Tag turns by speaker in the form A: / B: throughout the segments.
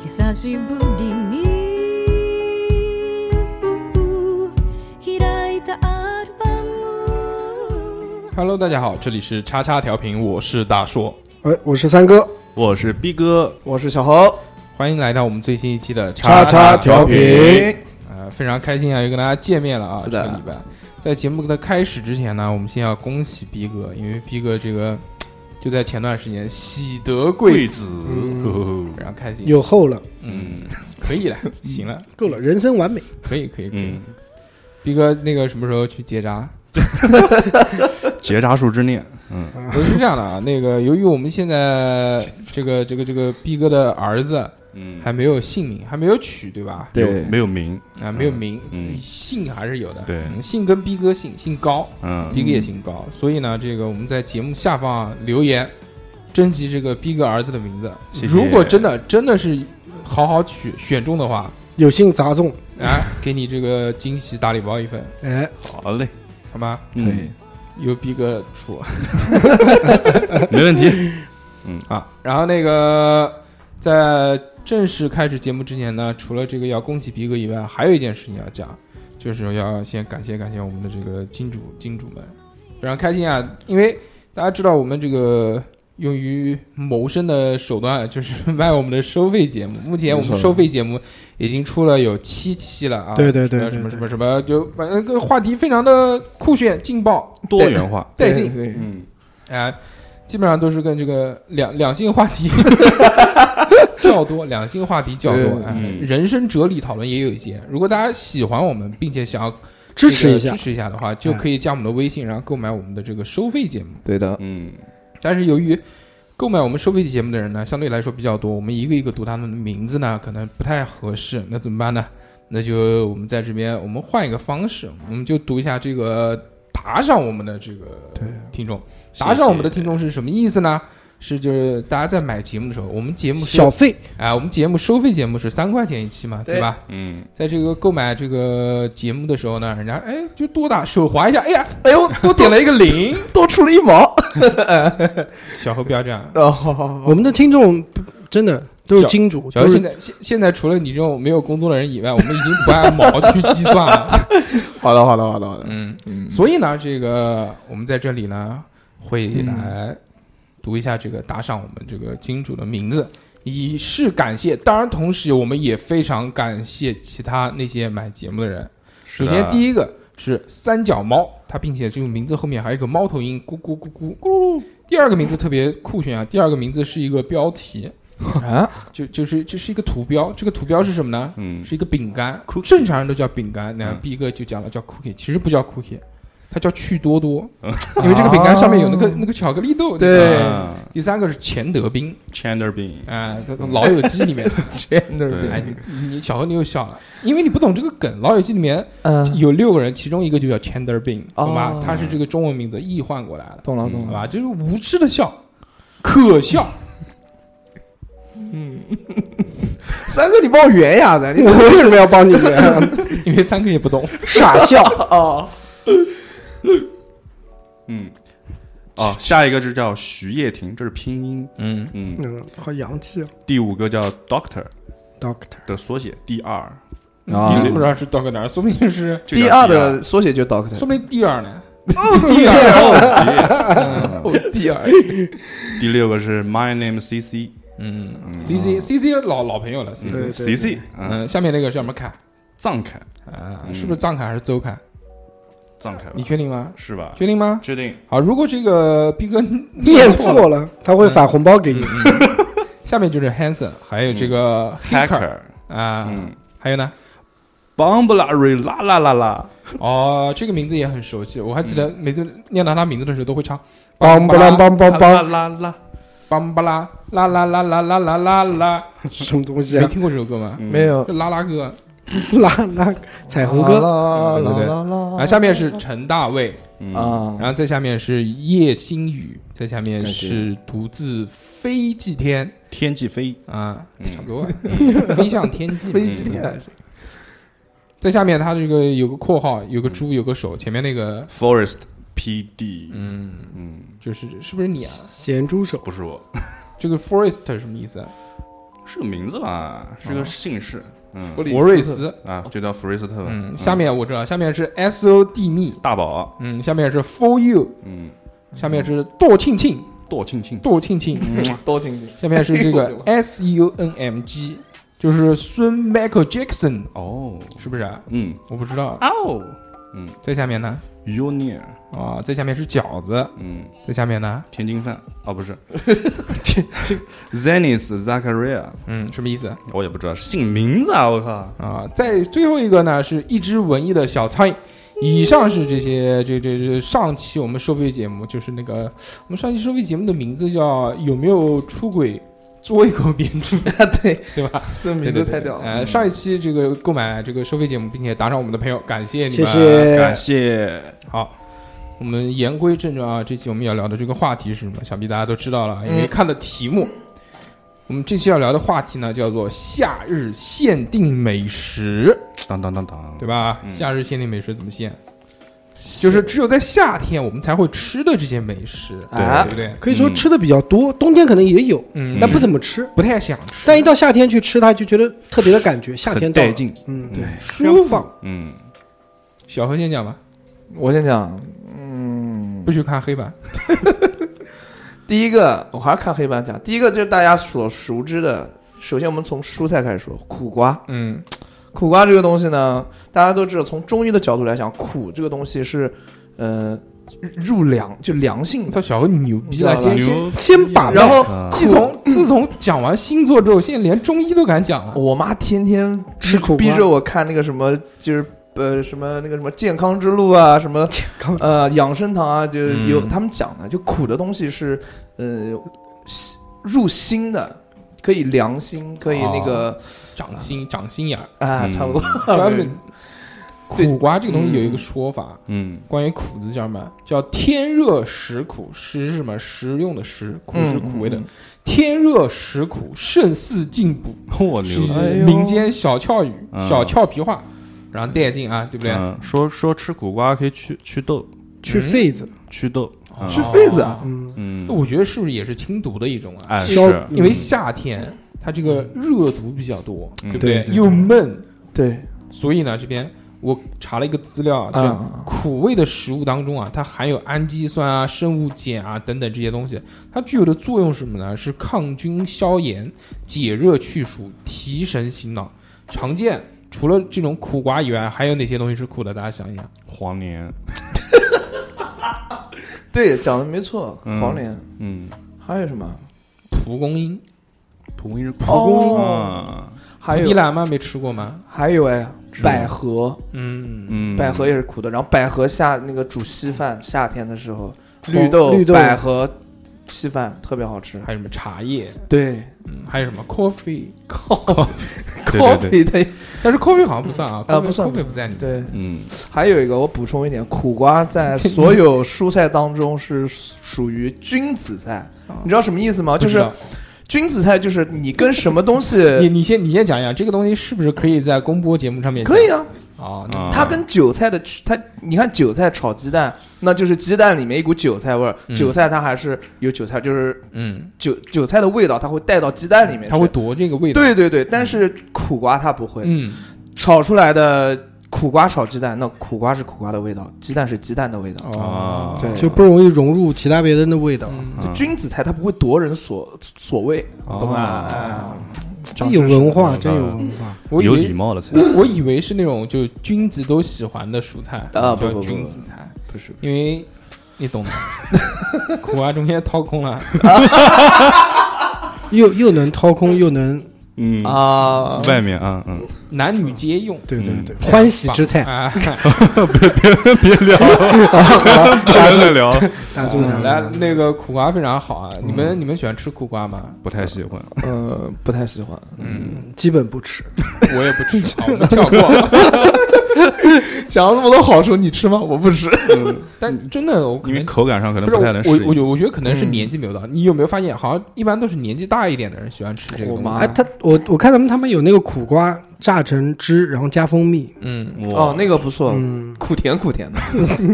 A: 久しぶりに開いたアルバム
B: Hello，大家好，这里是叉叉调频，我是大硕，
C: 哎，我是三哥，
D: 我是逼哥，
E: 我是小猴，
B: 欢迎来到我们最新一期的
C: 叉
B: 叉
C: 叉调频。
B: 呃，非常开心啊，又跟大家见面了啊，
E: 是
B: 这
E: 的
B: 个礼拜。在节目的开始之前呢，我们先要恭喜逼哥，因为逼哥这个就在前段时间喜得贵
D: 贵
B: 子，嗯
D: 子，
B: 非常开心。
C: 有后了，
B: 嗯，可以了，行了，
C: 够了，人生完美。
B: 可以，可以，可以
D: 嗯。，
B: 逼哥，那个什么时候去结扎？
D: 结扎术之念，嗯，
B: 我是这样的啊，那个由于我们现 在这个这个这个逼哥的儿子
D: 嗯
B: 还没有姓名，还没有取，对吧？
E: 对
D: 没有名，
B: 啊，没有名，
D: 嗯
B: 姓还是有的。
D: 对
B: 嗯姓跟逼哥姓，姓高，
D: 嗯
B: 逼哥也姓高，所以呢，这个我们在节目下方啊留言，征集这个逼哥儿子的名字。
D: 谢谢
B: 如果真的真的是好好取选中的话，
C: 有幸砸中，
B: 哎， 给你这个惊喜大礼包一份，
C: 哎，
D: 好嘞，
B: 好吗？
D: 嗯，
B: 由逼哥出。
D: 没问题，
B: 啊，然后那个在正式开始节目之前呢，除了这个要恭喜逼哥以外，还有一件事情要讲，就是要先感谢感谢我们的这个金主金主们，非常开心啊！因为大家知道我们这个用于谋生的手段就是卖我们的收费节目，目前我们收费节目已经出了有七期了啊，
C: 对对对
B: 什么什
C: 对
B: 么什么，就反正这个话题非常的酷炫劲爆
D: 多元化，
B: 带劲，
E: 对，
D: 嗯，
B: 哎，基本上都是跟这个两两性话题 较多，两性话题较多
E: 对。
B: 哎
D: 嗯，
B: 人生哲理讨论也有一些。如果大家喜欢我们，并且想要
C: 支持一
B: 这个
C: 下
B: 支，持一下的话，就可以加我们的微信，然后购买我们的这个收费节目。
E: 对的，
D: 嗯，
B: 但是由于购买我们收费节目的人呢，相对来说比较多，我们一个一个读他们的名字呢，可能不太合适。那怎么办呢？那就我们在这边，我们换一个方式，我们就读一下这个打赏我们的这个听众。
D: 谢谢
B: 打赏我们的听众是什么意思呢？是就是大家在买节目的时候，我们节目是
C: 小费
B: 哎、我们节目收费节目是三块钱一期嘛，对
E: 对
B: 吧？
D: 嗯，
B: 在这个购买这个节目的时候呢，人家哎就多打手滑一下，哎呀
E: 哎呦，
B: 多点了一个零。
E: 多出了一毛，
B: 小何不要这样，
E: 哦，好好好
C: 我们的听众不真的都是金主，
B: 小何
C: 都
B: 现
C: 是
B: 在现现在除了你这种没有工作的人以外，我们已经不按毛去计算了。
E: 好了，好了，好了，好了，
B: 嗯，所以呢，这个我们在这里呢会来读一下这个打赏我们这个金主的名字，以示感谢。当然，同时我们也非常感谢其他那些买节目的人。首
D: 首
B: 先，第
D: 一，
B: 一个是三脚猫，它并且这个名字后面还有一个猫头鹰，咕咕咕咕咕。第二个名字特别酷炫啊！第二个名字是一个标题，
E: 啊，
B: 就就是这是一个图标，这个图标是什么呢？
D: 嗯，
B: 是一个饼干，正常人都叫饼干，那
D: 嗯
B: 逼哥就讲了叫 cookie，其实不叫 cookie，它叫趣多多，
E: 嗯
B: 因为这个饼干上面有那个那个巧克力豆。
E: 哦对嗯
B: 你知道吗第三个是钱德斌，
D: 啊，Chandler Bean，
B: 啊，这个老友记 里面，
E: 真的
D: 对
B: 哎，你你小何你又笑了，因为你不懂这个梗，老友记里面
E: 嗯，
B: 有六个人，其中一个就叫钱德斌，懂吧
E: 哦？嗯
B: 他是这个中文名字易换过来的，
E: 懂了，懂
B: 好
E: 了，
B: 吧？就是无知的笑，可笑。
E: 三哥，你帮我圆呀，咱你
C: 我为什么要帮你们？
B: 因为三个也不懂，
C: 傻笑，
E: 哦，
D: 嗯，哦，下一个是叫徐叶婷，这是拼音，
B: 嗯，
D: 嗯，
C: 嗯，好洋气啊
D: 第五个叫 Doctor
C: ，Doctor。
D: 的缩写 DR，
E: 啊
B: 你怎么知道是到个哪儿？说明是，
D: 就叫
E: 第二的缩写就 Doctor，
B: 说明第二呢，第二。
D: DR
E: 哦，第二，
D: 第六个是 My Name CC，
B: 嗯，C C C C 老老朋友了，C C。
C: 对对
D: CC，嗯，
B: 嗯，下面那个叫什么凯
D: 藏凯，
B: 啊？
D: 嗯
B: 是不是藏凯还是邹凯？
D: 藏凯吧，
B: 你确定吗？
D: 是吧？
B: 确定吗？
D: 确定，
B: 好，如果这个逼哥
C: 念
B: 错
C: 错
B: 了，嗯
C: 了，他会返红包给你。
B: 下面就是 Hanson，还有这个 Hacker
D: Hacker，
B: 啊，
D: 嗯
B: 还有呢？
D: ，Bumblary 啦啦啦啦，
B: 哦，这个名字也很熟悉，我还记得每次念到他名字的时候都会唱
C: 梆不啷梆梆梆，
D: 啦啦，
B: 邦巴拉啦啦啦啦啦啦啦啦，
C: 什么东西
B: 没
C: 啊？
B: 听过这首歌吗？
E: 没有
B: 这拉拉歌
C: 拉拉彩虹歌，
E: 啦
B: 嗯对对对
E: 啦
B: 啊，下嗯面是陈大卫，
D: 嗯
E: 啊
B: 然后再下面是叶星宇，再下面是独自飞祭天
D: 天际飞，
B: 啊，
D: 嗯
B: 差不多，啊飞向天际嘛。嗯
E: 飞机天
B: 在下面它这个有个括号，有个猪，有个手，前面那个
D: Forest PD，
B: 嗯，
D: 嗯，
B: 就是是不是你啊？
C: 咸猪手，
D: 不是我，
B: 这个 Forest 是什么意思啊？
D: 是个名字吧，是个姓氏，哦嗯
E: 弗里斯
B: 佛瑞斯。
D: 啊，就叫 f r e e s t
B: 嗯，下面我知道，下面是 S O D Me，
D: 大宝，
B: 嗯，下面是 For You，
D: 嗯，
B: 下面是剁庆庆，
D: 庹庆庆，
B: 剁庆庆，
E: 多听听。
B: 下面是这
E: 嗯哎呦
B: 个
E: 我
B: S U N M G，就是孙 Michael Jackson，
D: 哦，
B: 是不是啊？
D: 嗯，
B: 我不知道。
D: 哦，嗯
B: 在下面呢，
D: ，Union，
B: 啊、在下面是饺子，
D: 嗯，
B: 在下面呢，
D: 天津饭，哦，不是 ，Zenith Zakaria，
B: 嗯，什么意思啊、
D: 我也不知道姓名字啊，我靠，
B: 在最后一个呢，是一只文艺的小苍蝇。以上是这些，这这这上期我们收费节目就是那个，我们上期收费节目的名字叫有没有出轨作为狗编制，
E: 对，
B: 对吧？
E: 这名字太屌了。
B: 呃，上一期这个购买这个收费节目并且打赏我们的朋友，感谢你
C: 谢
B: 们，
D: 感
C: 谢。
D: 谢，
B: 好，我们言归正传啊，这期我们要聊的这个话题是什么？想必大家都知道了，因为看的题目。我们这期要聊的话题呢，叫做夏日限定美食，
D: 当当当当，
B: 对吧？
D: 嗯
B: 夏日限定美食怎么限？就是只有在夏天我们才会吃的这些美食，
E: 啊
B: 对不对？
C: 可以说吃的比较多，冬天可能也有，
B: 嗯，
C: 但不怎么吃。
B: 不太想吃，
C: 但一到夏天去吃它，就觉得特别的感觉，夏天
D: 很
C: 到了
D: 带，劲，
C: 嗯，
D: 对，
C: 舒服。
D: 嗯，
B: 小何先讲吧，
E: 我先讲，嗯，
B: 不许看黑板。
E: 第一个我还是看黑板讲，第一个就是大家所熟知的。首先，我们从蔬菜开始说，苦瓜。
B: 嗯
E: 苦瓜这个东西呢，大家都知道，从中医的角度来讲，苦这个东西是，呃，入凉就凉性
B: 我
E: 的
B: 操，。小何你牛逼啊了，
E: 你知道吧
B: 先先
D: 牛
C: 先把
E: 然后
D: 啊
B: 自从自从讲完星座之后，现在连中医都敢讲了。
E: 我妈天天
C: 吃苦瓜
E: 逼着我看那个什么，就是呃什么那个什么健康之路啊，什么
C: 健康
E: 呃养生堂啊，就
B: 嗯
E: 有他们讲的，就苦的东西是呃吸入心的，可以凉心，可以那个
B: 掌心掌心眼儿，
E: 啊，
D: 嗯
E: 差不多。
B: 专门
E: 对
B: 苦瓜这个东西有一个说法，
D: 嗯
B: 关于苦字叫什么？叫天热食苦，食是什么？食用的食，苦是苦味的
E: 嗯。
B: 天热食苦，胜似进补，
D: 我
B: 是
D: 哦牛
E: 哎呦
B: 民间小俏语、
D: 嗯
B: 小俏皮话，然后带劲啊，对不对？
D: 嗯，说说吃苦瓜可以祛祛痘，
C: 去痱子，
D: 祛痘，嗯
E: 去痱子啊，
C: 嗯，
D: 嗯，
B: 我觉得是不是也是清毒的一种啊？
D: 哎
C: 消
D: 是，
E: 嗯
B: 因为夏天它这个热毒比较多，
D: 嗯
B: 对不
C: 对对对
B: 又闷，
E: 对，
B: 所以呢，这边我查了一个资料，啊，
E: 嗯
B: 就苦味的食物当中啊，它含有氨基酸啊、生物碱啊等等这些东西，它具有的作用是什么呢？是抗菌、消炎、解热、去暑、提神醒脑。常见除了这种苦瓜以外，还有哪些东西是苦的？大家想一想，
D: 黄连，
E: 对，讲的没错，
D: 嗯
E: 黄连
D: 嗯，
E: 还有什么？
B: 蒲公英、
D: 蒲公英是苦
E: 哦，
D: 啊，
E: 还
B: 地
E: 有
B: 兰吗？没吃过吗？
E: 还有哎，百合，
B: 嗯，
D: 嗯，
E: 百合也是苦的。然后百合下那个煮稀饭，夏天的时候，
C: 黄
E: 绿豆、
C: 绿豆
E: 百合稀饭特别好吃。
B: 还有什么茶叶？
E: 对
B: 嗯，还有什么 coffee？
D: 对对对
E: ，coffee 对
B: 但是 coffee 好像不算啊，
E: 啊
B: coffee-
E: 不算
B: coffee 不在里面。
E: 对。
D: 嗯，
E: 还有一个，我补充一点，苦瓜 在所有蔬菜当中是属于君子菜
B: 啊，
E: 你知道什么意思吗？
B: 不
E: 就
B: 知
E: 是
B: 道
E: 君子菜，就是你跟什么东西
B: 你你先你先讲一讲这个东西是不是可以在公播节目上面讲
E: 可以啊，
B: 哦，那
D: 啊
E: 它跟韭菜的区，它你看韭菜炒鸡蛋，那就是鸡蛋里面一股韭菜味儿，
B: 嗯
E: 韭菜它还是有韭菜，就是
B: 嗯，
E: 韭韭菜的味道，它会带到鸡蛋里面去，
B: 它会夺这个味道。，
E: 对对对，但是苦瓜它不会，
B: 嗯，
E: 炒出来的苦瓜炒鸡蛋，那苦瓜是苦瓜的味道，鸡蛋是鸡蛋的味道，
B: 哦
D: 啊，
E: 嗯对，
C: 就不容易融入其他别人的味道，
B: 嗯
E: 就君子菜它不会夺人所所谓，
B: 哦
E: 懂吗？哎
C: 真有文化，
D: 长知
C: 真
D: 识了
C: 有文化。
B: 我以
D: 有礼
B: 为
D: 貌的菜，
B: 我以为是那种就君子都喜欢的蔬菜
E: 啊不
B: 叫
E: 不不
B: 君子菜，
E: 不是，
B: 因为你懂的， 苦瓜中间掏空了，
C: 又又能掏空，又能
D: 嗯
E: 啊，
D: 外面啊，嗯，
B: 男女皆用，
C: 对对
D: 嗯
C: 对，欢喜之 菜，
B: 啊！
D: 别聊了，不要再 聊了，
C: 大家就这
B: 嗯来
C: 样，
E: 嗯
B: 那个苦瓜非常好啊！你们你们喜欢吃苦瓜吗？
D: 不太喜欢。
E: 呃，不太喜欢。
B: 嗯，
C: 基本不吃。
B: 我也不吃，好我们跳过。
E: 讲了那么多好处，你吃吗？我不吃。
B: 但真的，我可
D: 因为
B: 能
D: 口感上可能
B: 不是
D: 不
B: 我
D: 太能适
B: 我，我
D: 应。
B: 觉我觉得可能是
E: 嗯
B: 年纪没有到。你有没有发现，好像一般都是年纪大一点的人喜欢吃这个
E: 我
B: 东
E: 妈
B: 西？
C: 哎，他我我看他们他们有那个苦瓜榨成汁，然后加蜂蜜，
B: 嗯，
E: 哦，那个不错，
C: 嗯，
E: 苦甜苦甜的。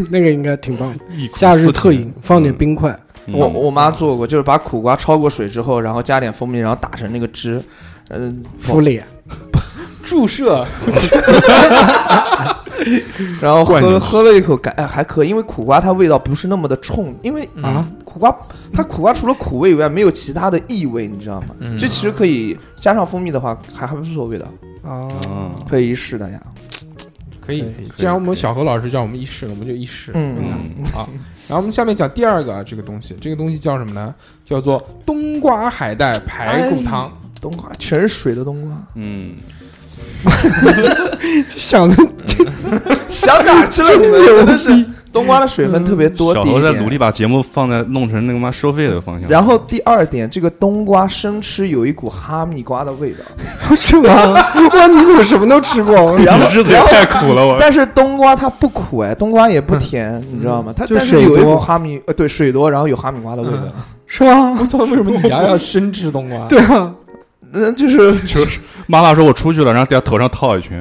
C: 那个应该挺棒的。夏日特饮，放点冰块，
D: 嗯
E: 我我妈做过，就是把苦瓜焯过水之后，然后加点蜂蜜，然后打成那个汁。嗯、
C: 敷脸，
B: 注射
E: 然后
D: 灌进
E: 喝
D: 去
E: 喝了一口，感哎还可以，因为苦瓜它味道不是那么的冲，因为
C: 啊，
E: 苦瓜它苦瓜除了苦味以外没有其他的异味，你知道吗？
B: 嗯
E: 这其实可以加上蜂蜜的话，还还不错味道，哦
D: 嗯
E: 可以一试大家。
B: 可以
D: 以。
B: 既然我
D: 可
B: 们
D: 以
B: 小何老师叫我们一试，我们就一试。
E: 嗯，
D: 嗯，
B: 啊，然后我们下面讲第二个这个东西，这个东西叫什么呢？叫做冬瓜海带
E: 哎
B: 排骨汤。
E: 冬瓜全是水的冬瓜，
D: 嗯，
C: 想的
E: 想哪去了？你们真的是冬瓜的水分特别多。
D: 嗯小
E: 第一
D: 何在
E: 点
D: 努力把节目放在弄成那个妈收费的方向。
E: 然后第二点，这个冬瓜生吃有一股哈密瓜的味道，
C: 是吗？ 哇，你怎么什么都吃过？
E: 然后
D: 日子也太苦了，我
E: 但是冬瓜它不苦哎，冬瓜也不甜，你知道吗？它
C: 就
E: 但是
C: 水
E: 有一
C: 多
E: 股哈密呃对水多，然后有哈密瓜的味道。
C: 是吗？
B: 我操，为什么你还要生吃冬瓜？
C: 对啊，
E: 嗯，就是
D: 就是妈妈说我出去了，然后在头上套一圈，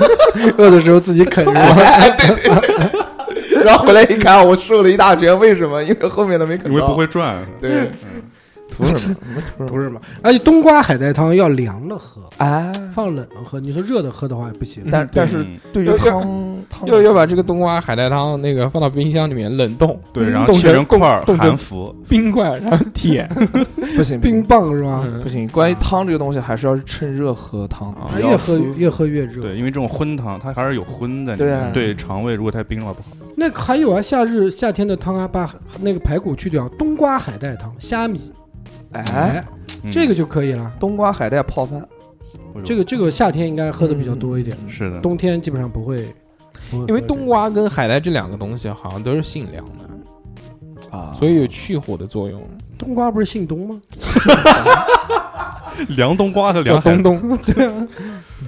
C: 饿的时候自 己啃是
E: 哎
B: 哎
C: 吧？
E: 然后回来一看，我瘦了一大圈，为什么？因为后面的没啃
D: 因为
E: 到。
D: 不会转。
E: 对， 图什么？
C: 不是嘛？而且冬瓜海带汤要凉了喝，
E: 哎，
B: 嗯
C: 放冷了喝。你说热的喝的话也不行。
E: 但但是
D: 嗯
E: 对
B: 要
E: 于汤汤
B: 要要把这个冬瓜海带汤那个放到冰箱里面冷冻，
E: 嗯
D: 对，然后
B: 冻
D: 切成块儿
B: 冻成
D: 含服。
B: 冰块，然后舔。
E: 不行不
C: 冰
E: 行
C: 棒是吧？
E: 啊不
B: 嗯
E: 行，关于汤这个东西，还是要趁热喝汤
D: 啊
C: 它越喝越喝越热。
D: 对，因为这种荤汤它还是有荤在里
E: 对啊
D: 面，对肠胃如果太冰了不好。
C: 那还有啊，夏日夏天的汤啊，把那个排骨去掉，冬瓜海带汤、虾米，
E: 哎，
C: 哎，
B: 嗯
D: 嗯
C: 这个就可以了。
E: 冬瓜海带泡饭，
C: 这个这个夏天应该喝的比较多一点，
D: 是的，
C: 冬天基本上不会。不会喝
B: 嗯因为
C: 这个
B: 冬瓜跟海带这两个东西好像都是性凉的，
E: 啊
B: 所以有去火的作用，
C: 冬瓜不是姓冬吗？
D: 凉冬瓜和
B: 叫
D: 凉海
B: 冬冬。 对啊，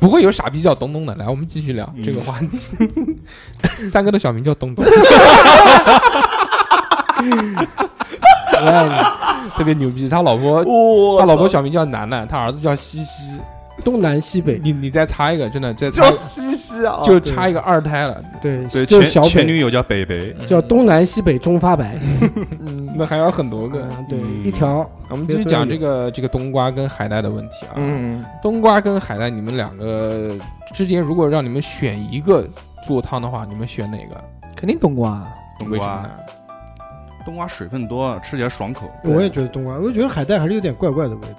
B: 不会有傻逼叫东东的。来，我们继续聊
D: 嗯
B: 这个话题。 三哥的小名叫东东，
C: 我爱你，
B: 特别牛逼。他老婆
E: 哇
B: 他老婆小名叫楠楠，他儿子叫西西。
C: 东南西北，
B: 你你再插一个，真的再插
E: 叫西西啊，
B: 就
C: 对
B: 插一个二胎了，
C: 对，
D: 对
C: 就是
D: 前
C: 小
D: 前
C: 北，
D: 女友叫北北，
C: 叫东南西北中发白。
B: 嗯那还有很多个。
C: 嗯，对，
D: 嗯
C: 一条
B: 我们继续讲这个这个冬瓜跟海带的问题啊。
E: 嗯，
B: 冬瓜跟海带，你们两个之间如果让你们选一个做汤的话，你们选哪个？
E: 肯定冬瓜啊，
D: 冬
B: 为什么
D: 瓜
B: 呢？
D: 冬瓜水分多，吃起来爽口。
C: 我也觉得冬瓜，我就觉得海带还是有点怪怪的味道。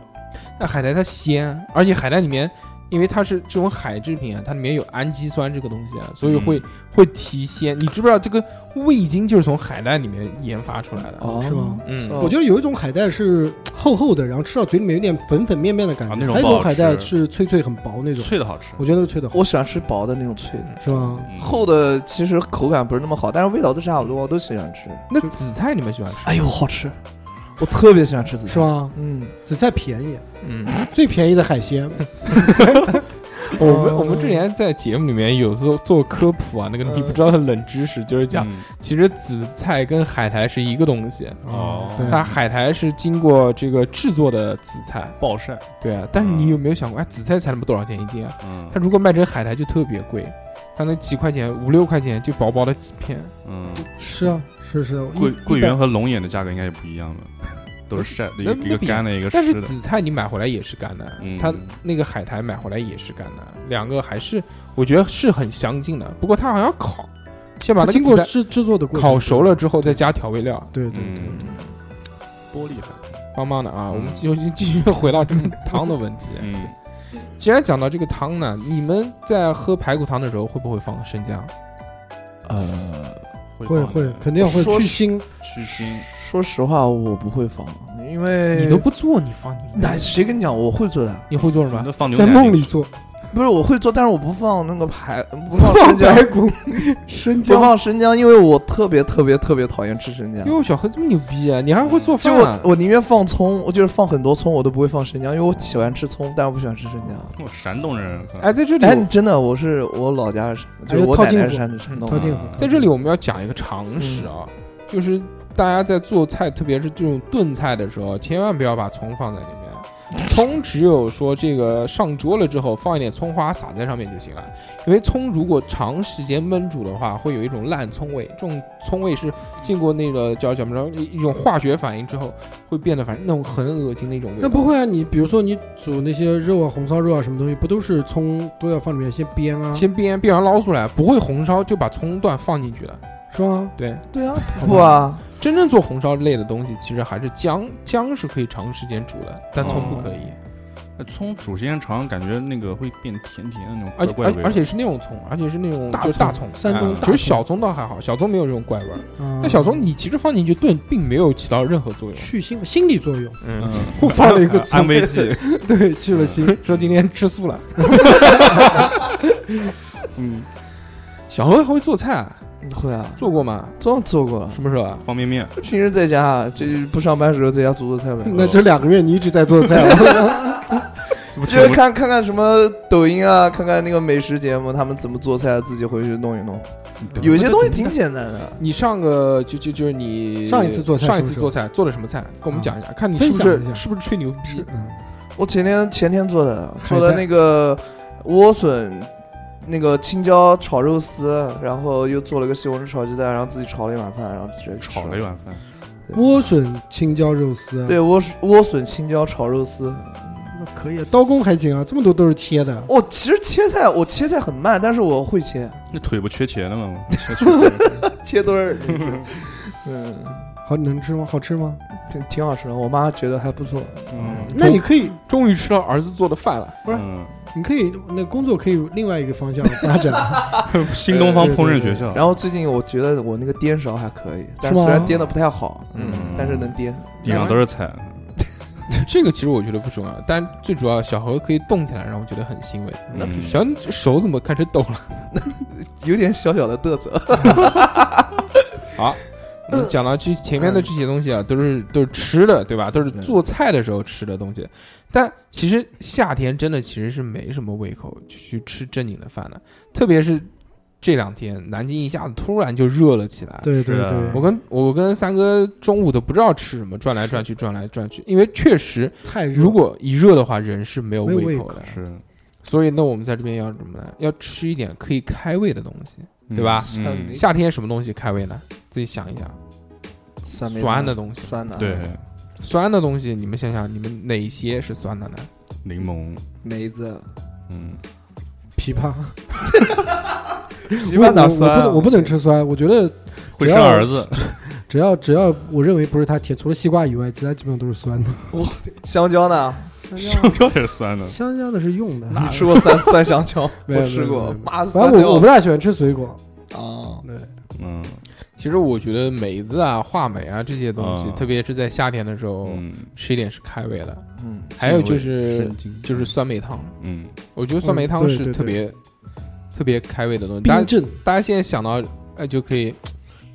B: 那海带它鲜，而且海带里面，因为它是这种海制品啊，它里面有氨基酸这个东西啊，所以
D: 嗯
B: 会、会提鲜。你知不知道这个味精就是从海带里面研发出来的？
E: 哦
C: 是吗
B: 嗯
E: 哦
C: 我觉得有一种海带是厚厚的，然后吃到嘴里面有点粉粉面面的感觉
D: 啊；那种
C: 还有一
D: 不
C: 种
D: 好
C: 海带
D: 吃
C: 是脆脆很薄那种，
D: 脆的好吃。
C: 我觉得脆的好，
E: 我喜欢吃薄的那种脆的，
C: 是吧？
D: 嗯
E: 厚的其实口感不是那么好，但是味道都差不多，我都喜欢吃。
B: 那紫菜你们喜欢吃？
E: 哎呦，好吃！我特别喜欢吃紫菜，
C: 是？吧？
E: 嗯，
C: 紫菜便宜，
B: 嗯，
C: 最便宜的海鲜，
B: 我们我们之前在节目里面有做做科普啊，那个你不知道的冷知识，就是讲
D: 嗯
B: 其实紫菜跟海苔是一个东西，
D: 哦，
C: 嗯啊对
B: 它海苔是经过这个制作的紫菜，
D: 暴晒，
B: 对啊。但是
D: 嗯
B: 你有没有想过，哎，紫菜才那么多少钱一斤啊？
D: 嗯
B: 它如果卖成海苔就特别贵，它那几块钱五六块钱就薄薄的几片，
D: 嗯，
C: 是啊，是是，一
D: 桂桂。
C: 一
D: 圆
C: 百
D: 和龙眼的价格应该也不一样吧？都是晒的，一
B: 那
D: 个
B: 那
D: 一个
B: 不一样
D: 干的，一个
B: 但
D: 湿
B: 是
D: 的。
B: 紫菜你买回来也是干的，
D: 嗯
B: 它那个海苔买回来也是干的，两个还是我觉得是很相近的，不过它好像烤，先把
C: 它
B: 那个
C: 经过
B: 紫菜
C: 制制作的过程
B: 烤熟了，之后再加调味料，
C: 对对对，
D: 嗯，
B: 多厉害！棒棒的啊！
D: 嗯
B: 我们继续继续回到这个汤的问题。
D: 嗯，
B: 既然讲到这个汤呢，你们在喝排骨汤的时候会不会放生姜？
E: 呃
C: 会
D: 放的
C: 会肯定会
E: 说
C: 去腥，
D: 去腥，
E: 说实话，我不会放，因为
C: 呃
E: 哎
B: 你都不做，你放你
E: 那谁跟你讲我会做的？
B: 你会做什么？
D: 那放牛
C: 在
D: 奶
C: 梦
D: 进
C: 里
D: 去
C: 做，
E: 不是我会做，但是我不放那个 排，不放生姜，
C: 骨，生
E: 不放生姜，因为我特别特别特别讨厌吃生姜。
B: 哟，小何这么牛逼啊！你还会做
D: 嗯
E: 就
B: 饭
E: 我
B: 啊？
E: 我宁愿放葱，我就是放很多葱，我都不会放生姜，因为我喜欢吃葱，但我不喜欢吃生姜。
D: 我山东人，靠
B: 哎，在这里我
E: 哎，真的，我是我老家是，就是我
C: 套
E: 奶
C: 近
E: 奶
C: 乎
E: 是山山东
C: 套
E: 的。
C: 近
D: 啊
B: 在这里我们要讲一个常识啊，就是大家在做菜，特别是这种炖菜的时候，千万不要把葱放在里 面。葱只有说这个上桌了之后放一点葱花撒在上面就行了，因为葱如果长时间焖煮的话，会有一种烂葱味。这种葱味是经过那个叫叫什么一一种化学反应之后会变得反正那种很恶心的一种味道。
C: 那不会啊，你比如说你煮那些肉啊、红烧肉啊什么东西，不都是葱都要放里面先煸啊，
B: 先煸煸完捞出来，不会红烧就把葱段放进去了。
C: 是吗？
B: 对，
E: 对啊，不啊，
B: 真正做红烧类的东西，其实还是姜，姜是可以长时间煮的，但葱不可以，
C: 哦
D: 哎葱煮时间长，感觉那个会变甜甜的那种
B: 而
D: 怪
B: 且
D: 怪的
B: 而
D: 味
B: 且
D: 道。
B: 而且是那种葱，而且是那种
C: 大
B: 就是大葱嗯
C: 葱。山东
D: 哎
C: 大
B: 其实
C: 葱
B: 小葱倒还好，小葱没有这种怪味儿。
C: 嗯
B: 那小葱你其实放进去炖，并没有起到任何作用。
C: 去腥心理作用，嗯
B: 嗯，
C: 我放了一个
D: 安慰剂，
C: 对，去了腥。
B: 说今天吃素 了。
D: 嗯，
B: 小何还会做菜啊，
E: 会啊，
B: 做过吗？
E: 做做过了。
B: 什么时候啊？
D: 方便面，
E: 平时在家，这不上班时候在家做做菜呗。哦
C: 那这两个月你一直在做菜 啊，
D: 这不
E: 就是
D: 全部
E: 看看看什么抖音啊，看看那个美食节目，他们怎么做菜，啊自己回去弄一弄。有些东西挺简单的，
B: 你上个就就就是你
C: 上一次做菜
B: 上一
C: 什
B: 次
C: 么时候嗯
B: 做菜做的什么菜？跟我们讲一下，看你是
C: 分
B: 不
C: 享一
B: 是
C: 下
B: 是不是吹牛逼？
C: 嗯
E: 我前天前天做的，
C: 海
E: 做的
C: 带
E: 那个莴笋，那个青椒炒肉丝，然后又做了个西红柿炒鸡蛋，然后自己炒了一碗饭，然后直接吃
D: 炒了一。碗饭，
C: 莴笋青椒肉丝，啊
E: 对，莴莴笋青椒炒肉丝。
C: 那可以，刀工还行啊，这么多都是切的，
E: 我、哦其实切菜，我切菜很慢，但是我会切，
D: 那腿不缺钱 的吗？
E: 切墩 儿。嗯，
C: 好能吃吗？好吃吗？
E: 挺挺好吃的，我妈觉得还不错。
B: 啊
D: 嗯，
C: 那你可以，
B: 终于吃到儿子做的饭了。
C: 不是
D: 嗯
C: 你可以，那工作可以另外一个方向发 展，
D: 新东方烹饪学校，
E: 然后最近我觉得我那个颠勺还可以，但
C: 是吗
E: 虽然颠的不太好，嗯，
D: 嗯
E: 但是能颠。
D: 地上都是菜，
B: 这个其实我觉得不重要，但最主要小何可以动起来，让我觉得很欣慰。
D: 那必须
B: 小你手怎么开始抖了？
E: 有点小小的嘚瑟。
B: 我们 讲到这前面的这些东西啊，都是都是吃的，对吧？都是做菜的时候吃的东西。但其实夏天真的其实是没什么胃口去吃正经的饭的，特别是这两天南京一下子突然就热了起来。
C: 对
D: 是
C: 对
D: 啊
B: 我
C: 对，
B: 跟我跟三哥中午都不知道吃什么，转来转去，转来转去，因为确实
C: 太热
B: 如果一热的话，人是没有
C: 没有
B: 胃
C: 胃
B: 口
C: 口
B: 的。
D: 是，
B: 所以那我们在这边要什么呢？要吃一点可以开胃的东西。
D: 嗯
B: 对吧
D: 嗯，
B: 夏天什么东西开胃呢？自己想一想，
E: 酸梅
B: 酸
E: 汤
B: 的东西，
E: 酸的，
D: 嗯对，，
B: 酸的东西，你们想想，你们哪些是酸的呢？
D: 柠檬，
E: 梅子，
D: 嗯，
C: 枇杷，
E: 一
C: 我我我不能我不能吃酸，啊我觉得
D: 会生儿子，
C: 只要只要我认为不是它甜，除了西瓜以外，其他基本上都是酸的。
E: 香蕉呢？
D: 香蕉 也是酸的，
C: 香蕉的是用的，
E: 你吃过 酸酸香蕉？
C: 没有
E: 我吃
C: 没有
E: 过
C: 没有，
E: 妈
C: 反
E: 酸
C: 正我我不
E: 蕉
C: 大喜欢吃水果，
E: 啊！
C: 对，
D: 嗯
B: 其实我觉得梅子啊、话梅啊这些东西，
D: 啊
B: 特别是在夏天的时候，
D: 嗯，
B: 吃一点是开胃的。
E: 嗯，
B: 哦还有就是
D: 神经
B: 就是酸梅汤，
D: 嗯，
B: 我觉得酸梅汤
C: 嗯对
B: 是
C: 对
B: 特别、特别开胃的东西。大家
C: 冰镇
B: 大家现在想到，呃，就可以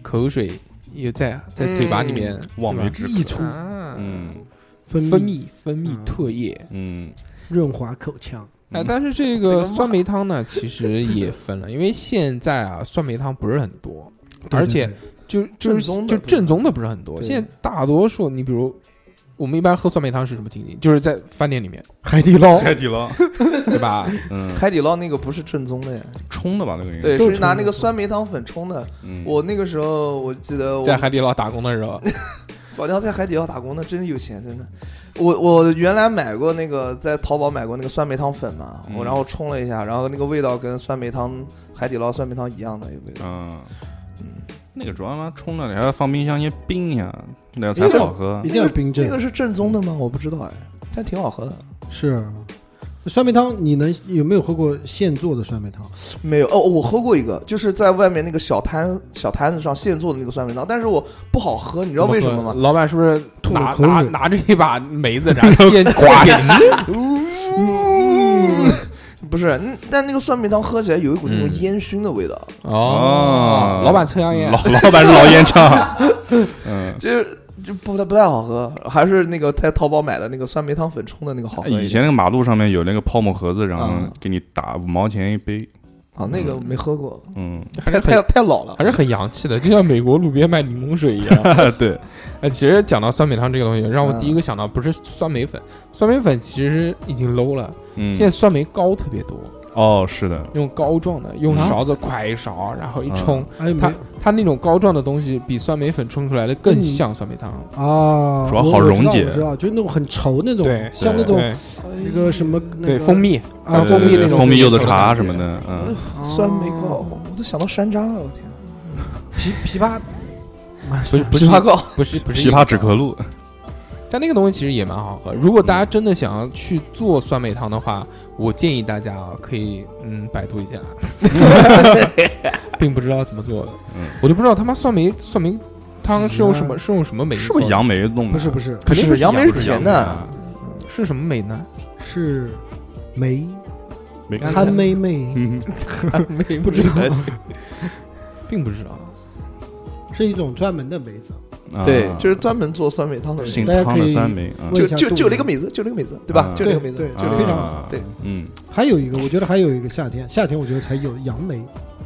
B: 口水也在在嘴巴里面
D: 望梅止
B: 对吧
D: 渴
B: 溢出，啊
D: 嗯
C: 分
B: 分
C: 泌
B: 泌分泌唾液。
D: 嗯，
C: 润滑口腔，
B: 哎，
D: 嗯
B: 但是这个酸梅汤呢，其实也分了，因为现在啊，酸梅汤不是很多，
C: 对
B: 而且
C: 对对
B: 就就是
E: 正宗的
B: 就
E: 不多
B: 正宗的不是很多。
E: 对
B: 现在大多数，你比如我们一般喝酸梅汤是什么情景？就是在饭店里面，
C: 海底捞
D: 海底捞，
B: 对吧？
D: 嗯，
E: 海底捞那个不是正宗的呀，
B: 嗯
D: 冲的吧那个应该
E: 对，
C: 都是
E: 是拿
C: 冲的
E: 那个酸梅汤粉冲的。
D: 嗯
E: 我那个时候我记得我
B: 在海底捞打工的 时候，
E: 老娘在海底捞打工的，真有钱，真的。我我原来买过那个在淘宝买过那个酸梅汤粉嘛，
D: 嗯
E: 我然后冲了一下，然后那个味道跟酸梅汤海底捞酸梅汤一样的味道。
D: 嗯，那个主要嘛冲了，你还要放冰箱先冰一下，那才
E: 那个
D: 好喝
C: 一。定要冰
E: 那
C: 镇
E: 个，是正宗的吗？我不知道哎，但挺好喝的。
C: 是啊。酸梅汤，你能有没有喝过现做的酸梅汤？
E: 没有哦，我喝过一个，就是在外面那个小摊小摊子上现做的那个酸梅汤，但是我不好喝，你知道为什么吗？
B: 老板是不是
C: 吐
B: 拿
C: 口水
B: 拿 拿着一把梅子，然后先刮
E: 嗯， 不是，嗯但那个蒜面汤喝起来有一股那种
B: 嗯
E: 烟熏的味道，
D: 哦
B: 老板抽香烟
D: 老，老板是老烟枪， 嗯，
E: 就是就不太不太好喝，还是那个在淘宝买的那个酸梅汤粉冲的那个好喝一点。
D: 哎以前那个马路上面有那个泡沫盒子，然后
E: 嗯
D: 给你打五毛钱一杯，
E: 啊，那个没喝过，
D: 嗯，
E: 太太太老了
B: 还。是很洋气的，就像美国路边卖柠檬水一样。
D: 对，
B: 哎，其实讲到酸梅汤这个东西，让我
E: 嗯
B: 第一个想到不是酸梅粉，酸梅粉其实已经 low 了，
D: 嗯
B: 现，在酸梅膏特别多，
D: 哦，是的，
B: 用膏状的，用
D: 啊
B: 勺子㧟一勺，然后一
D: 嗯
B: 冲，
C: 哎没
B: 它它那种膏状的东西比酸梅粉冲出来的更像酸梅汤。
C: 啊，
D: 主要
C: 我
D: 好
C: 我知道
D: 溶解
C: 我知道，就那种很稠那种
B: 对，
C: 像那种
B: 对
C: 那个什么那
B: 对，
C: 个
B: 蜂蜜，
C: 啊
D: 对对
B: 蜂蜜
D: 对
B: 那种
D: 蜂蜜柚子
B: 就是感
D: 茶
B: 觉
D: 什么的，嗯，
E: 酸梅糕，
C: 哦
E: 我都想到山楂了，我天！
C: 枇枇杷，
B: 不是不是
E: 枇杷膏，
B: 不是不是
D: 枇杷止咳露，
B: 但那个东西其实也蛮好喝。如果大家真的想要去做酸梅汤的话，我建议大家啊，可以嗯百度一下， 并不知道怎么做的，
D: 嗯
B: 我就不知道他妈酸梅酸梅汤是用什么
C: 嗯
B: 是用什么梅
D: 是不是杨梅弄的？
C: 不是不是
B: 肯定不
E: 是杨梅
B: 梅
E: 是
B: 甜
E: 甜的，
D: 啊
B: 是什么梅呢？
C: 是梅
D: 没看
C: 憨妹妹，
D: 嗯，
B: 梅不知道，
D: 哎
B: 并不知道。
C: 是一种专门的梅子，
D: 啊
E: 对，就是专门做酸梅汤的人，
D: 姓
C: 大家
D: 汤
C: 可
D: 的
C: 以
D: 酸梅，嗯
C: 问
E: 就
C: 一下
E: 就
C: 肚
E: 就
C: 子
E: 那个梅子，就那个梅子，对吧
D: 啊？
E: 就那个梅子，
C: 对
E: 就那
C: 对
E: 个
C: 非
E: 梅
C: 常
E: 子
D: 啊
E: 对，
D: 嗯
C: 还有一个我觉得还有一个夏天，夏天我觉得才有杨梅，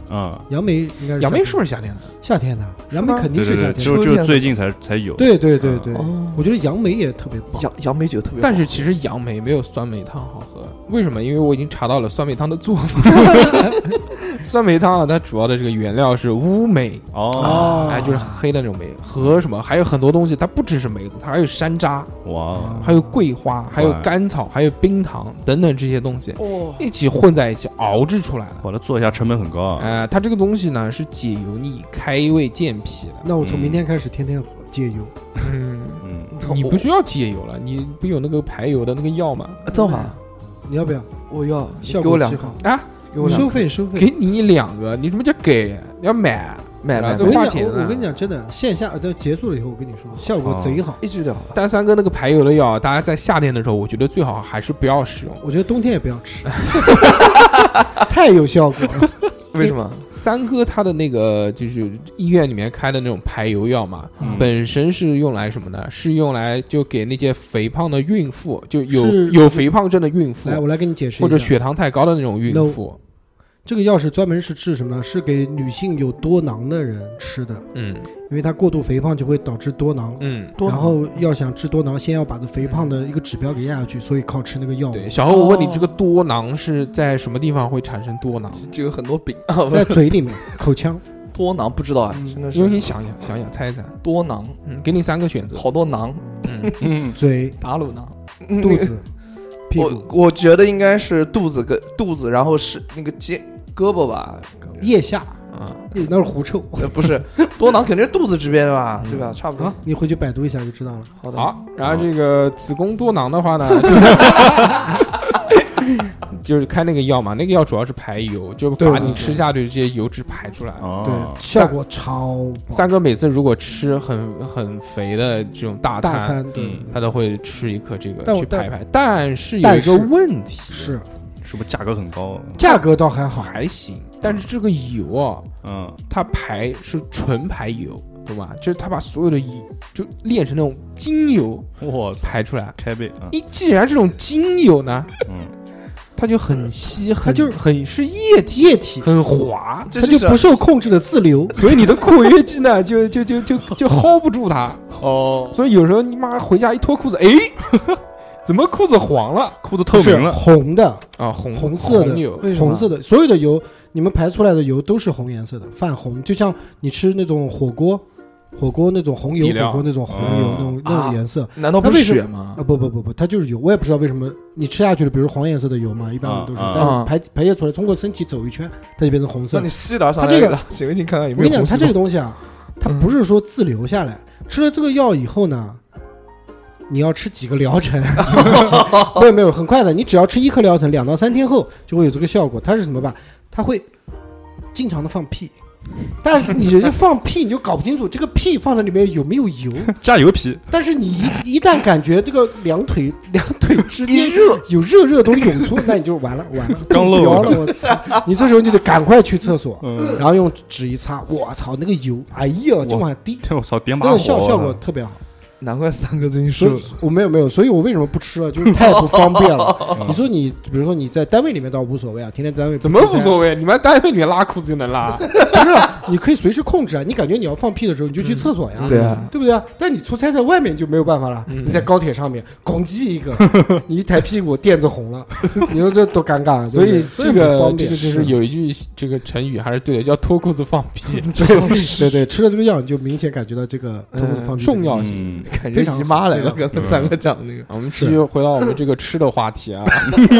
D: 啊，
C: 杨梅应该是
B: 杨梅是
C: 是
B: 不是夏天的？
C: 夏天的，杨梅肯定
D: 对
C: 是
D: 对
C: 夏
D: 对，
C: 天
D: 就
C: 的，
E: 秋
D: 就
E: 天
D: 最近才才有，
C: 对对对对，
E: 哦
C: 我觉得杨梅也特别棒，
E: 杨杨梅酒特别好，
B: 但是其实杨梅没有酸梅汤好喝，为什么？因为我已经查到了酸梅汤的做 法。 酸梅汤啊，它主要的这个原料是乌梅，
C: 啊
D: 哦，
B: 哎，就是黑的那种梅和什么，还有很多东西，它不只是梅子，它还有山楂，
D: 哇，
B: 还有桂花，还有甘草，还有冰糖等等这些东西
E: 哦，
B: 一起混在一起熬制出来了。
D: 我的做一下成本很高啊，
B: 呃，它这个东西呢是解油腻、开胃健脾的。
C: 那我从明天开始天天喝戒油，
B: 嗯，
D: 嗯，
E: 哦
B: 你不需要解油了，你不有那个排油的那个药吗？
E: 正好
C: 你要不要？
E: 我要你
C: 效
E: 给我
C: 果
E: 两
C: 极
E: 个
C: 好，，
B: 啊，
E: 给我两
C: 收
E: 个
C: 费收费，
B: 给你两个，你什么叫给？你要买，
E: 买
B: 啊
E: 买
B: 这
C: 我
E: 买，
B: 花
C: 跟你
B: 钱
C: 讲，
B: 啊
C: 我我跟你讲，真的，线下就结束了以后，我跟你说，效果贼好。
E: 一句就好了。
B: 但三哥那个排油的药，大家在夏天的时候，我觉得最好还是不要使用。
C: 我觉得冬天也不要吃， 太有效果了。
E: 为什么？
B: 三哥他的那个就是医院里面开的那种排油药嘛，
D: 嗯
B: 本身是用来什么呢？是用来就给那些肥胖的孕妇，就有
C: 是
B: 有肥胖症的孕妇，
C: 来，我来给你解释
B: 或者
C: 一下，
B: 血糖太高的那种孕
C: No
B: 妇。
C: 这个药是专门是治什么呢？是给女性有多囊的人吃的，
B: 嗯
C: 因为她过度肥胖就会导致多囊。
B: 嗯，
E: 多
C: 然后要想治多囊，先要把这肥胖的一个指标给压下去，所以靠吃那个药物。
B: 对。小何，我问你，
E: 哦
B: 这个多囊是在什么地方会产生多囊？
C: 哦
E: 就有很多饼啊，不
C: 在
E: 是
C: 嘴里面、口腔，
E: 多囊不知道啊，
C: 嗯
E: 真的
B: 因为你
E: 是
B: 想一想，想一想，猜一猜。
E: 多囊，
B: 嗯，给你三个选择。
E: 好多囊，
B: 嗯，
D: 嗯，
C: 嘴、
E: 打卤囊。
C: 肚子、屁
E: 我
C: 股、
E: 嗯我觉得应该是肚子跟肚子，然后是那个肩胳膊吧，
C: 腋下，
B: 啊，
C: 那是狐臭
E: 呃不 是多囊肯定是肚子这边的吧，
B: 嗯
E: 对吧？差不多
C: 啊。！你回去百度一下就知道了。
E: 好的，
B: 好，然后这个子宫多囊的话呢， 就是开那个药嘛，那个药主要是排油，就是
C: 对
B: 把
C: 对
B: 你
C: 对
B: 吃下去的这些油脂排出来。
D: 哦
C: 对，，效果超棒。
B: 三哥每次如果吃很很肥的这种大餐，
C: 大餐对
D: 嗯
B: 他都会吃一颗这个
C: 但我
B: 去排排，但是有一
C: 但
B: 个
C: 是
B: 问题
C: 是
D: 是不是价格很高？啊
C: 价格倒还好，
B: 还行，但是这个油啊，
D: 嗯，
B: 它排是纯排油，懂吧？就是他把所有的油就炼成那种精油
D: 我
B: 排出来。
D: 开背啊，
B: 你既然这种精油呢，
D: 嗯，
B: 它就很稀，很
C: 它就是
B: 很是液体，
C: 液体
B: 很滑，
E: 这
C: 它就不受控制的自流。
B: 所以你的括约肌呢，就就就就就 hold 不住它。
E: 哦，
B: 所以有时候你妈回家一脱裤子，哎， 怎么裤子黄了
D: 裤子透明
C: 是
D: 了，
C: 红的，
B: 啊？红
C: 红色的
B: 红油
E: 为什么
C: 红色的，所有的油，你们排出来的油都是红颜色的，泛红，就像你吃那种火锅，火锅那种红油
B: 底料
C: 火锅那种红油
D: 嗯
C: 那种那种颜色
E: 难道不是血吗
C: 啊，？不不不不，它就是油，我也不知道为什么你吃下去了，比如黄颜色的油嘛，一般我们都是，
D: 啊
C: 但
E: 啊
C: 是排排泄出来，通过身体走一圈，它就变成红色
E: 那你。细点上
C: 它这个
E: 来，行不行？看看有
C: 我
E: 没
C: 跟
E: 有红
C: 你讲，它
E: 细
C: 这
E: 胞
C: 个东西啊，它不是说自留下来，吃了这个药以后呢，你要吃几个疗程， 没有没有，很快的，你只要吃一颗疗程，两到三天后就会有这个效果。它是什么吧？它会经常的放屁，但是你人家放屁，你就搞不清楚这个屁放在里面有没有油。
D: 加油皮，
C: 但是你一一旦感觉这个两腿两腿之间有热热都涌出，那你就完了完了，
D: 刚漏
C: 标了，我操！你这时候你得赶快去厕所，
D: 嗯
C: 然后用纸一擦，我操，那个油，哎呀，这么滴，
D: 我操，点
C: 那
D: 把
C: 个
D: 火，啊
C: 效效果特别好。
E: 难怪三哥最近
C: 所
E: 瘦
C: 以
E: 了。
C: 我没有没有，所以我为什么不吃了？啊就是太不方 便了。你说你，比如说你在单位里面倒无所谓啊，天天在单位
B: 嗯怎么无所谓？你们单位里面拉裤子就能拉，
C: 不是啊，你可以随时控制啊。你感觉你要放屁的时候，你
B: 嗯
C: 就去厕所呀，
E: 对啊，
C: 对不对啊？但你出差在外面就没有办法了，
B: 嗯
C: 你在高铁上面咣叽一个，你一抬屁股垫子 红了，你说这多尴尬啊！
B: 所以这
C: 对不对很不
B: 个
C: 方
B: 这
C: 便
B: 个就是有一句这个成语还是对的，叫脱裤子放 屁，
C: 对对，吃了这个药你就明显感觉到这个头部放屁
B: 重要性。
D: 嗯，
E: 感觉
C: 非常好
E: 姨妈来了，
C: 对
E: 刚才三哥讲那个，
B: 我们继续回到我们这个吃的话题啊，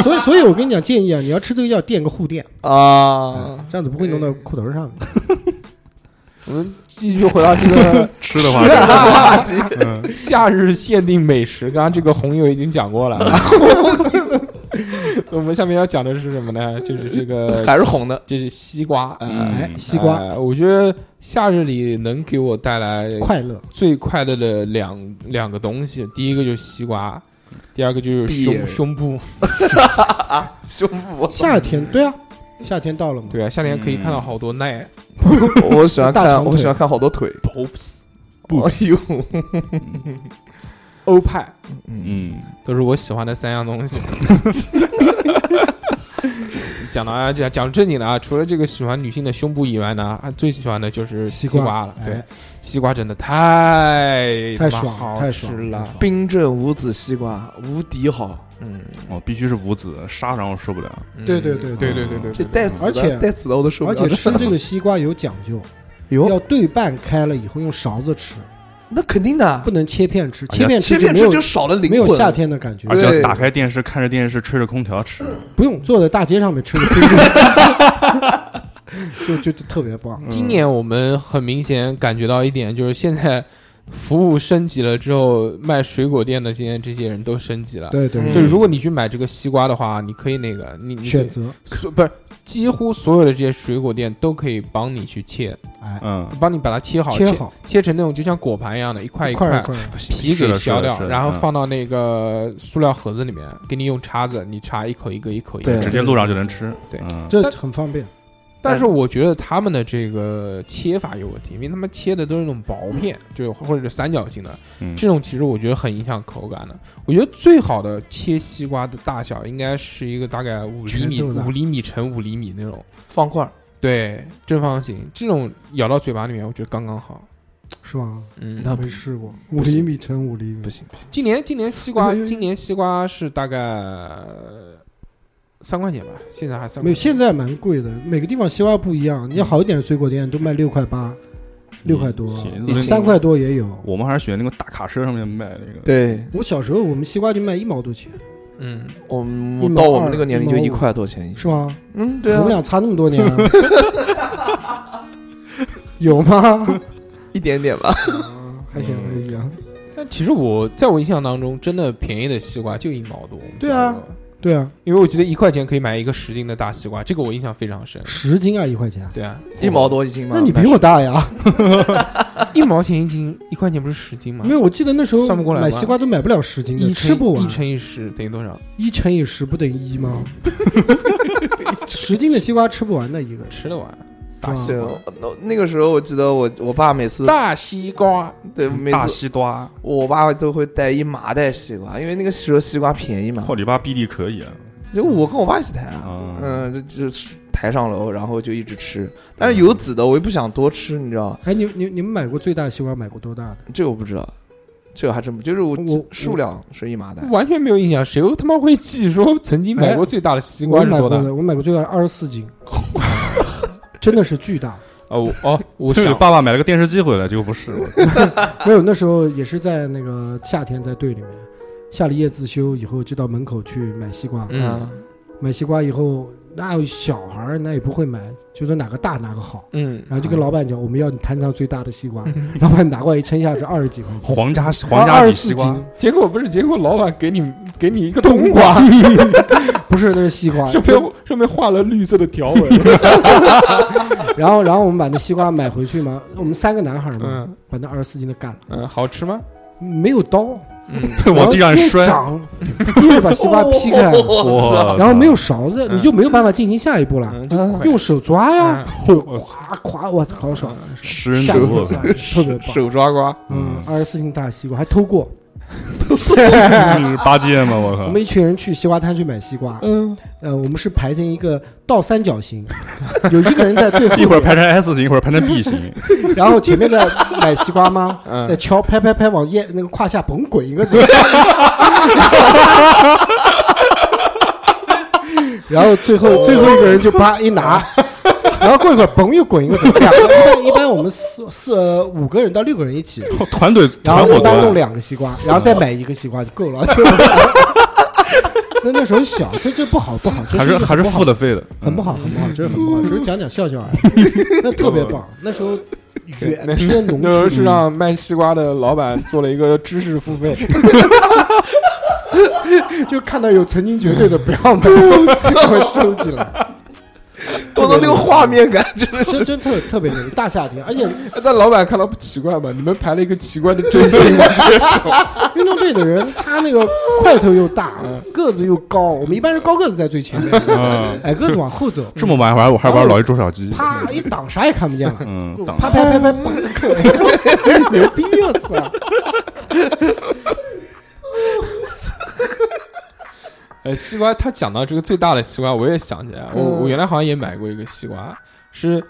C: 所以所以我跟你讲，建议啊，你要吃这个药垫个护垫，
E: 啊，
C: 这样子不会弄到裤头上。
B: 我们继续回到这个
D: 吃的话
B: 啊
D: 就是，嗯，
B: 夏日限定美食。刚刚这个红友已经讲过了，我们下面要讲的是什么呢？就是这
C: 呃
B: 个
E: 还是红的，
B: 就是西瓜。
D: 嗯
C: 哎，西瓜
B: 呃我觉得夏日里能给我带来
C: 快乐，
B: 最快乐的两两个东西，第一个就是西瓜，第二个就是
E: 毕业
B: 胸胸部。
E: 胸部。
C: 夏天对啊，夏天到了嘛，
B: 对啊，夏天可以
D: 嗯
B: 看到好多奈
E: 我喜欢
C: 大长
E: 看，
C: 腿
E: 我喜欢看好多腿。
B: Pops、
E: 哎呦，
B: 欧派，
D: 嗯，
B: 都是我喜欢的三样东西。 讲到啊，讲讲正经的啊，除了这个喜欢女性的胸部以外呢，啊，最喜欢的就是
C: 西哎
B: 瓜了。对，西瓜真的太
C: 太
B: 他妈
C: 爽
B: 好
C: 太爽
B: 吃
C: 太
B: 了
C: 爽。
E: 冰镇无籽西瓜无敌好，
B: 嗯，
D: 我哦必须是无籽，沙瓤我受不了，
B: 嗯
C: 对对对
B: 对
C: 对
B: 对对对，
E: 这
B: 对
E: 带籽
C: 而且
E: 的带籽的我都受不
C: 而
E: 了。
C: 且吃这个西瓜有讲究，
E: 哟，
C: 要对半开了以后用勺子吃，
E: 那肯定的
C: 不，能切片吃，
D: 哎
C: 切
D: 呀
C: 片
E: 切
C: 就
E: 片
C: 没
E: 吃
C: 有
E: 就少了灵
C: 没
E: 魂。
C: 有夏天的感觉
D: 而，且
E: 对
D: 要打开电视，看着电视，吹着空调吃，
C: 不用坐在大街上面吃的，就就就特别棒。
B: 今年我们很明显感觉到一点，就是现在服务升级了之后，卖水果店的今天这些人都升级了。
C: 对对，
E: 嗯
B: 就是如果你去买这个西瓜的话，你可以那个你你可以
C: 选择，
B: 所不是几乎所有的这些水果店都可以帮你去切，
C: 哎，
D: 嗯，
B: 帮你把它切好，
C: 切
B: 切
C: 好
B: 切成那种就像果盘一样的，一块
C: 一
B: 一块
C: 一，块，
B: 皮
D: 是
B: 给
D: 的
B: 削
D: 是的
B: 掉
D: 是，的
B: 然后
D: 嗯
B: 放到那个塑料盒子里面，给你用叉子，你叉一口一个一口一个
E: 对
D: 直接路上就能吃，
B: 对
D: 嗯，
C: 这很方便。
B: 但是我觉得他们的这个切法有问题，因为他们切的都是那种薄片，就是或者是三角形的，
D: 嗯
B: 这种其实我觉得很影响口感的。我觉得最好的切西瓜的大小应该是一个大概五厘米、
C: 拳头大
B: 五厘米乘五厘米那种，
E: 方块儿，
B: 对，正方形这种咬到嘴巴里面，我觉得刚刚好。
C: 是吧？
B: 嗯，
E: 那不
C: 没试过，五厘米乘五厘米
E: 不行不行，
B: 今年今年西瓜
E: 哎呦，呦
B: 今年西瓜是大概三块钱吧，现在还三
C: 没
B: 块
C: 有，
B: 钱。
C: 现在蛮贵的，每个地方西瓜不一样。你
B: 嗯
C: 要好一点的水果店都卖六块八、六块多
D: 行、
C: 三块多也有。
D: 我们还是选那个大卡车上面卖那个，
E: 对
C: 我小时候我们西瓜就卖一毛多钱，
B: 嗯，
E: 我
C: 一
E: 们
C: 毛
E: 到我
C: 二
E: 们那个年龄就
C: 一毛
E: 一
C: 五
E: 块多钱一斤。
C: 是吗？
E: 嗯，对
C: 我
E: 啊
C: 们，俩差那么多年啊， 有 吗？
E: 一点点吧。
C: 还行还行，
B: 嗯但其实我在我印象当中，真的便宜的西瓜就一毛多。我们
C: 对啊
B: 小时候，
C: 对啊，
B: 因为我记得一块钱可以买一个十斤的大西瓜，这个我印象非常深。
C: 十斤啊，一块钱，
B: 对啊，
E: 一毛多一斤吗？
C: 那你比我大呀，
B: 一毛钱一斤，一块钱不是十斤吗
C: 因为？我记得那时候
B: 算不过来吧
C: 买西瓜都买不了十斤的，
B: 一
C: 吃不完
B: 一，乘以十等于多少？
C: 一乘以十不等于一吗？ 十斤的西瓜吃不完的一个，
B: 吃得完。
C: 大
E: 对，那那个时候我记得我我爸每次
B: 大西瓜，
E: 对每
D: 大
E: 次
D: 西瓜，
E: 我爸都会带一麻袋西瓜，因为那个时候西瓜便宜嘛
D: 靠。你爸臂力可以啊，
E: 就我跟我爸一起抬啊
D: 啊，
E: 嗯，就就抬上楼，然后就一直吃。但是有籽的我又不想多吃，你知道吗？
C: 哎，你你你们买过最大的西瓜买过多大的？
E: 这个我不知道，这个还真不就是我
C: 我
E: 数量是一麻袋，
B: 完全没有印象，谁他妈会记说曾经买过最大的西瓜
C: 哎我
B: 是
C: 买
B: 多
C: 过
B: 大？
C: 的，我买过最大二十四 斤，真的是巨大。
B: 哦我哦，我
D: 不是
B: 想
D: 爸爸买了个电视机回来，结果不是，
C: 没有，那时候也是在那个夏天在队里面，下了夜自修以后就到门口去买西瓜，
B: 嗯，
E: 嗯，
C: 买西瓜以后那小孩儿那也不会买，就说哪个大哪个好。
B: 嗯，
C: 然后就跟老板讲，我们要你摊上最大的 西瓜。老板拿过来一称一下是二十几块钱，
D: 皇家皇家
C: 二
D: 比
C: 十四
D: 西瓜
C: 斤，
B: 结果不是，结果老板给你给你一个冬
C: 瓜
B: 瓜，
C: 不是 那是西瓜。
B: 上面上面画了绿色的条 纹。
C: 然后然后我们把那西瓜买回去嘛，我们三个男孩儿嘛，
B: 嗯
C: 把那二十四斤的干了，
B: 嗯，好吃吗？
C: 没有 刀，
B: 嗯，
D: 往地上摔
C: 然后硬， 掌硬是把西瓜劈开 来，
D: 哇！
C: 然后没有勺子，
B: 嗯
C: 你就没有办法进行下一步了，啊
B: 嗯，就快
C: 用手抓呀，
D: 我
C: 夸夸，我操，好爽，啊
D: 食人
C: 下
D: 族
C: 头下特别棒。
B: 手抓瓜，
C: 嗯，二十四斤大西瓜还偷过，
D: 是 八戒吗？我
C: 我
D: 靠！
C: 们一群人去西瓜摊去买西瓜，
B: 嗯，
C: 呃，我们是排成一个倒三角形，有一个人在最后
D: 一会儿
C: 面
D: 排成 S 型，一会儿排成 B 型，
C: 然后前面的买西瓜吗
B: 嗯？
C: 在敲拍拍拍往腋那个胯下甭滚一个字。然后最后最后一个人就啪一拿，然后过一会儿嘣又滚一个走。两个一般一般我们四四呃五个人到六个人一起，
D: 团队
C: 然
D: 团
C: 后
D: 伙
C: 一般弄
D: 作案，
C: 两个西瓜，然后再买一个西瓜就够了。 就那那时候小，这这不好不好，这
D: 还
C: 是
D: 是
C: 一个
D: 还是
C: 不好
D: 付的费的，
C: 很不好，很不好，真是很不好，只是讲讲笑笑而已，那特别棒。那时候远偏农
B: 那时候
C: 村，
B: 是让卖西瓜的老板做了一个知识付 费，
C: 就看到有曾经绝对的不要买，我收起来，
E: 我操，那个画面感真的
C: 真
E: 是，
C: 真特特别牛，大夏天，而且
B: 但老板看到不奇怪吗？你们排了一个奇怪的阵型，
C: 运动队的人他那个块头又大，个子又高，我们一般是高个子在最前面，
D: 嗯，
C: 矮个子往后走，
D: 这么玩玩，我还玩老一捉小鸡，
C: 啪一挡啥也看不见了，
D: 嗯，挡
C: 啪啪啪啪啪，牛逼！我操！
B: 呃，西瓜，他讲到这个最大的西瓜，我也想起来，我
C: 嗯
B: 我原来好像也买过一个西瓜，是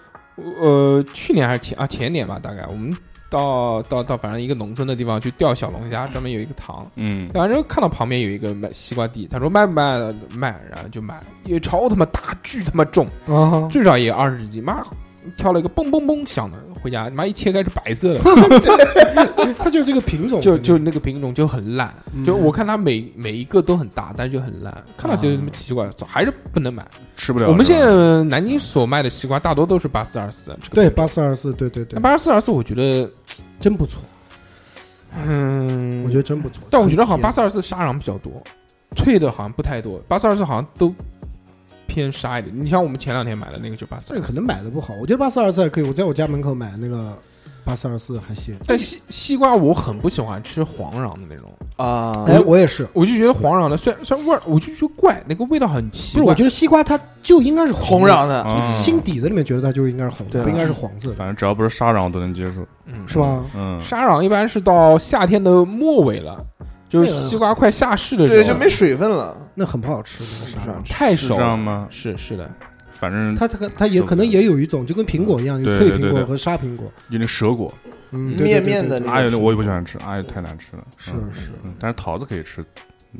B: 呃去年还是前啊前年吧，大概我们到到到反正一个农村的地方去钓小龙虾，专门有一个塘，
D: 嗯，
B: 然后看到旁边有一个卖西瓜地，他说卖不卖卖，然后就买，也超他妈大，巨他妈重，
C: 啊，
B: 最少也二十几，妈。挑了一个嘣嘣嘣响的，回家妈一切开是白色的，
C: 他就是这个品种，
B: 就就那个品种就很烂，
C: 嗯
B: 就我看它每每一个都很大，但是就很烂，看到就他妈奇怪，还是不能买。
D: 吃
C: 啊
D: 不了。
B: 我们
D: 是
B: 现
D: 吧
B: 在南京所卖的西瓜大多都是八四二四，这个
C: 对八四二四，对对对
B: 那，八四二四我觉得，
C: 真不错，
B: 嗯，
C: 我觉得真不错。
B: 但我觉得好像八
C: 很
B: 四二四沙瓤比较多，脆的好像不太多，八四二四好像都偏沙一点。你像我们前两天买的那个就八四二
C: 甜这个可
B: 四，
C: 能买的不好，我觉得八四二四还可以。我在我家门口买那个八四二四还行。
B: 但西西瓜我很不喜欢吃黄瓤的那种，
E: 啊，
C: 哎，我也是，
B: 我就觉得黄瓤的虽然虽然味儿，我就觉得怪，那个味道很奇
C: 不是，我
B: 怪。
C: 觉得西瓜它就应该是
E: 红
C: 红的，
E: 瓤的，
D: 嗯
C: 心底子里面觉得它就是应该是红
E: 对
C: 的，
E: 啊
C: 不应该是黄色的，
D: 反正只要不是沙瓤，我都能接受。
B: 嗯，
C: 是吧？
D: 嗯，
B: 沙瓤一般是到夏天的末尾了，就是
C: 那个
B: 西瓜快下市的时候，
E: 对，
B: 嗯
E: 就没水分了，
C: 那很不好吃，那个
E: 是
C: 啥。
E: 吧？
B: 啊太
D: 是
B: 熟
D: 这
B: 了
D: 样吗？
B: 是是的，
D: 反
B: 嗯
D: 正
C: 它它它也可能也有一种，就跟苹果一样，有
D: 对
C: 脆
D: 对对
C: 苹果
D: 对
C: 和沙苹果，
D: 有点蛇果，
C: 嗯，对
E: 面面的，
C: 对对对对
E: 那
D: 哎
E: 个
D: 呦，那我也不喜欢吃，哎呦，太难吃了。
C: 是
D: 嗯
C: 是，
D: 嗯但是桃子可以吃，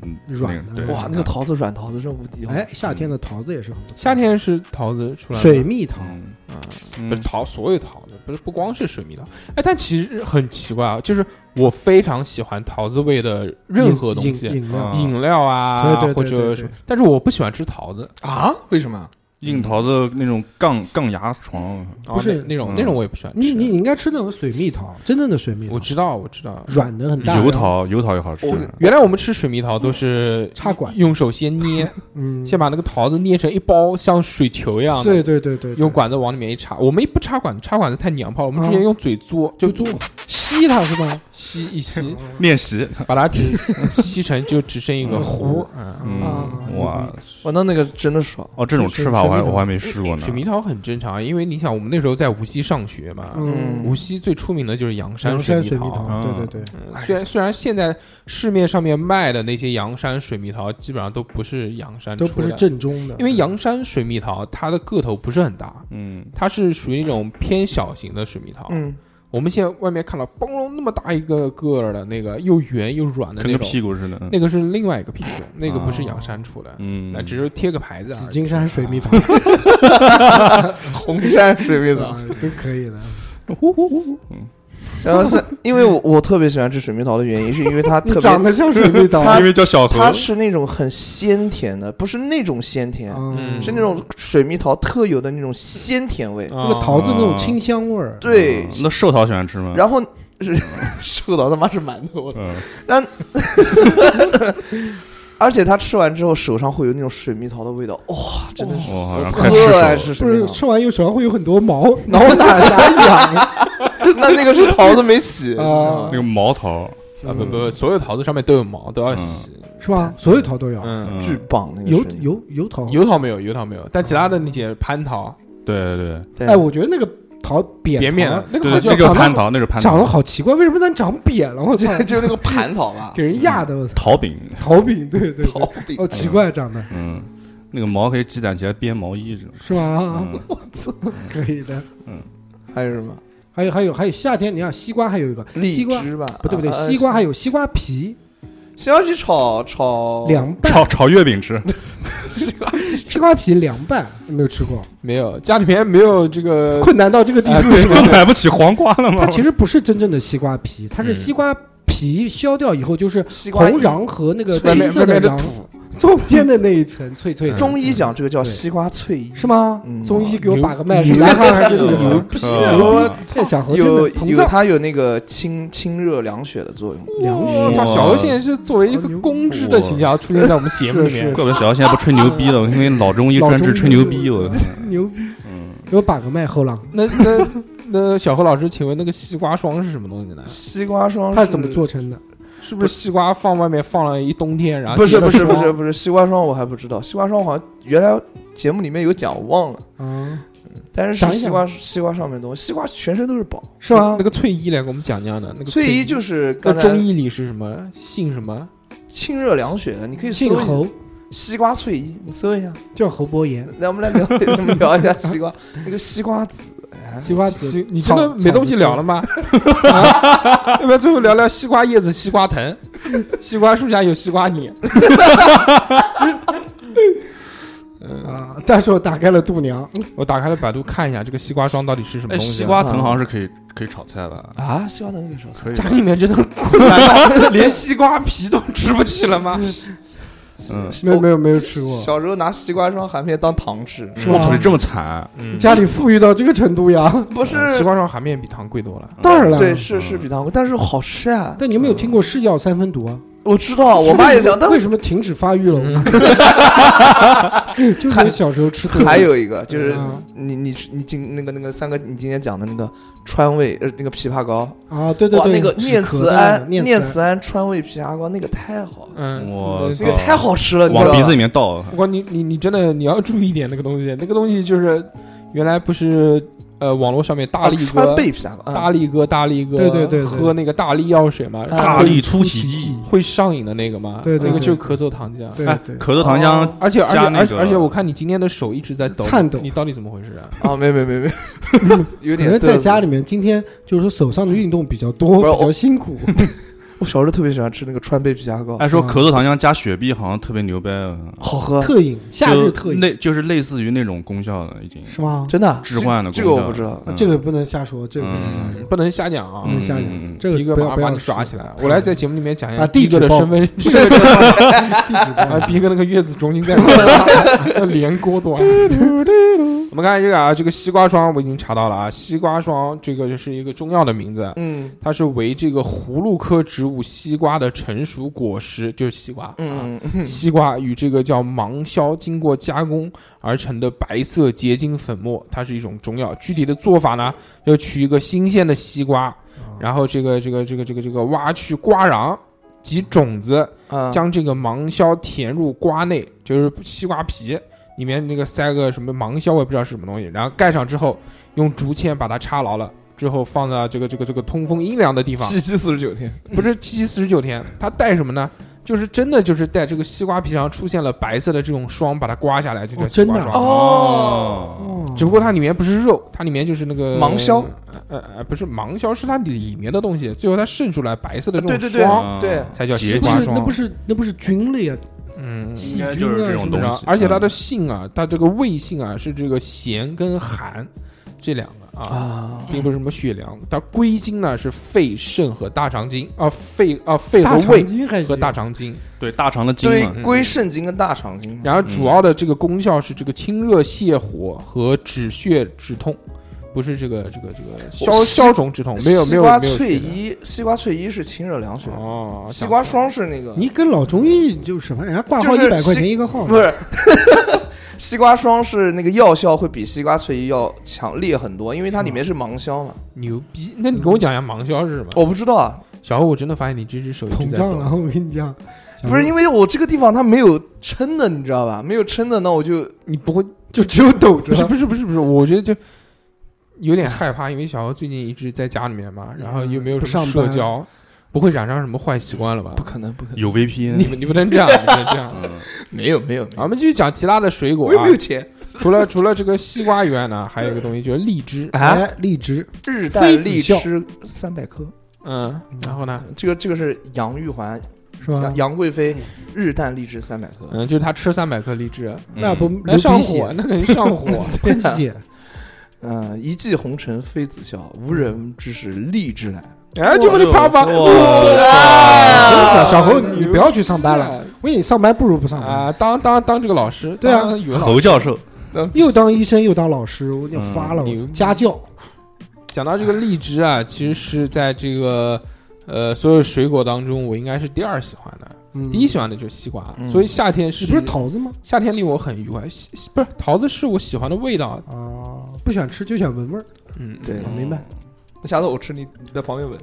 D: 嗯，
C: 软
D: 那个
C: 的
D: 对，
E: 哇，那个桃子软桃子真无敌，
C: 哎，夏天的桃子也是很不错
B: 嗯夏天是桃子出来的
C: 水蜜桃，
D: 嗯，
B: 啊。
D: 嗯
B: 不是桃，所有桃子不是不光是水蜜桃，哎，但其实很奇怪啊，就是我非常喜欢桃子味的任何东
C: 饮
B: 西，
C: 饮饮料
D: 啊
B: 饮料啊，
C: 对对对
B: 或者
C: 对哦
B: 什么
C: 对，
B: 但是我不喜欢吃桃子，
E: 啊？为什么？
D: 硬桃子那种杠杠牙床，
B: 啊
C: 不是
B: 那那种
D: 嗯
B: 那种我也不喜欢吃。
C: 你你你应该吃那种水蜜桃，真正的水蜜
B: 我
C: 桃，
B: 知道我知道，
C: 软的很大，
D: 油，桃油桃也好吃。
E: 我
B: 原来我们吃水蜜桃都是
C: 插管
B: 用手先 捏，
C: 嗯，
B: 先把那个桃子捏成一包像水球一样的。
C: 对对对对，对
B: 用管子往里面一插，我们不插管子，插管子太娘炮了。我们之前
C: 啊
B: 用嘴嘬，就
C: 就做吸它是吧？
B: 吸一吸，
D: 练习，
B: 把它只 吸成就只剩一个
C: 嗯
B: 核
C: 核。
B: 嗯，
C: 啊
D: 嗯，哇，
E: 哇，那那个真的爽，
D: 哦，这种吃法我还我还没试过呢
B: 水。蜜桃很正常，啊因为你想，我们那时候在无锡上学嘛，
C: 嗯，
B: 无锡最出名的就是阳
C: 阳
B: 啊水
C: 山
B: 蜜
C: 水蜜
B: 桃。
C: 桃，哎对对对，
B: 嗯虽然虽然现在市面上面卖的那些阳山水蜜桃基本上都不是阳山
C: 都
B: 出
C: 不是
B: 的，
C: 正宗的，嗯
B: 因为阳山水蜜桃它的个头不是很大，
D: 嗯，
B: 它是属于那种偏小型的水蜜桃。
E: 嗯，
B: 我们现在外面看到嘣隆那么大一个个儿的那个又圆又软的
D: 跟
B: 那
D: 个
B: 种，
D: 屁股似的。
B: 那个是另外一个品种，那个不是阳山出的，
D: 嗯
B: 那，只是贴个牌子而已。啊
C: 紫金山水 蜜桃
E: 红山水蜜桃，
C: 嗯啊都可以的。
E: 然后是因为我我特别喜欢吃水蜜桃的原因，是因为它
C: 你
E: 特
C: 长
E: 别，
C: 得像水蜜 桃，嗯
D: 因为叫小
E: 它
D: 何，
E: 是那种很鲜甜的，不是那种鲜甜，
C: 嗯，
E: 是那种水蜜桃特有的那种鲜甜味。
C: 那个桃子那种清香味儿，
E: 对，
D: 嗯那寿桃喜欢吃吗？
E: 然后是 瘦到他妈是馒头，我操！
D: 嗯，
E: 而且他吃完之后手上会有那种水蜜桃的味道，哇、真的是，
D: 哇，
E: 我
D: 然后快吃
E: 特爱
D: 手
E: 吃
D: 了，
E: 水
C: 不
E: 蜜
C: 是
E: 桃。
C: 吃完又手上会有很多毛，
E: 脑哪啥痒？那那个是桃子没洗
C: 啊
D: 那个毛桃，
B: 啊不不，所有桃子上面都有毛，都要洗。
C: 是吧？所有桃都有，
B: 嗯，
D: 嗯
E: 巨棒那个
C: 油
E: 水蜜
C: 油油桃。
B: 油桃没有，油桃没有，但其他的那些蟠桃、
D: 对对
E: 对
C: 哎，我觉得那个桃扁
B: 扁扁
C: 桃
B: 的，那
D: 对
B: 个好
D: 对，
B: 像
D: 这
C: 像
D: 个
C: 长得
D: 蟠桃，那是蟠
C: 长得
D: 桃，
C: 好奇怪，为什么能长扁了？我 操，
E: 就就那个蟠桃吧，
C: 给人压的，我操，
D: 桃饼，
C: 桃饼，对对
E: 桃
C: 对，
E: 饼
C: 哦，奇怪长得
D: 嗯，那个毛可以积攒起来编毛衣这种。
C: 是吧？
D: 嗯
C: 可以的。
E: 还有什么
C: 还有还有还有，夏天你看西瓜还有一个西
E: 荔
C: 瓜，
E: 枝吧？
C: 不对不对，
E: 啊啊
C: 西瓜还有西瓜皮
E: 西瓜去炒炒
C: 凉拌，
D: 炒炒月饼吃，
C: 西瓜皮凉拌，有没有吃过？
B: 没有，家里面没有这个
C: 困难到这个地
B: 啊
C: 步
B: 对
C: 是吧？
D: 都买不起黄瓜了吗
C: 它？其实不是真正的西瓜皮，它是
B: 嗯
C: 西瓜皮削掉以后，就是
E: 西瓜
C: 红
E: 瓤
C: 瓤和那个
B: 外
C: 青
B: 面
C: 色
B: 外面的
C: 瓤
D: 嗯
B: 土，
C: 中间的那一层脆脆的，
E: 中医讲这个叫
C: 对
E: 西瓜脆衣，
C: 是吗
E: 嗯？
C: 中医给我
B: 牛嗯
C: 把个脉，是男孩 还是女
D: 牛
C: 孩？
D: 逼
C: 牛逼！这小何真
E: 有
C: 的膨
E: 有
C: 胀，
E: 它有那个清清热凉血的作用。
C: 凉
B: 我
C: 血
B: 操，小欧现在是作为一个公知的形象出现在我们节目里面，
D: 怪不得小姚现在不吹牛逼 了，因为老中医专治吹牛逼，我
C: 牛逼！
D: 嗯，
C: 给我把个脉，后浪，
B: 那那那小何老师，请问那个西瓜霜是什么东西呢？
E: 西瓜霜
C: 它
E: 是
C: 是怎么？做成的？
B: 是不是西瓜放外面放了一冬天，然后
E: 不是
B: 啊结了
E: 不是不
B: 霜
E: 是不是西瓜霜，我还不知道。西瓜霜好像原来节目里面有讲，我忘了。
C: 啊，
E: 但是
C: 想
E: 是
C: 一
E: 西瓜西瓜上面的东西，西瓜全身都是宝。
C: 是吗
B: 那？个翠衣来给我们讲讲的，那个
E: 翠
B: 衣
E: 衣就是
B: 在
E: 刚才
B: 中医里是什么性什么？
E: 清热凉血的，你可以搜
C: 姓
E: 一下
C: 侯，
E: 西瓜翠衣，你搜一下。
C: 叫侯伯言，
E: 来，我们来聊我们聊一下西瓜，那个西瓜籽，哎
C: 西瓜籽
B: 西你真的
C: 草
B: 没东西聊了 吗？啊要不要最后聊聊西瓜叶子、西瓜藤、西瓜树下有西瓜你？
C: 啊！但是我打开了度娘，
B: 我打开了百度看一下这个西瓜霜到底是什么
D: 哎，
B: 东西
D: 西
B: 啊。
D: 瓜藤好像是可以可以炒菜吧？
E: 啊，西瓜能给你说。
D: 可以吧，
B: 家里面真的困难 到连西瓜皮都吃不起了吗？
D: 嗯，
C: 没有没有没有吃过，嗯
E: 小时候拿西瓜霜含片当糖吃，
C: 是吧
D: 我操，你这么惨，
B: 嗯
C: 啊家里富裕到这个程 度呀？
E: 不是？
B: 西瓜霜含面比糖贵 多了。
C: 当然了，
E: 对，是是比糖贵，但是好吃啊！
C: 但你有没有听过“是药三分毒”啊？
E: 我知道，我妈也讲，但
C: 为什么停止发育了？
B: 嗯
C: 就是你小时候吃多了
E: 还有一个就是
C: 嗯
E: 你你你今那个那个三哥，你今天讲的那个川味呃那个枇杷膏，
C: 啊，对对
E: 哇，
C: 对，
E: 那个
C: 止
E: 念
C: 咳
E: 慈
C: 的
E: 庵
C: 念
E: 念
C: 慈
E: 慈庵川味枇杷膏那个太好了，
B: 嗯，
D: 我
E: 那个太好吃了，你知道
D: 往
E: 吧
D: 鼻子里面倒，
B: 我你你你真的你要注意一点那个东西，那个东西就是原来不是呃网络上面大
E: 啊
B: 力
E: 川
B: 哥
E: 贝枇杷膏，
B: 大
E: 力
B: 力哥大力哥
C: 对对对对
B: 喝那个大力药水嘛，
D: 大力出奇
C: 迹
D: 迹，
B: 会上瘾的那个嘛，
C: 对对
B: 那个
C: 对
B: 就是咳嗽糖浆。
C: 对
D: 哎哦
C: 对，
D: 咳嗽糖浆
B: 而且而且
D: 加那
B: 而且
D: 个
B: 而且，我看你今天的手一直在抖，
C: 颤抖
B: 你到底怎么回事啊？
E: 啊，没没没没，有
C: 可
E: 点
C: 能在
E: 嘚瑟
C: 家里面，今天就是说手上的运动比较
E: 不
C: 多，
E: 是
C: 比较
E: 我
C: 辛苦。
E: 我小时候特别喜欢吃那个川贝枇杷膏，
C: 嗯
D: 哎按说咳嗽糖浆加雪碧好像特别牛掰，嗯
E: 好喝，
C: 特饮，夏日特
D: 就
C: 饮啊
D: 类就是类似于那种功效了，已经
C: 是吗？
E: 真的
D: 置换的功效。
E: 这个我不知道，
C: 啊这个不能瞎说，这个不能瞎
D: 嗯
C: 说，
B: 不能瞎讲啊！
C: 不能瞎
D: 嗯嗯
C: 讲。
D: 嗯
C: 这个
B: 逼哥
C: 不要
B: 马
C: 不
B: 上把
C: 要
B: 你抓
C: 吃
B: 起来！我来在节目里面讲一下
C: 把
B: 逼
C: 地
B: 哥
C: 址
B: 的
C: 报
B: 身份，身份证
C: 地址
B: 啊，
C: 报
B: 逼哥那个月子中心 在哪？连锅端。我们看这个啊，这个西瓜霜我已经查到了啊，西瓜霜这个是一个中药的名字，
E: 嗯
B: 它是为这个葫芦科植物西瓜的成熟果实，就是西瓜，啊，
E: 嗯嗯
B: 西瓜与这个叫芒硝经过加工而成的白色结晶粉末，它是一种中药。具体的做法呢，就取一个新鲜的西瓜，然后这个这个这个这个这个挖去瓜瓤及种子，
E: 啊，
B: 将这个芒硝填入瓜内，就是西瓜皮里面那个塞个什么芒硝，我也不知道是什么东西，然后盖上之后，用竹签把它插牢了，之后放到这个这个这个通风阴凉的地方，
E: 七四十九天，
B: 不是七七四十九天，它带什么呢？就是真的就是带这个西瓜皮上出现了白色的这种霜，把它刮下来就叫
C: 哦
B: 西
C: 真的
B: 瓜
C: 啊
B: 霜。
E: 哦，
B: 只不过它里面不是肉，它里面就是那个
E: 芒硝，
B: 呃呃，不是芒硝，是它里面的东西，最后它渗出来白色的这
E: 对啊对
B: 种霜，
E: 对对，
D: 霜
B: 才叫西
D: 结
C: 不
B: 瓜
C: 是，
B: 霜。
C: 那不是那不是菌类啊，
B: 嗯，
C: 细
D: 应
C: 菌啊
D: 该就是这
C: 什
D: 种
C: 么
D: 东
C: 的
D: 西嗯
E: 嗯
B: 是吧而且它的性啊，它这个味性啊是这个咸跟寒，这两个啊，
E: 啊，
B: 并不是什么血凉。它归经呢是肺、肾和大肠经啊，肺啊肺和
C: 大肠
B: 胃
C: 经还
B: 和
C: 行
B: 大肠经。
D: 对大肠的经
E: 对
D: 嘛，，
E: 归肾经跟大肠经嘛。
B: 然后主要的这个功效是这个清热泻火和止血止痛，不是这个这个这个消
E: 西
B: 消肿止痛，没有没有
E: 西瓜
B: 没有
E: 翠
B: 血的
E: 衣，西瓜翠衣是清热凉血，
B: 哦，
E: 西瓜
B: 想错
E: 霜
B: 了
E: 是那个，
C: 你跟老中医就什么？人家挂号
E: 就是
C: 一百
E: 西
C: 块钱一个号，
E: 不是西瓜霜是那个药效会比西瓜翠衣要强烈很多，因为它
B: 哦
E: 里面是芒硝嘛。
B: 牛逼！那你跟我讲一下芒硝是什么？
E: 我不知道啊，
B: 小欧，我真的发现你这只手一直
C: 膨
B: 在
C: 胀了。
B: 抖。
C: 我跟你讲，
B: 嗯
E: 不是因为我这个地方它没有撑的，你知道吧？没有撑的，那我就
B: 你不会
C: 就只有抖
B: 不是
C: 着。
B: 不是不是不是，我觉得就有点害怕，因为小欧最近一直在家里面嘛，然后又没有
C: 不
B: 什么
C: 上
B: 社
C: 班
B: 交，不会染上什么坏习惯了吧？
E: 可能，不可能，
D: 有 VPN，
B: 你们你不能这样，你不能这样。
D: 嗯，
E: 没有没有，没
B: 啊，
E: 有
B: 我们继续讲其他的水果
E: 我又
B: 啊
E: 没有，钱
B: 除了除了这个西瓜以外呢，还有一个东西就是荔枝，
E: 啊！
C: 哎，荔枝
E: 日啖荔
C: 妃子笑
E: 枝三百颗，
B: 嗯，然后呢，
E: 这个这个是杨玉环、
C: 是吧
E: 杨？杨贵妃日啖荔枝三百颗。
B: 嗯，就是他吃三百颗荔枝，
C: 那不流
B: 那上
C: 嗯鼻
B: 火，
C: 血，
B: 那肯定上火。
C: 喷 血。
E: 嗯，一骑红尘妃子笑，无人知是荔枝来。
B: 哎，就不得啪啪，
C: 我跟你
E: 啊
C: 讲，小侯，你不要去上班了。我跟你上班不如不上班，
B: 啊，当当当这个老师，
C: 对啊
B: 当语文老师。
D: 侯教授，
C: 又当医生又当老师，我就发了。
B: 嗯牛
C: 我家教
B: 讲到这个荔枝啊，其实是在这个呃所有水果当中，我应该是第二喜欢的，
C: 嗯
B: 第一喜欢的就是西瓜，
E: 嗯
B: 所以夏天是
C: 你不是桃子吗？
B: 夏天令我很愉快，西不是桃子是我喜欢的味道，
C: 啊，不想吃就想闻味儿，
B: 嗯，
E: 对
C: 我明白。
E: 那下次我吃你，你在旁边闻。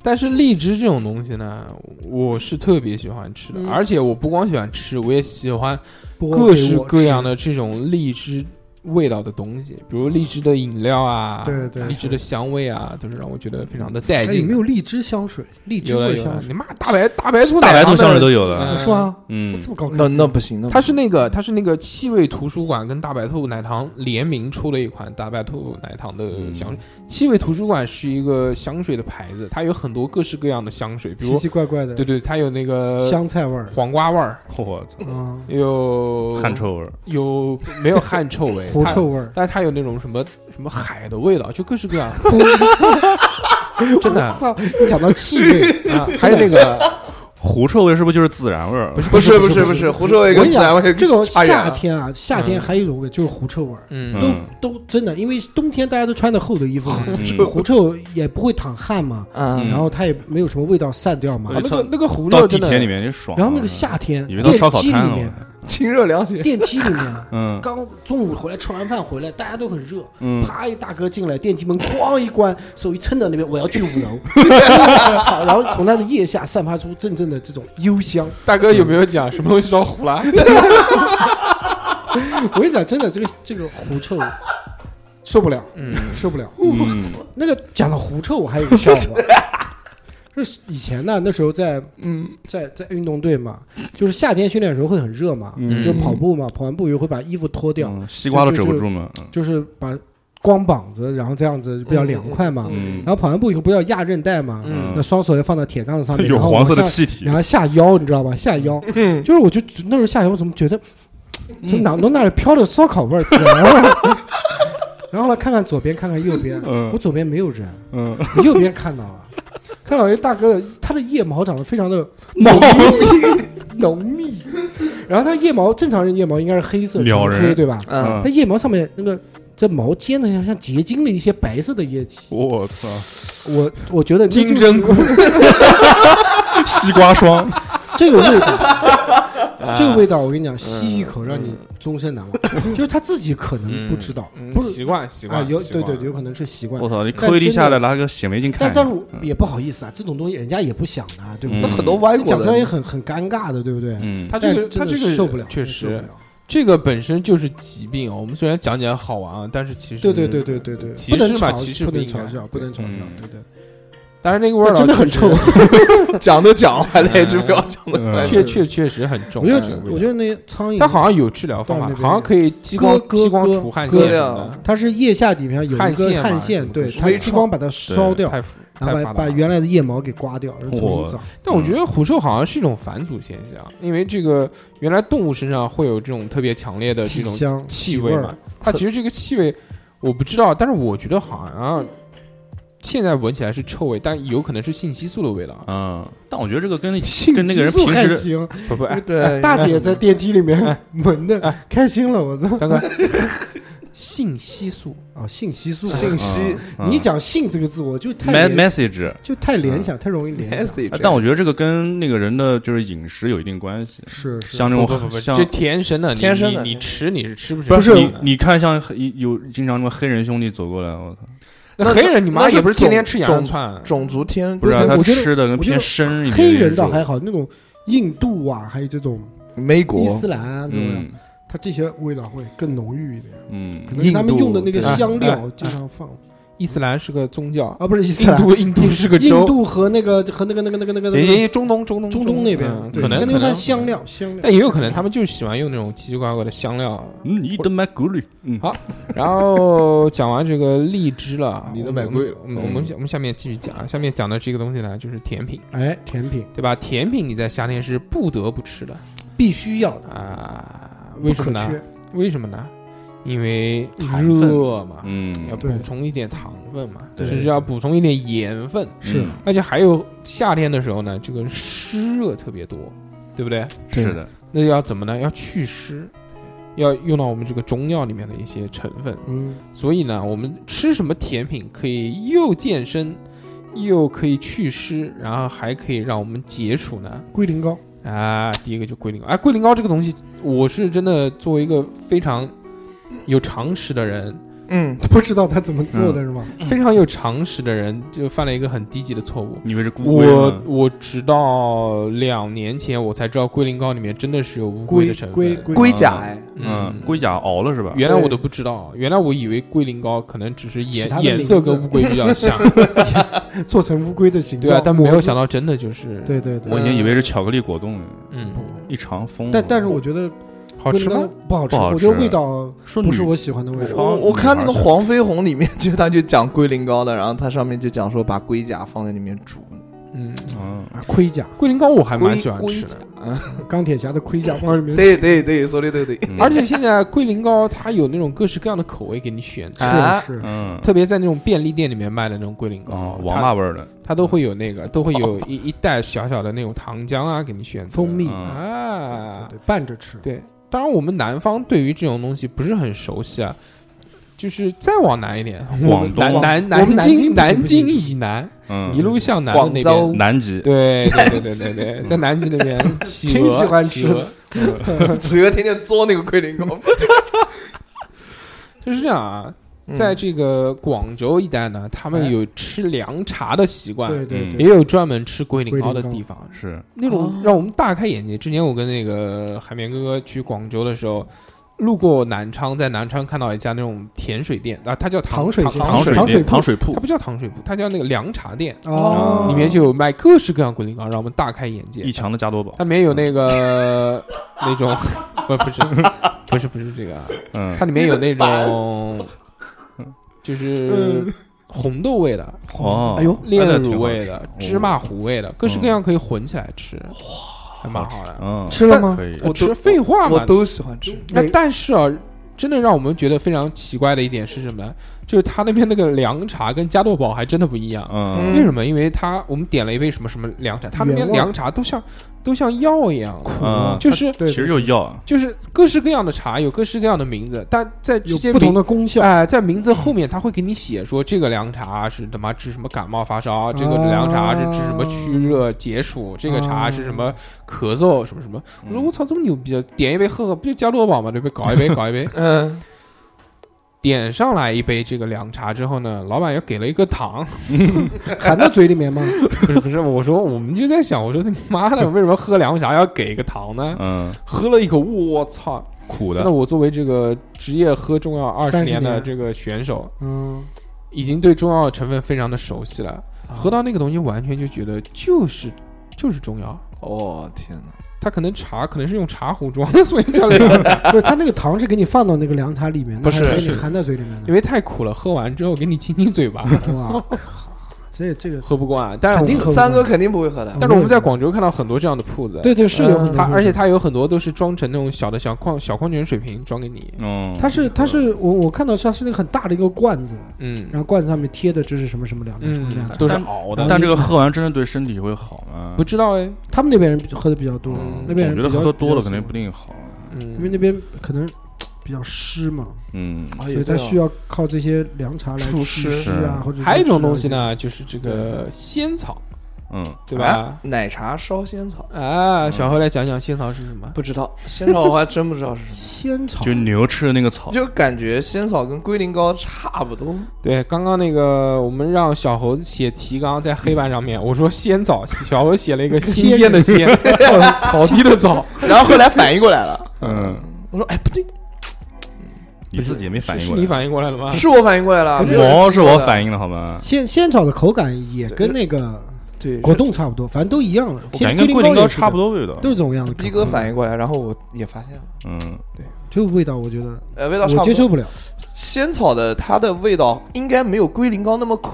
B: 但是荔枝这种东西呢，我是特别喜欢吃的，
C: 嗯
B: 而且我不光喜欢吃，我也喜欢
C: 剥
B: 各式各样
C: 给
B: 的这种荔枝味道的东西，比如荔枝的饮料啊，
C: 对对对
B: 荔枝的香味啊，都是让我觉得非常的带
C: 我吃。哎，有
B: 劲
C: 没。有荔枝香水？荔枝
B: 有了
C: 味
B: 有了
C: 香，水啊
B: 你妈大白大白兔
D: 大白兔
B: 上
D: 香
B: 面
D: 水都有了
C: 是？吧？
D: 嗯，
C: 这么高科技
E: 那那不行，那
B: 它是那个它是那个气味图书馆跟大白兔奶糖联名出了一款大白兔奶糖的香水。
D: 嗯
B: 气味图书馆是一个香水的牌子，它有很多各式各样的香水，比
C: 奇
B: 如
C: 奇怪怪的，
B: 对对，它有那个
C: 香菜味儿
B: 黄瓜味儿，
D: 我操，
C: 啊，
B: 有
D: 汗，臭味儿，
B: 有没有汗臭味？
C: 狐
B: 它
C: 臭味儿。
B: 但是它有那种什么什么海的味道，就各式各样， 真的啊，
C: 操，你讲到气味，啊
B: 还有那个
D: 狐臭味是不是就是孜然味儿？
B: 不是
E: 不是不
B: 是
E: 是不是，狐臭味
C: 我跟
E: 跟
C: 你
E: 孜然
C: 讲
E: 味，
C: 这个
E: 差远
C: 夏
E: 了
C: 天啊，夏
B: 嗯
C: 天还有一种味就是狐臭味儿，
B: 嗯
D: 嗯
C: 都都真的，因为冬天大家都穿的厚的衣服嘛，
D: 嗯
C: 狐臭也不会淌汗嘛，
E: 嗯
D: 嗯
C: 然后它也没有什么味道散掉嘛
D: 我
B: 啊。那
D: 操
B: 个那个狐
D: 到
B: 臭
D: 地
B: 真的
D: 铁里，面就爽了。
C: 然后那个夏天，
D: 以为到
C: 电
D: 烧烤
C: 梯
D: 摊
C: 里
D: 了
C: 面，
D: 我，，
E: 清热凉血。
C: 电梯里面
D: 嗯
C: 刚中午回来吃完饭回来，大家都很热，
D: 嗯，
C: 啪一大哥进来，电梯门哐一关，手一撑到那边，我要去五 楼，我操然后从他的腋下散发出阵阵的这种幽香。
B: 大哥有没有讲什么东西烧糊了？
C: 我跟你讲，真的，这个这个狐臭受不了，
B: 嗯，
C: 受不了。
D: 嗯
C: 那个讲到狐臭，我还有个笑话。 就是以前呢，那时候在
E: 嗯，
C: 在在运动队嘛，就是夏天训练的时候会很热嘛，
D: 嗯
C: 就跑步嘛，跑完步以后会把衣服脱掉，
D: 嗯西瓜都遮不住嘛。嗯
C: 就是把光膀子，然后这样子比较凉快嘛。
D: 嗯
C: 然后跑完步以后不要压韧带嘛，
B: 嗯
C: 那双手要放到铁杠子上面，
D: 有
C: 然后
D: 黄色的
C: 往下
D: 气嗯体
C: 然，后下腰，你知道吧？下腰，就是我就那时候下腰，我怎么觉得
D: 嗯
C: 从哪从哪里飘着烧烤味儿、孜然 味儿？然后呢，看看左边，看看右边，
D: 嗯
C: 我左边没有人，
D: 嗯，
C: 我右边看到 了，看到一大哥，他的腋毛长得非常的
D: 毛
C: 浓密，然后他腋毛正常人腋毛应该是黑色，
D: 撩
C: 纯
D: 人
C: 黑对吧？
E: 嗯，
D: 嗯
C: 他腋毛上面那个这毛尖的像像结晶了一些白色的液体，
D: 我操，
C: 我我觉得那
B: 金
C: 就是
B: 针菇
D: 西瓜霜，
C: 这个味 道，
B: 啊
C: 啊这个味道，我跟你
B: 嗯
C: 讲，吸一口让你终身难忘。就是他自己可能不知道，
B: 嗯
C: 不是
B: 习惯习
C: 啊，
B: 惯，
C: 有
B: 习
C: 对
B: 惯
C: 对，有可能是习惯
D: 我。操，你
C: 但
D: 抠一滴
C: 真
D: 下
C: 的
D: 来，拿个显微镜看
C: 但
D: 一
C: 但
D: 下。
C: 是我
B: 嗯
C: 也不好意思啊，这种东西人家也不想的啊，对不
E: 那
C: 对？
D: 嗯
E: 很多歪
C: 你
E: 果
C: 讲出来也
E: 的，
C: 很很尴尬的，对不对？
D: 嗯，
B: 他这个
C: 但真
B: 他
C: 的
B: 这个
C: 受不了，
B: 确
C: 真的
B: 实
C: 受不，了。
B: 这个本身就是疾病。啊我们虽然讲起来好玩啊，但是其实
C: 对对对对对对，
B: 嗯歧
C: 不能
B: 视嘛
C: 嘲
B: 歧视
C: 不能
B: 不应该
C: 嘲笑，不能嘲笑，
D: 嗯
C: 对对。
B: 但是那个味儿
C: 真的很臭，
E: 讲都讲完了，一直不要讲的。
D: 嗯
B: 确确确实很重。啊
C: 我觉
B: 这
C: 得
B: 个味道
C: 我觉得那苍蝇，
B: 它好像有治疗方法
C: 到那，边
B: 好像可以激光
C: 割
B: 激光
C: 割
B: 除汗
C: 割
B: 腺什
E: 掉
B: 么
C: 它是腋下底面有一
B: 汗
C: 个
B: 腺嘛
C: 汗
B: 什
C: 腺，
B: 么
C: 对，
B: 东西
C: 它激光把它烧
D: 对
B: 的，
C: 掉，
B: 太复
C: 然后
B: 太
C: 把
B: 发
C: 把
B: 达了
C: 原来的腋毛给刮掉，然后重
D: 我
C: 新长。
B: 但嗯我觉得狐臭好像是一种返祖现象，因为这个原来动物身上会有这种特别强烈的这
C: 体
B: 种
C: 香
B: 气
C: 味
B: 味嘛，它其实这个气味，我不知道，但是我觉得好像现在闻起来是臭味，但有可能是性激素的味道。啊
D: 嗯，但我觉得这个跟
C: 性
D: 跟那个人
C: 激素
D: 平
C: 还
D: 时
C: 行，
B: 不不，哎，
E: 对，
C: 大姐在电梯里面
B: 哎
C: 闻的开心了，我操！
B: 三哥，性激素
C: 啊，性激素，
E: 信息
D: 嗯
C: 你讲“性”这个字，我就太
D: me
C: 联
D: message，啊
C: 就太联想，太容易联想。
E: message，
D: 但我觉得这个跟那个人的就是饮食有一定关系。
C: 是是，
D: 像那
B: 不不不
D: 种
B: 不，
D: 嗯像
B: 这天生的，你
E: 天生的
B: 你你
E: 天
B: 吃你是吃不
D: 不
B: 不
D: 是你，你看像黑有经常什么黑人兄弟走过来，我操，
B: 那黑人你妈
E: 那是
B: 也不是天天
E: 种
B: 吃羊肉串，
E: 种族天
D: 不是啊
C: 我
D: 他
C: 觉得
D: 吃的
C: 我
D: 跟
C: 觉得
D: 偏生一点。
C: 黑人倒还好，那种印度啊，还有这种
E: 美
C: 伊
E: 国
C: 斯兰啊，这种
D: 嗯
C: 它这些味道会更浓郁一点。
D: 嗯
C: 可能是他们
E: 印度
C: 用的那个
B: 对
C: 香
B: 哎
C: 料
B: 哎
C: 经常放
B: 伊斯兰是个宗教，
C: 啊，不是伊斯
B: 印
C: 兰，
B: 度印度是个
C: 印
B: 州，
C: 度和那个和那个那个那个那个
B: 也
C: 那个
B: 也中东中东
C: 中东那边
B: 嗯，
C: 对
B: 可能
C: 跟
B: 可
C: 那个
B: 能
C: 香，料香料，
B: 但也有可能他们就喜欢用那种奇奇怪怪的香 料。
D: 嗯，你的买狗绿，嗯
B: 好然后讲完这个荔枝了，
E: 你的买贵了
B: 我
C: 嗯
B: 们我们我们下面继续讲，下面讲的这个东西呢，就是甜品，
C: 哎，甜品
B: 对吧？甜品你在夏天是不得不吃的
C: 必须要的，
B: 啊，为
C: 不
B: 什
C: 可
B: 么呢？
C: 缺。
B: 为什么呢？因为
D: 糖分
B: 热
C: 啊
B: 嘛，
D: 嗯，
B: 要补
C: 对
B: 充一点糖分嘛，
D: 对
B: 甚至要补充一点盐分。
C: 是
D: 嗯
B: 而且还有夏天的时候呢，这个湿热特别多，对不对？
C: 对
D: 是的，
B: 那要怎么呢？要祛湿，要用到我们这个中药里面的一些成分。
C: 嗯，
B: 所以呢，我们吃什么甜品可以又健身，又可以祛湿，然后还可以让我们解暑呢？
C: 龟苓膏
B: 啊，第一个就龟苓膏。哎，龟苓膏这个东西，我是真的作为一个非常有常识的人，
E: 嗯，
C: 不知道他怎么做的是吗？
B: 非常有常识的人，就犯了一个很低级的错误。
D: 你以为是乌龟
B: 我
D: 吗？
B: 我直到两年前我才知道龟苓膏里面真的是有乌龟
C: 龟
B: 的成
C: 龟
B: 分。
C: 龟
E: 龟甲哎，
D: 嗯，龟甲熬了是吧？
B: 原来我都不知道，原来我以为龟苓膏可能只是
C: 其他
B: 颜
C: 的
B: 颜
C: 名
B: 色
C: 字
B: 跟乌龟比较 像，
C: 做成乌龟的形状，
B: 对啊，但没有
C: 模子
B: 想到真的就是，
C: 对对对，
D: 我以前以为是巧克力果冻呢，
B: 嗯，
D: 一尝疯了。
C: 但但是我觉得
B: 好
C: 龟
B: 吃
C: 苓膏
B: 吗？
C: 不好吃，
D: 不好
C: 我觉得
D: 吃
C: 味道
D: 说
C: 不
D: 女
C: 是我喜欢的味道。
E: 我我
D: 女
E: 看那
D: 孩
E: 个《
D: 子
E: 黄飞鸿》里面，就他就讲龟苓膏的，然后它上面就讲说把龟甲放在里面煮，
B: 嗯，
D: 嗯，
C: 啊盔甲，
B: 龟苓膏我还蛮喜欢
E: 龟
B: 吃
E: 龟嗯
B: 的，
C: 钢铁侠的盔甲往里面
E: 对对对，说的对对，
D: 嗯
B: 而且现在龟苓膏它有那种各式各样的口味给你选，
E: 啊
C: 是是，
D: 嗯
B: 特别在那种便利店里面卖的那种龟苓膏
D: 哦，，王
B: 它
D: 八味儿的，
B: 它都会有那个，都会有一一袋小小的那种糖浆啊给你选择
C: 蜂蜜
D: 嗯
B: 啊，
C: 对拌着吃，
B: 对，当然我们南方对于这种东西不是很熟悉啊，就是再往南一点，我们
D: 广东
B: 南
C: 我
B: 南
C: 们南
B: 京
C: 京不是
B: 南
C: 不
B: 京
C: 是
B: 以南
D: 嗯，
B: 一路向南的
E: 广
B: 那边。
E: 州
D: 南极，
B: 对对对对对对，在南极那边企
C: 挺
B: 鹅
C: 喜欢
B: 企
C: 吃
B: 鹅
E: 哲天天嘬那个龟苓膏，
B: 就是这样啊。
C: 嗯
E: 嗯
B: 在这个广州一带呢，他们有吃凉茶的习惯，
C: 哎对对
D: 嗯
B: 也
C: 对，
B: 有专门吃龟苓
C: 龟
B: 膏
C: 苓
B: 的
C: 膏
B: 地方，
D: 是
B: 那
C: 哦
B: 种让我们大开眼界。之前我跟那个海绵哥哥去广州的时候，路过南昌，在南昌看到一家那种甜水店啊，它叫
C: 糖水
B: 糖
C: 店
D: 糖
C: 水糖
D: 店
C: 水
D: 糖水铺
B: 它，不叫糖水铺，它叫那个凉茶店，
C: 哦，
B: 嗯里面就有卖各式各样的龟苓膏，让我们大开眼界
D: 一。强的加多宝
B: 它，里面有那个 那种，不不是不是不是这个啊，
D: 嗯，
B: 它里面有那种就是红豆味的、
D: 哦，
C: 哎呦
B: 炼
D: 那挺
B: 乳
D: 好
B: 味
D: 吃
B: 的
D: 哦、
B: 芝麻糊味的，各式各样可以混起来吃，还蛮好的。
D: 嗯，
C: 吃了吗？
D: 可以，
B: 我
E: 我
B: 吃
E: 都
B: 废话
E: 我
B: 嘛，
E: 都喜欢吃。
B: 那但是啊，真的让我们觉得非常奇怪的一点是什么呢？就是他那边那个凉茶跟加多宝还真的不一样。
D: 嗯，
B: 为什么？因为他我们点了一杯什么什么凉茶，他那边
C: 原味啊
B: 凉茶都像都像药一样，
D: 嗯
B: 就是
C: 对
D: 其实就啊药，
B: 就是各式各样的茶有各式各样的名字，但在这
C: 有
B: 些
C: 不同
B: 名
C: 的功效，
B: 哎、在名字后面他会给你写说这个凉茶是他妈治什么感冒发烧，这个凉茶是治什
C: 哦
B: 么祛热解暑，这个茶是什么咳嗽什么什么。我说我操，这么牛逼啊！点一杯喝喝，不就加多宝吗？对不对？搞一杯，搞一 杯。
E: 嗯，
B: 点上来一杯这个凉茶之后呢，老板又给了一个糖，
C: 含到嘴里面 吗？
B: 不是不是，我说我们就在想，我说你妈的，为什么喝凉茶要给一个糖 呢？
D: 嗯，
B: 喝了一口，我 操！
D: 苦
B: 真
D: 的
B: 的，，我作为这个职业喝中药二十
C: 30
B: 年的
C: 年
B: 这个选手，
C: 嗯，
B: 已经对中药成分非常的熟悉了，喝到那个东西完全就觉得就是就是中药。
E: 哦天哪，
B: 它可能茶可能是用茶壶装的，所以叫 凉茶，
C: 不是，它那个糖是给你放到那个凉茶里面，那
E: 不是
C: 还给你
B: 是
C: 含在嘴里面
B: 因为太苦了，喝完之后给你清清嘴巴。
C: 的，哇，这这个
B: 喝不惯，啊但
C: 肯
B: 是
C: 定喝不
E: 三
C: 惯
E: 哥肯定不会喝的。
B: 但是我们在广州看到很多这样的铺子，呃
C: 对对是有很
E: 嗯
C: 多
B: 它
C: 这种，
B: 而且它有很多都是装成那种小的小矿小矿泉水瓶装给你，
D: 嗯，
C: 它是它是我我看到它是那个很大的一个罐子，
B: 嗯
C: 然后罐子上面贴的这是什么什么凉的什么凉
B: 嗯，
C: 的，
B: 都是熬的，
D: 但这个喝完真的对身体会好吗？
B: 不知道哎，
C: 他们那边人喝的比较多
B: 嗯，
C: 那边人
D: 总觉得
C: 比较
D: 喝多了肯定，
C: 比
D: 不一定好。
C: 较因为
B: 嗯，
C: 那边可能比较湿嘛，
D: 嗯，
B: 啊
E: 所
C: 所以它需要靠这些凉茶来
E: 除
C: 祛
E: 湿
C: 湿啊，或者是
B: 还有一种
C: 治疗
B: 东西呢，就是这个仙草，
D: 嗯，
B: 对吧？
E: 奶茶烧仙草，
B: 啊，小何来讲讲仙草是什么？
E: 不知道仙草我还真不知道是
C: 一
E: 什
C: 些仙草
D: 就牛吃的那个草
E: 么，，就感觉仙草跟龟苓膏差不 多。
B: 对，刚刚那个我们让小猴子写提纲在黑板上面，我说仙草，小猴写了一个新鲜的鲜，草地的草，
E: 然后后来反应过来了，
D: 嗯，
E: 我说哎不对，
D: 你自己也没反应
B: 是
D: 过
B: 你
D: 来，
B: 反应过来了吗？
E: 啊是我反应过来了，
D: 毛是我反
E: 应
D: 应了好吗？
C: 仙仙草的口感也跟那个
E: 对
C: 果冻差不多，反正都一样了，
D: 我
C: 其
D: 感
C: 实
D: 觉跟
C: 龟
D: 龟苓膏
C: 也是的
D: 差不，多味道。
C: 都是这种样的口
E: 逼
C: 感。
E: 哥反应过来，然后我也发现了，
D: 嗯，
C: 就味道，我觉得
E: 呃，味道差
C: 我
E: 不
C: 接
E: 多。
C: 受不了，
E: 仙草的它的味道应该没有龟苓膏那么苦，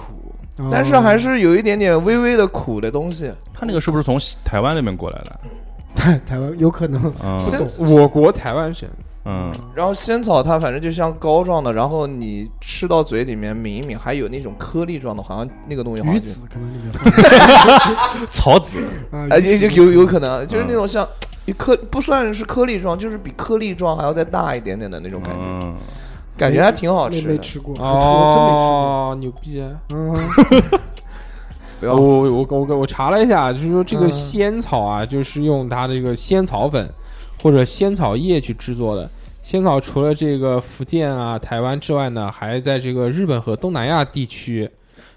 C: 哦
E: 但是还是有一点点微微的苦的东西。
D: 他那个是不是从台湾那边过来的？
C: 台台湾有可能
D: 嗯
E: 仙
B: 我国台湾省，
D: 嗯，
E: 然后仙草它反正就像膏状的，然后你吃到嘴里面抿一抿，还有那种颗粒状的，好像那个东西好
C: 鱼
E: 像就
C: 子可能里面 放
D: 草籽，
C: 啊
E: 哎，
C: 鱼
E: 有
C: 子
E: 有有可能就是那种像一颗不算是颗粒状，就是比颗粒状还要再大一点点的那种感觉，
D: 嗯，
E: 感觉还挺好吃
C: 没没
E: 的。
C: 吃过，我
B: 哦，牛逼！
C: 真没吃过。嗯，
E: 不
B: 我
E: 要
B: 我我我我查了一下，就是说这个
E: 嗯
B: 仙草啊，就是用它这个仙草粉或者仙草液去制作的。仙草除了这个福建啊、台湾之外呢，还在这个日本和东南亚地区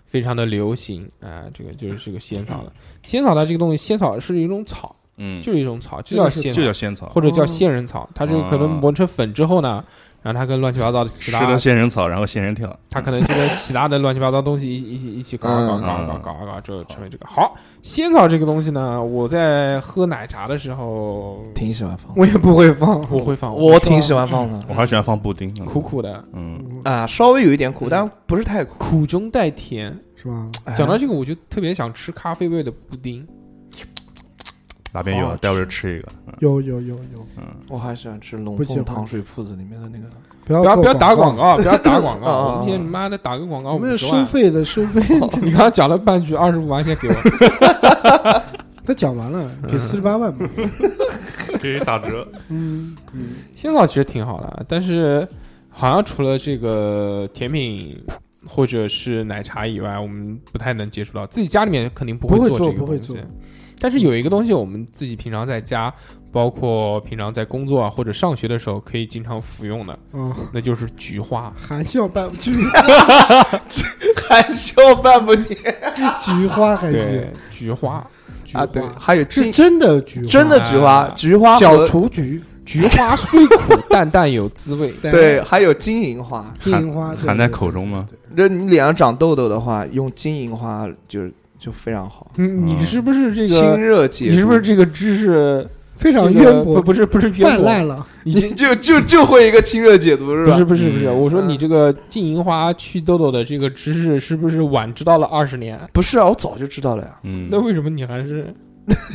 B: 非常的流行啊。这个就是这个仙草了。仙草它这个东西，仙草是一种草，
D: 嗯，
B: 就是一种草，就叫仙
D: 就
B: 草，
D: 叫仙草，
B: 或者叫仙人草。它这个可能磨成粉之后呢，然后它跟乱七八糟的其
D: 吃
B: 他
D: 的仙人草，然后仙人跳。
B: 它可能是跟其他的乱七八糟东西一一起一起搞啊搞啊
E: 嗯
B: 搞啊搞啊搞啊搞啊，就成为这个。好，仙草这个东西呢，我在喝奶茶的时候，
E: 挺喜欢放的，
C: 我也不会放，
B: 我会放，
E: 我挺喜欢放的
D: 我还喜欢放布丁，
B: 苦，苦的，
D: 嗯，
E: 啊，稍微有一点苦，但不是太苦。
B: 苦中带甜。
C: 是吧？
E: 哎
B: 讲到这个，我就特别想吃咖啡味的布丁，
D: 哪边有？待会儿吃一个。
C: 有有有有，
E: 我还喜欢吃龙
C: 不喜
E: 凤
C: 欢
E: 糖水铺子里面的那个。
C: 不要
B: 不
C: 不
B: 要不要打广
C: 告，
B: 告，不要打广
E: 啊啊啊
B: 告，我们先妈的打个广告
C: 我
B: 五
C: 们是
B: 十
C: 收
B: 万。
C: 费的，收 费。
B: 啊你刚刚讲了半句二十五万，先给我。
C: 他讲完了，给四十八万 吧。
D: 可以打折。
C: 嗯，
B: 仙草其实挺好的，但是好像除了这个甜品或者是奶茶以外，我们不太能接触到。自己家里面肯定不
C: 不会
B: 做
C: 做
B: 这个
C: 不会
B: 东西
C: 做。
B: 但是有一个东西，我们自己平常在家，包括平常在工作啊或者上学的时候，可以经常服用的，
C: 哦，
B: 那就是菊花。
C: 含笑半菊
E: 含笑半步癫
C: 菊花还
B: 对
C: 是，
B: 菊花，菊花
E: 啊，对，还有
C: 是
E: 金
C: 真的菊花，
E: 真的菊花
B: 啊，
E: 菊花和
C: 小雏菊，
B: 菊花虽苦，淡淡有滋味。
E: 对，还有金银花。
C: 金银花对
D: 含在
C: 对
D: 口中吗？
E: 就你脸上长痘痘的话，用金银花就就非常好，
B: 嗯，你是不是这
E: 清
B: 个？
E: 热解
B: 你
E: 毒。
B: 是不是这个知识
C: 非
B: 这个
C: 常渊
B: 不
C: 博，
B: 不是不是渊
C: 泛
B: 博，
C: 滥了。
E: 你就就就会一个清热解毒是
B: 不
E: 吧？
B: 是不是不是，我说
E: 嗯
B: 你这个金银花祛痘痘的这个知识是不是晚知道了二十年？
E: 不是啊，我早就知道了呀。，
D: 嗯，
B: 那为什么你还是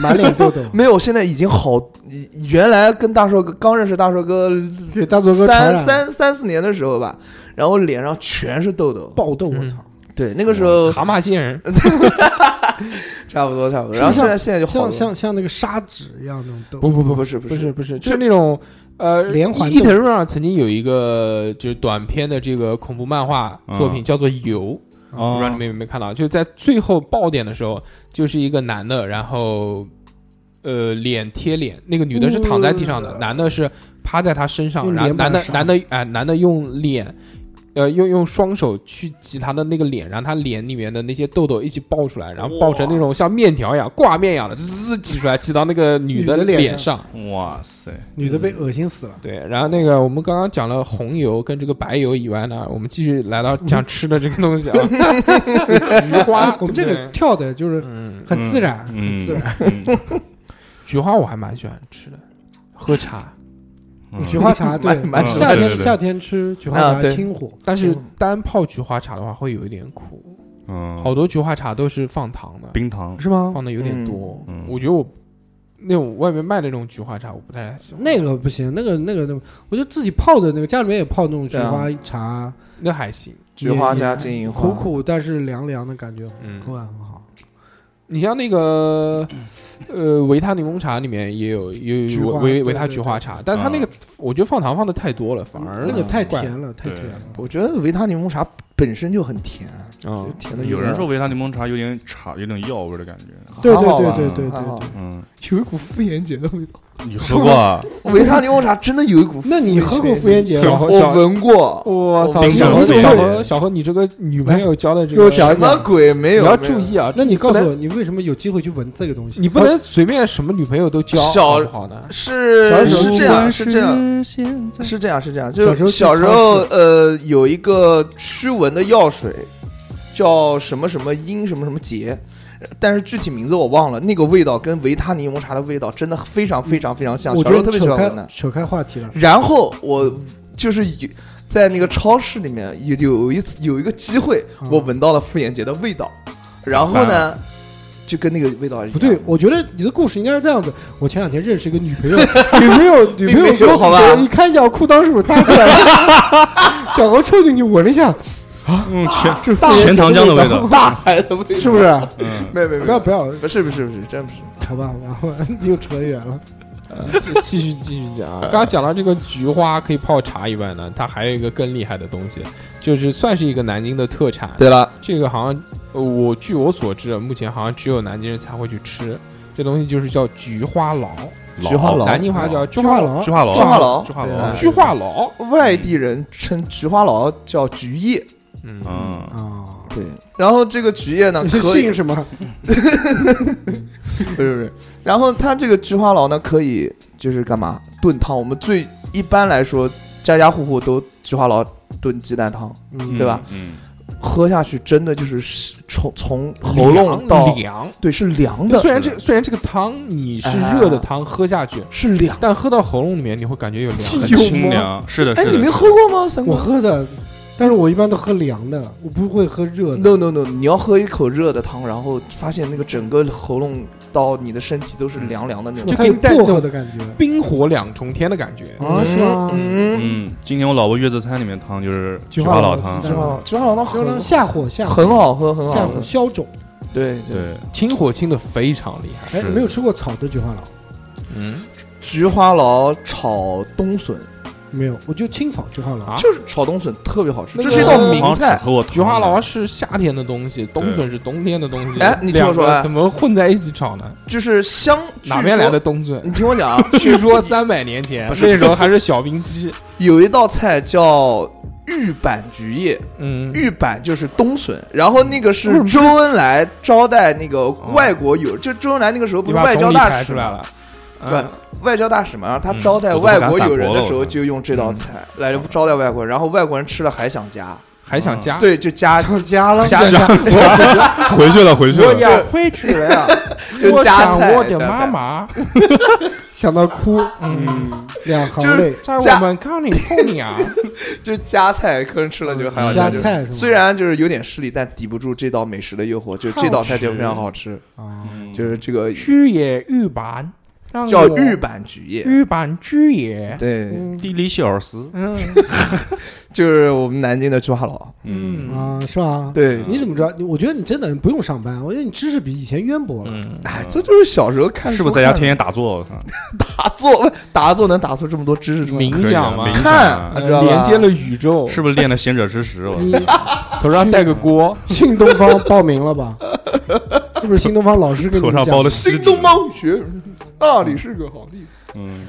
C: 满脸痘痘
E: 没有，现在已经好。原来跟大硕哥刚认识大硕哥
C: 给大佐哥传
E: 三
C: 染
E: 三三四年的时候吧，然后脸上全是痘痘。
C: 爆痘，
B: 嗯
C: 我操！
E: 对，那个时候
B: 蛤蟆仙人？
E: 差不多差不多。
C: 是
E: 然后
C: 像
E: 现在现在就好
C: 像
E: 了。
C: 像像那个砂纸一样那种痘，
B: 不不不
E: 不
B: 不
E: 是不
B: 不
E: 是
B: 是不是，就是那种呃，
C: 连环
B: 伊
C: 豆
B: 藤润二曾经有一个就是短片的这个恐怖漫画作品叫做《油》，不知道你
D: 哦
B: 们有没有看到？就在最后爆点的时候，就是一个男的，然后呃脸贴脸，那个女的是躺在地上的，
C: 呃
B: 男的是趴在她身上，
C: 用
B: 然后
C: 脸把
B: 男
C: 她
B: 的
C: 杀死
B: 男的哎、男的用脸。呃，用用双手去挤她的那个脸，让她脸里面的那些痘痘一起爆出来，然后爆成那种像面条一样挂面一样的，滋挤出来，挤到那个女的
C: 女的脸
B: 脸上。
D: 哇塞，
C: 女的被恶心死了。
B: 对，然后那个我们刚刚讲了红油跟这个白油以外呢，我们继续来到讲吃的这个东西 啊，菊花。
C: 哎我们这
B: 对不
C: 个
B: 啊对
C: 跳的就是
B: 嗯，
C: 很自然，
D: 嗯
C: 很自然。
B: 菊花我还蛮喜欢吃的，喝茶，
D: 嗯
C: 菊花茶对
E: 蛮蛮，
D: 喜欢
C: 夏
D: 对对
C: 天
D: 对
C: 夏天吃菊花
E: 啊
C: 茶
E: 对
C: 清火，
B: 但是单泡菊花茶的话会有一点苦。
D: 嗯，
B: 好多菊花茶都是放糖的，
D: 冰糖，
C: 是吗？
B: 放的有点多。
D: 嗯嗯
B: 我觉得我那种外面卖的那种菊花茶，我不太喜欢。
C: 那个不行，那个那个那个，我就自己泡的那个，家里面也泡那种菊花茶，
B: 那还行，
E: 菊花加金银花
C: 苦，苦但是凉凉的感觉，
B: 嗯
C: 口感很好。
B: 你像那个呃维他柠檬茶里面也有也
C: 菊
B: 有
C: 花
B: 维
C: 对
B: 维他
C: 对对嗯
B: 菊花茶，但它那个我觉得放糖放的太多了，反而
C: 那个太
B: 怪
C: 甜了，太
D: 对
C: 甜了。
E: 我觉得维他柠檬茶本身就很甜，
B: 啊
E: 就。甜的
D: 有人说维他柠檬茶有点茶，有点药味的感觉。
C: 对对
E: 还好吧
C: 对对对
E: 还好
C: 对对。
D: 嗯，
B: 有一股妇炎洁的味道。
D: 你喝过啊？
E: 维他柠檬茶真的有一股，
C: 那你喝过妇炎洁
B: 小
C: 吗？
B: 何，
E: 我
B: 小
E: 闻过，
B: 我操！
E: 冰
B: 小何，
D: 镇的
B: 小
D: 味
B: 何，小何，你这个女朋友交的这个，
C: 给我讲
E: 什么鬼？没有，
B: 你要
E: 没有
B: 注。意啊！
C: 那你告
B: 不
C: 诉
B: 能
C: 我，你为什么有机会去闻这个东西？
B: 你不能随便什么女朋友都交，
E: 小
B: 好不好呢？
E: 是是这样，是这样，
F: 样。现在
E: 是这样，是这样。
C: 小时
E: 就
C: 候去
E: 小时
C: 超
E: 候
C: 市，
E: 呃，有一个驱蚊的药水，叫什么什么英什么什么洁，但是具体名字我忘了。那个味道跟维他柠檬茶的味道真的非常非常非常像，
C: 我
E: 小嗯时
C: 觉得
E: 候特别喜
C: 扯
E: 欢闻的
C: 开。扯开话题了。
E: 然后我就是有在那个超市里面有有一次有一个机会，
C: 嗯
E: 我闻到了妇炎洁的味道，然后呢，就跟那个味道一样
C: 不对，我觉得你的故事应该是这样子。我前两天认识一个女朋友，女朋友女朋友
E: 并没有
C: 说：“
E: 好吧
C: 你看一下我裤裆是不是扎起来了？” 小猴凑进去闻了一下，
D: 嗯，全
C: 这是妇炎洁
D: 钱塘江的味 道，
E: 大海的味道，
C: 是不是？
D: 嗯，
E: 没有没有
C: 不要不要，
E: 不是不是不是，真不是。
C: 好吧，我们又扯远了。
B: 继续继续讲啊！刚刚讲到这个菊花可以泡茶以外呢，它还有一个更厉害的东西，就是算是一个南京的特产。
E: 对了，
B: 这个好像呃我据我所知，目前好像只有南京人才会去吃。这东西就是叫菊花劳，
E: 菊花劳
B: 南京话叫菊
C: 菊花
B: 劳，
C: 郎
D: 菊，花
E: 菊
D: 楼，
E: 花劳，
D: 菊花
E: 对
D: 楼，
B: 菊花劳。
E: 外地人称菊花劳叫菊叶，
B: 嗯，
D: 嗯，
C: 啊，
E: 对。然后这个菊叶呢，
C: 你是
E: 可以
C: 姓什么？
E: 不是不是，然后它这个菊花劳呢，可以就是干嘛炖汤。我们最一般来说，家家户户都菊花劳炖鸡蛋汤，
C: 嗯
E: 对吧？
D: 嗯，
E: 喝下去真的就是从从喉咙到
B: 凉凉。
E: 对是凉的，
B: 虽然这虽然这个汤你是热的汤喝下去，
E: 是凉。
B: 但喝到喉咙里面你会感觉有凉。
D: 嗯很
E: 有吗
D: 清凉，是的，
E: 哎，
D: 是
E: 你没
D: 的，
E: 喝过吗？三
C: 我
E: 哥
C: 喝的，但是我一般都喝凉的，我不会喝热的。
E: ？No No No，你要喝一口热的汤，然后发现那个整个喉咙到你的身体都是凉凉的那种
B: 嗯就
C: 它有
B: 给你带那
C: 薄
B: 种
C: 荷的感觉
B: 冰火两重天的感觉。
C: 啊，是吗？
E: 嗯，
D: 嗯，今天我老婆月子餐里面汤就是
C: 菊
D: 菊
C: 花
D: 花
C: 老
D: 老汤
C: 鸡
E: 菊，花菊花劳汤
C: 就
E: 很
C: 能下火下火
E: 很好喝，很
C: 下
E: 好喝
C: 火，消肿。
E: 对对。
D: 对，
B: 清火清的非常厉害。
C: 哎，
D: 是
C: 你没有吃过炒的菊花劳？
B: 嗯，
E: 菊花劳炒冬笋，
C: 没有，我就清炒菊花劳
B: 啊。
E: 就是炒冬笋特别好吃，
B: 那
E: 这
B: 个
E: 是一道名菜。
D: 和我汤
B: 菊花劳是夏天的东西，冬笋是冬天的东西。
E: 哎你听我说
B: 两
E: 哎
B: 个怎么混在一起炒呢？
E: 就是香
B: 哪边来？
E: 据
B: 的冬笋
E: 说？你听我讲 啊，
B: 据说三百年前
E: 不是
B: 那时候还是小冰机。
E: 有一道菜叫玉板菊叶，
B: 嗯，
E: 玉板就是冬笋，然后那个
B: 为
E: 是
B: 什么
E: 周恩来招待那个外国友，就周恩来那个时候不
B: 哦你
E: 是
B: 把
E: 外
B: 总
E: 交
B: 理
E: 大
B: 抬
E: 使
B: 出来
E: 嘛，
B: 了。
E: 对
B: 嗯，
E: 外交大使嘛，然后他
B: 嗯
E: 招待
D: 我都不
E: 外
D: 敢
E: 国
D: 反
E: 友
D: 驳
E: 人
D: 了
E: 的
D: 我
E: 时候，
D: 都
E: 就用这道
B: 嗯啊
E: 菜来招待外国人，然后外国人吃了还想加，
B: 还想加？，
E: 对，就 加
C: 想家了，
E: 加加
D: 回去了，回去
B: 我
D: 了，
B: 要回去了呀。
E: 就
B: 我
E: 加
B: 想
E: 菜，
B: 我的
E: 加
B: 妈
E: 菜
B: 妈。
C: 想到哭，
B: 嗯，
C: 两行
E: 就是
C: 泪。
B: 在
E: 加
B: 我们康宁后面 啊。
E: 就是加菜，客人吃了就还要
C: 嗯加
E: 就是
C: 菜是吗
E: 虽然就是有点势利，但抵不住这道美食的诱惑，就是这道菜就非常好吃，
B: 嗯
C: 啊，
D: 嗯
E: 就是这个
B: 居野玉板，让
E: 叫
B: 我
E: 玉板菊叶。
B: 玉板居野。
E: 对，
C: 嗯
D: 地理小时，
B: 嗯
E: 就是我们南京的猪哈佬。
D: 嗯，
B: 嗯
C: 啊，是吧？
E: 对，
C: 你怎么知道？你我觉得你真的不用上班，我觉得你知识比以前渊博了。
B: 嗯，
E: 哎，这就是小时候看书
D: 是不是在家天天打坐？我操，
E: 打坐？打坐能打出这么多知识出来？
B: 冥想嘛嗯
D: 可以，啊冥想
E: 看，
D: 啊
E: 你知道吧
B: 连接了宇宙，
D: 是不是练了贤者之石？
E: 嗯
D: 我操
C: 你
B: 头上戴个锅，
C: 新东方报名 了吧？是不是新东方老师给你
D: 头
C: 们
D: 上
C: 讲
D: 包了
C: 的？
D: 锡
E: 新
D: 纸
E: 东，方学，那里是个好地方。
D: 嗯，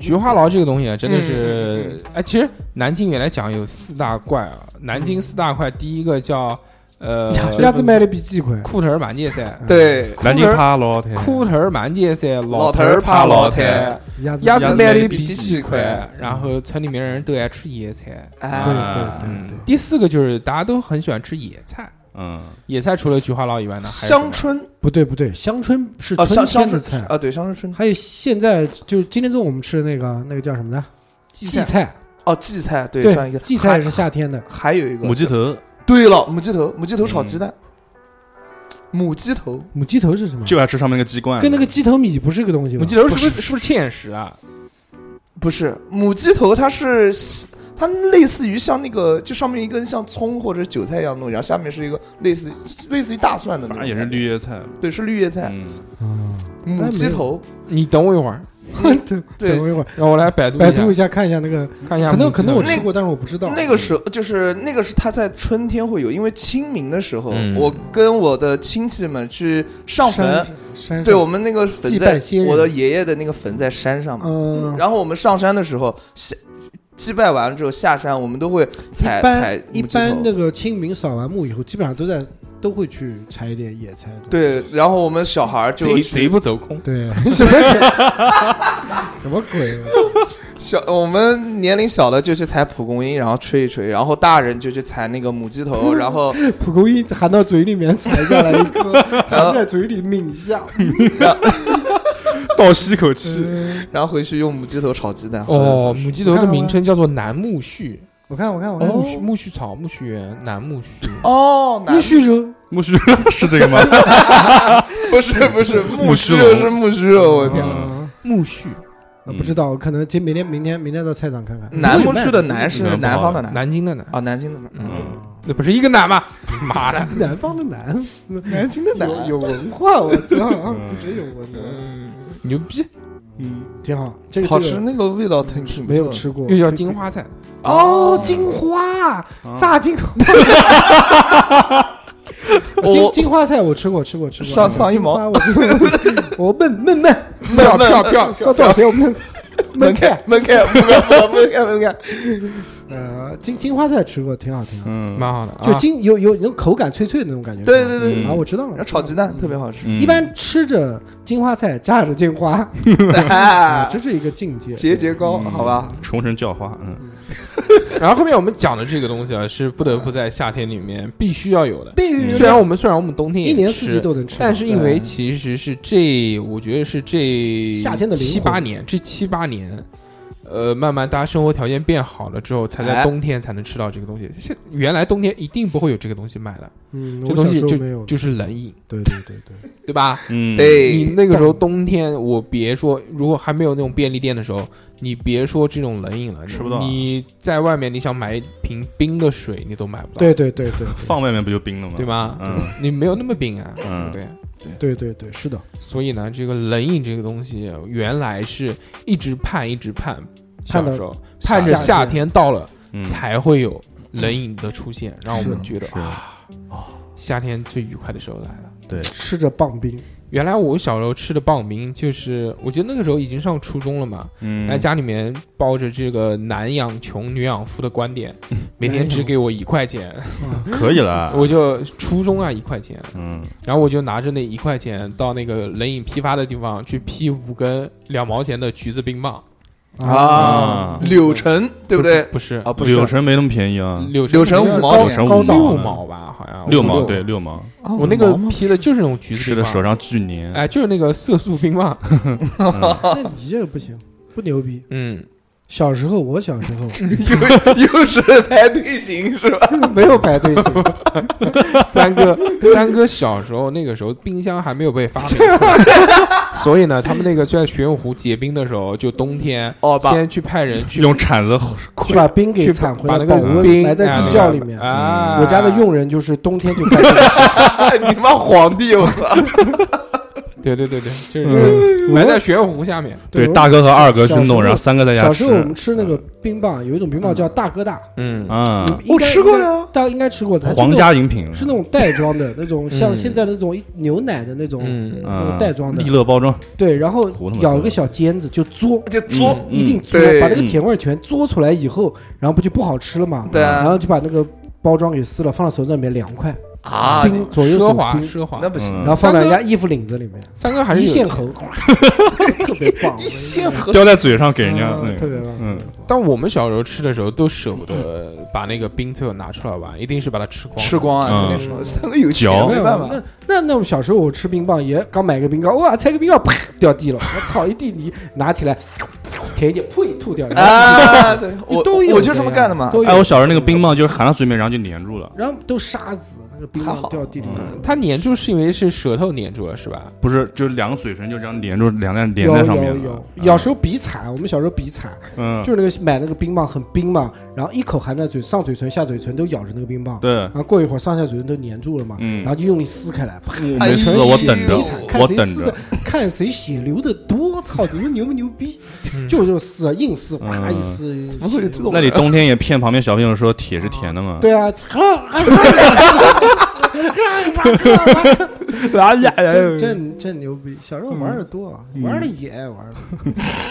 B: 菊花劳这个东西啊，真的是，哎，其实南京原来讲有四大怪啊，南京四大怪，第一个叫呃，
C: 鸭子卖的比鸡快。
B: 裤头儿满街塞，
E: 对，
D: 南京趴老天，
B: 裤头儿满街塞，
E: 老
B: 头
E: 头儿怕老
B: 老
E: 太
B: 太，
C: 嗯鸭子
B: 鸭
E: 子
B: 子
E: 卖
B: 卖
E: 得
B: 的
E: 比
B: 比
E: 鸡
B: 鸡
E: 快
B: 快，然后村里面人都爱吃野菜。
E: 哎，
C: 对
D: 啊
C: 对对对，
B: 第四个就是大家都很喜欢吃野菜，
D: 嗯，
B: 野菜除了菊花劳以外呢，还有什
E: 香
B: 么
E: 椿
C: 不对不对，香椿是
E: 啊，香
C: 春
E: 香
C: 天
E: 椿
C: 的菜，
E: 啊，对，香椿春
C: 还有现在就今天中午我们吃的那个那个叫什么呢？
B: 荠
C: 荠
B: 菜。
C: 菜，
E: 哦，荠菜，对，算一
C: 对
E: 个，
C: 荠菜也是夏天的。
E: 还有一个
D: 母鸡头，嗯
E: 对了，母鸡头，母鸡头炒鸡蛋，母鸡头，
C: 母鸡头是什么？
D: 就爱吃上面那个鸡冠，
C: 跟那个鸡头米不是个东西吗？
B: 母鸡头 是不是是不是芡实啊？
E: 不是母鸡头，它是它类似于像那个，就上面一根像葱或者韭菜一样的东西，然后下面是一个类似于类似于大蒜的那哎种，
D: 反正也是，绿叶菜。
E: 对，是绿叶菜，
D: 嗯，
C: 啊，
E: 母鸡 头，
B: 你等我一会儿，
C: 等
E: 对
C: 等我一会儿，
B: 让我来百度
C: 百
B: 一
C: 度
B: 下
C: 一，下看一下那个，
B: 看一下
C: 可
B: 母鸡头。
C: 能可能我
E: 那
C: 吃过，但是我不知道。
E: 那个时候就是那个是它在春天会有，因为清明的时候，
B: 嗯
E: 我跟我的亲戚们去上坟
C: 山，山
E: 对
C: 上
E: 我们那个坟
C: 祭
E: 在
C: 拜先人
E: 我的爷爷的那个坟在山上嘛，
C: 嗯，
E: 然后我们上山的时候下。祭拜完了之后下山，我们都会采
C: 一
E: 采
C: 般一
E: 母鸡头
C: 般那个清明扫完墓以后，基本上都在都会去采一点野菜的。
E: 对，然后我们小孩儿就
B: 贼贼不走空。
C: 对， 什么鬼？什么鬼？
E: 小，我们年龄小的就去采蒲公英，然后吹一吹，然后大人就去采那个母鸡头，然后
C: 蒲公英含到嘴里面采下来一颗，
E: 然
C: 含
E: 后
C: 在嘴里抿一下。
D: 倒吸 一口气，
E: 然后回去用母鸡头炒鸡蛋。
B: 哦，母鸡头的名称叫做南苜蓿，
C: 我看，我看，我看，
B: 苜蓿苜蓿草、苜蓿园、南苜蓿。
E: 哦，
C: 木
E: 南
C: 须肉，
D: 木须是这个吗？
E: 不是不是木须
D: 须
E: 肉
D: 龙
E: 是木须肉，我天！
D: 嗯
B: 苜蓿，
C: 啊不知道，可能今明天明天明天到菜场看看。
E: 嗯南木区的南
D: 不
E: 是
D: 好
E: 南方的南
B: 南京的南，
E: 啊，南京的南。
D: 嗯
B: 那不是一个南吗？妈的！
C: 南方的南，南京的
E: 南
C: 有有文化，我操，
E: 嗯
C: 真有文化，
B: 牛逼，
D: 嗯，
C: 挺好。这个
E: 好
C: 这
E: 吃，
C: 个
E: 那个味道挺挺不错的
C: 没有吃过，
B: 又叫金花菜，
C: 哦，金
E: 啊
C: 花炸 金花，金
E: 我
C: 金花菜我吃过，吃过吃过。
E: 上上一毛
C: 金花我吃过， 我焖 焖焖，
B: 票票票
C: 烧多少钱我焖焖
E: 门
C: 开
E: 开。门开门开门开门开，
C: 呃，金金花菜吃过，挺好挺好，
D: 嗯，
B: 蛮好的啊。
C: 就金有有那种口感脆脆的那种感觉。
E: 对对对，
D: 嗯
C: 啊，我知道
E: 然
C: 了
E: 后。炒鸡蛋特别好吃。
D: 嗯
C: 一般吃着金花菜，榨着金花， 啊，
E: 啊
C: 这是一个境界。
E: 节节高，
D: 嗯
E: 好吧？
D: 重神叫花，嗯，
B: 然后后面我们讲的这个东西啊，是不得不在夏天里面必须要有的。
C: 必须
B: 虽然我们虽然我们冬天也
C: 一年四季
B: 吃
C: 都能吃到，
B: 但是因
C: 对
B: 为其实是这，我觉得是这
C: 夏天的灵魂
B: 七八年，这七八年，呃，慢慢大家生活条件变好了之后，才在
E: 哎
B: 冬天才能吃到这个东西。现原来冬天一定不会有这个东西卖的，
C: 嗯，
B: 这
C: 我
B: 东
C: 小
B: 西
C: 时候
B: 就
C: 没有，
B: 就是冷饮，
C: 对对对对，
B: 对吧？
D: 嗯，
E: 哎对，
B: 你那个时候冬天，我别说，如果还没有那种便利店的时候，你别说这种冷饮了，
D: 吃不到啊
B: 你在外面，你想买一瓶冰的水，你都买不到，
C: 对对对对，
D: 放外面不就冰了吗？
B: 对？吗？
D: 嗯
B: 你没有那么冰啊，对
D: 嗯
B: 不对？
C: 对对对，是的，
B: 所以呢，这个冷饮这个东西原来是一直盼，一直盼，小
C: 盼到
B: 时候盼着夏天到了
D: 嗯，
B: 才会有冷饮的出现，让我
C: 是
B: 们觉得
D: 是
B: 啊，夏天最愉快的时候来了。
C: 吃着棒冰，
B: 原来我小时候吃的棒冰，就是我记得那个时候已经上初中了嘛，
D: 嗯，
B: 然后家里面抱着这个男养穷女养富的观点，
D: 嗯
B: 每天
C: 男
B: 只
C: 养
B: 给我一块 钱，
D: 可以了，
B: 我就初中啊一块钱，
D: 嗯，
B: 然后我就拿着那一块钱到那个冷饮批发的地方去批五根两毛钱的橘子冰棒，
E: 啊
D: 啊，
E: 柳橙对不对？
B: 不是
E: 啊，不是
D: 柳橙没那么便宜啊，
B: 柳
E: 柳橙五毛
C: 高
E: 钱
D: 柳橙
C: 高
D: 五
C: 档
B: 六
D: 毛，
B: 毛吧，好像
D: 六
B: 五
D: 毛，对，六毛，
B: 我那个批的就是那种橘子
D: 吃
B: 冰
D: 的手
B: 棒，
D: 上巨黏，
B: 哎，就是那个色素冰 棒，
D: 嗯
C: 那你这个不行，不牛逼。
B: 嗯，
C: 小时候，我小时候
E: 又又是排队型是 吧？
C: 没有排队型，
B: 三哥，三哥小时候那个时候冰箱还没有被发明出来， 所以呢，他们那个就在玄武湖结冰的时候，就冬天
E: 哦把
B: 先去派人去
D: 用铲子
C: 去把冰给
B: 去
C: 铲回
B: 把
C: 来，
B: 那
C: 保
B: 个
C: 温
B: 冰
C: 埋在
B: 哎
C: 地窖里面。嗯
B: 啊，
C: 我家的佣人就是冬天就干这个事，
E: 你妈皇帝，我操！
B: 对对对对，就是
C: 嗯
B: 埋在玄武湖下面，
D: 对
C: 我
D: 大哥和二哥去
C: 小时候
D: 弄，然后三哥在家
C: 小
D: 吃
C: 时候我们吃那个冰棒，有一种冰棒叫大哥大，
B: 嗯
D: 啊，
C: 应该
E: 我吃过
C: 应该
E: 呀
C: 大家应该吃过的，它是那
D: 皇
C: 种
D: 家饮品
C: 是那种袋装的那种，像
B: 嗯
C: 现在的那种一牛奶的那种
B: 嗯
C: 那种袋装的
D: 利，乐包装，
C: 对，然后
D: 糊弄
C: 咬一个小尖子就嘬，
E: 就搓，
D: 嗯
C: 一定嘬，
E: 对
C: 把那个甜味儿全嘬出来以后，然后不就不好吃了嘛？
E: 对啊
C: 然后就把那个包装给撕了，放到手上里面凉快，
E: 啊，
C: 冰左右
B: 奢
C: 手
B: 华
C: 冰，
B: 奢华
E: 那，不行，
D: 嗯
C: 然后放在人家衣服领子里面，
B: 三哥还是
C: 一
B: 有
C: 线
B: 钱
C: 喉， 特别棒，
E: 现和
D: 叼在嘴上给人家
C: 啊
D: 那
C: 特
D: 个，
C: 别棒，特
D: 嗯
C: 别棒
B: 但我们小时候吃的时候都舍不得把那个冰最后拿出来玩，一定是把它吃光。
E: 吃光啊！
D: 嗯
E: 跟你说，三个有钱
B: 哦
D: 嚼
E: 没办法
C: 那，那那我小时候我吃冰棒也刚买个冰棒，哇，拆个冰棒啪掉地了，我操一地泥，拿起来舔一点，呸吐掉，然后
E: 啊！对，我
C: 都有
E: 我就这么干的嘛。
C: 都有
D: 哎
C: 嗯
D: 哎，我小时候那个冰棒就是含到嘴里面，然后就粘住了，
C: 然后都沙子，那那槟
E: 还好
C: 榔掉地里面
D: 嗯
B: 它粘住是因为是舌头粘住了是吧？
D: 不是，就两个嘴唇就这样连住，两在连
C: 有
D: 在上面
C: 有
D: 了
C: 有，，有时候比惨，我们小时候比惨，
D: 嗯，
C: 就是那个买那个冰棒很冰嘛，然后一口含在嘴，上嘴唇、下嘴唇都咬着那个冰棒，
D: 对
C: 然，后过一会儿上下嘴唇都粘住了嘛，
D: 嗯
C: 然后就用力撕开来，啪，
D: 我
E: 哎
D: 没
E: 呦
D: 死，我等着
C: 比惨，看
D: 我
C: 谁
D: 等
C: 撕
D: 着
C: 的，，看谁血流的多，操，你们牛不牛逼？就是这种撕啊，硬撕，啪
D: 嗯
C: 一撕，
E: 怎么会有这种
D: 那你冬天也骗旁边小朋友说铁是甜的嘛？
C: 对啊，
B: 哎呀
C: 真真真牛逼！小时候玩的多，啊，玩的野，玩的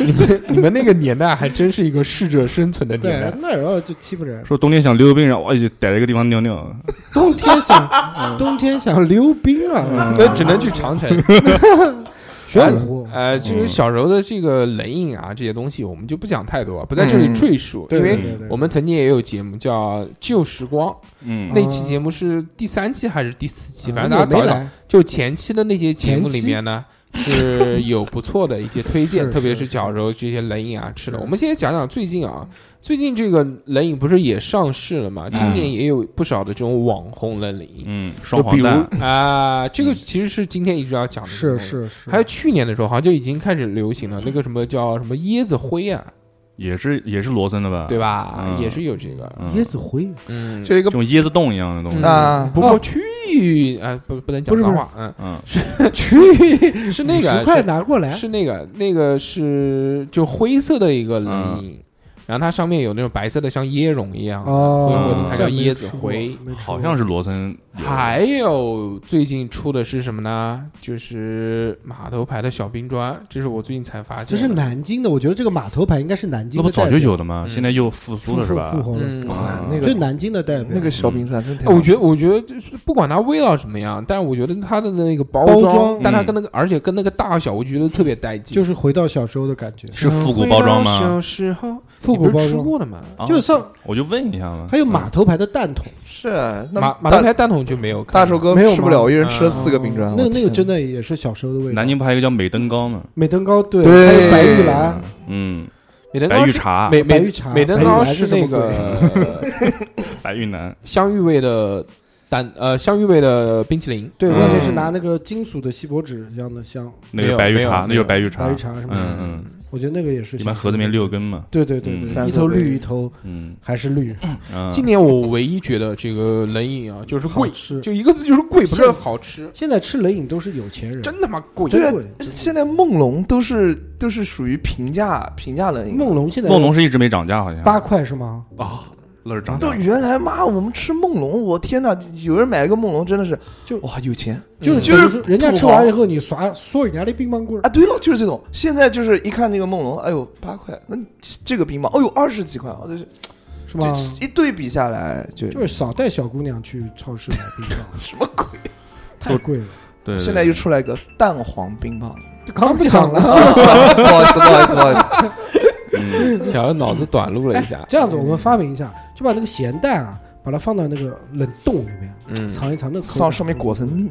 B: 你们 你们那个年代还真是一个适者生存的年
C: 对
B: 代，，
C: 那时候就欺负人。
D: 说冬天想溜冰，然后我就逮着一个地方尿尿。
C: 冬天想冬天想溜冰啊，
B: 所以呃只能去长城。
C: 玄武湖
B: 呃，其实小时候的这个冷饮啊，这些东西我们就不讲太多，不在这里赘述，
C: 嗯对
B: 因
C: 对
B: 为
C: 对对，
B: 我们曾经也有节目叫《旧时光》，
D: 嗯
B: 那期节目是第三期还是第四期？反正大家
C: 我
B: 找
C: 嗯没
B: 一找。
C: 来，
B: 就前期的那些节目里面呢，是有不错的一些推荐，
C: 是嗯
B: 特别
C: 是
B: 是小时候这些冷饮啊吃的。
C: 是
B: 我们现在讲讲最近啊，最近这个冷饮不是也上市了
C: 嗯
B: 嘛？今年也有不少的这种网红冷饮，
D: 嗯，
B: 就
D: 双
B: 比
D: 黄
B: 如
D: 蛋，
B: 啊，这个其实是今天一直要讲的这个东
C: 嗯是
B: 西。
C: 是嗯是，
B: 还有去年的时候，好像就已经开始流行了，那个什么叫什么椰子灰啊，
D: 也是也是罗森的
C: 啊
D: 吧？
B: 对吧？
D: 嗯
B: 也是有这个，
D: 嗯？
C: 椰子灰，
B: 嗯，
E: 就一个
D: 这种椰子冻一样的东西。
E: 啊
B: 不过去啊，不不能
C: 嗯不
B: 讲
C: 是
B: 脏
C: 不是
B: 话，嗯，
C: 啊
D: 嗯，
C: 去
B: 是那个
C: 十块
B: 是
C: 拿过来，
B: 是那个，那个是就灰色的一个冷饮，然后它上面有那种白色的像椰蓉一样。
D: 灰
C: 嗯哦
D: 灰的，它
B: 叫
C: 这没
B: 椰子
C: 吃过
B: 灰，
C: 没吃
D: 好
C: 过
D: 像是罗森有。
B: 还有最近出的是什么呢？就是码头牌的小冰砖，这是我最近才发现的。
C: 这是南京的，我觉得这个码头牌应该是南京
D: 那
C: 的
D: 不
C: 代表，
D: 早就有的吗？
B: 嗯
D: 现在又复苏了是吧？
C: 复活了，
B: 嗯，
D: 啊
B: 那个。
C: 就南京的代表
E: 那。个小冰川真挺好
B: 哦我觉得，我觉得就是不管它味道怎么样，但是我觉得它的那个包
C: 包装
B: 但它
D: 嗯
B: 跟那个，而且跟那个大小，我觉得特别带劲。嗯
C: 就是回到小时候的感觉，
D: 是复古包装吗？
B: 小时候，
C: 复古
B: 你不
C: 包
B: 是吃
C: 装，
B: 过的吗？
D: 啊
C: 就像
D: 我就问一下嘛。
C: 还有码头牌的蛋筒，
E: 是啊那
B: 马马头
E: 大
B: 牌蛋筒就没有看嗯
E: 大寿哥
B: 过
C: 没有吗
E: 吃不了，一人吃了四个冰砖，
C: 那
E: 啊我
C: 那个
E: 天
C: 真的也是小时候的味道。
D: 嗯南京不还有一个叫美登高吗？
C: 美登高对，
E: 对
C: 还有白玉兰，
D: 嗯，
B: 美登
D: 白
B: 高
D: 玉
B: 是
D: 茶、
B: 美
C: 白
B: 美
C: 玉茶
B: 美登
C: 白玉
B: 高
C: 兰是什
B: 那
C: 么鬼
B: 个
D: 白玉南，
B: 香芋味的蛋呃香芋味的冰淇淋，
C: 对，
D: 嗯
C: 外面是拿那个金属的锡箔纸一样的像
D: 那个
B: 没有
D: 白玉茶，那
B: 没
D: 就
B: 有
D: 是白玉茶
C: 白玉。茶什么
D: 嗯
C: 的，
D: 嗯，
C: 我觉得那个也是。
D: 一般盒子里面，六根嘛。
C: 对对对
D: 嗯
C: 对，
E: 三
C: 一
E: 色
C: 头绿
E: 杯
C: 一头
D: 嗯
C: 还是绿，
D: 嗯，
B: 今年我唯一觉得这个冷饮啊，就是
C: 好
B: 贵，
C: 吃。
B: 就一个字就是贵，不是好 吃，
C: 现在吃冷饮都是有钱人，
B: 真他妈贵。
E: 这
C: 真
E: 个
C: 贵。
E: 啊现在梦龙都是都是属于平价平价冷饮，
C: 梦龙现在
D: 梦龙是一直没涨价，好像
C: 八块是吗？
D: 啊，那是涨价
E: 都。原来妈，我们吃梦龙，我天哪！有人买了个梦龙，真的是
C: 就
E: 哇有钱
C: 就是
E: 就是
C: 等于说人家
E: 土
C: 吃完
E: 豪
C: 以后，你刷嗦人家的冰棒棍儿
E: 啊！对了，就是这种。现在就是一看那个梦龙，哎呦八块，那这个冰棒，哎呦二十几块，我就是
C: 是吗？
E: 这一对比下来就
C: 就是少带小姑娘去超市买冰棒，
E: 什么鬼？
C: 太贵了。
D: 对，对
E: 现在又出来一个蛋黄冰棒，
C: 刚不讲了，
E: 啊啊不好意思，不好意思，不好意思，
D: 嗯
B: 小的脑子短路了一下，
C: 哎这样子我们发明一下，就把那个咸蛋啊，把它放到那个冷冻里面
B: 嗯，
C: 藏一藏，那口
E: 上
C: 感
E: 上面裹层蜜，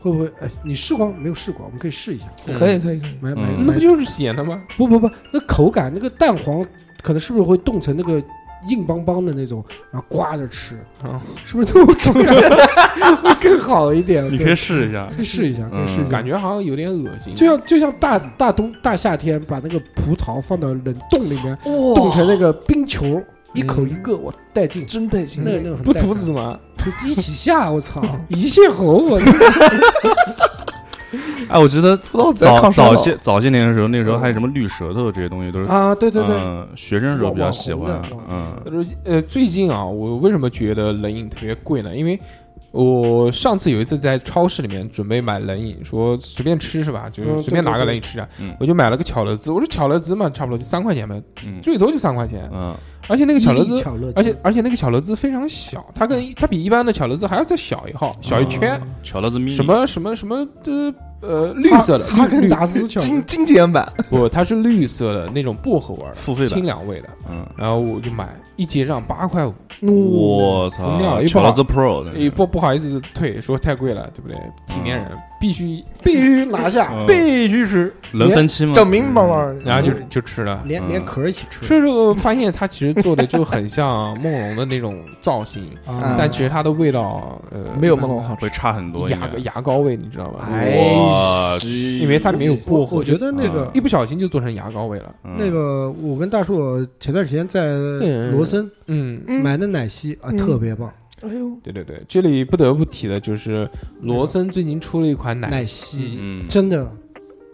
C: 会不会？哎，你试过吗没有试过？我们可以试一下，
B: 嗯
E: 可以，，可以，可以。
C: 买买
D: 嗯
B: 那
C: 买
B: 不，就是咸的吗？
C: 不不不，那口感那个蛋黄可能是不是会冻成那个硬邦邦的那种，然后刮着吃，
B: 嗯
C: 是不是那种口感会更好 一点？
D: 你可
C: 对
D: 以试一下。
C: 可以试一下，可以
D: 嗯
C: 试一下，
B: 感觉好像有点恶心。
C: 就像就像大大冬大夏天把那个葡萄放到冷冻里面，冻成那个冰球，一口一个，我带劲。
E: 真带劲！
C: 那那个很
B: 不
C: 带感
B: 吐，籽吗？
C: 吐 一起下，我操，一泻喉，我
D: 哎，我觉得
E: 葡萄籽
D: 早
E: 抗衰
D: 早
E: 老
D: 些早些年的时候，那个时候还有什么绿舌头这些东西都是，
C: 啊，对对对，
D: 嗯，学生时候比较喜欢
C: 网网红，的
D: 嗯
B: 呃，最近啊，我为什么觉得冷饮特别贵呢？因为我上次有一次在超市里面准备买冷饮，说随便吃是吧？就
C: 嗯
B: 是随便拿
C: 对对
B: 个
C: 对
B: 冷饮吃啊
D: 嗯，
B: 我就买了个巧乐兹。我说巧乐兹嘛，差不多就三块钱吧，
D: 嗯
B: 最多就三块钱。
D: 嗯，
B: 而且那个巧乐
C: 伊利
B: 兹，
C: 巧乐兹，
B: 而且而且那个巧乐兹非常小，它跟一它比一般的巧乐兹还要再小一号，小一
C: 哎
B: 圈。
D: 巧乐兹蜜
B: 什么什么什么的，呃，绿色的，
C: 哈
B: 绿
C: 根
B: 绿
C: 达斯巧乐
E: 精精简版，
B: 不，它是绿色的那种薄荷味儿的，
D: 付费版
B: 清凉味的。
D: 嗯
B: 然后我就买一结账八块五，
D: 我
B: 服
D: 操
B: 尿了，一不好
D: 乔子 Pro，那是
B: 也不不好意思退，说太贵了，对不对？青年人必须
C: 必须拿 下，
D: 嗯
B: 必须吃，
D: 人分期吗？
E: 整明白吗？
B: 嗯然后就就吃了。
C: 连
D: 嗯
C: 连壳一起吃
B: 吃之后发现它其实做的就很像梦龙的那种造型，
D: 嗯
C: 啊！
B: 但其实它的味道呃
E: 没有梦龙好吃
D: 会。差很多。
B: 牙
D: 应该
B: 牙膏味，你知道吧？
E: 哎
D: 哇，
B: 因为它没有薄荷，
C: 我觉得那个
B: 一不小心就啊做成牙膏味了。
D: 嗯
C: 那个，我跟大树前段时间在罗森
B: 嗯，
E: 嗯
C: 买的奶昔啊，
E: 嗯
C: 特别棒，
E: 哎呦，
B: 对对对，这里不得不提的就是罗森最近出了一款
C: 奶
B: 昔，
D: 嗯，
C: 真的。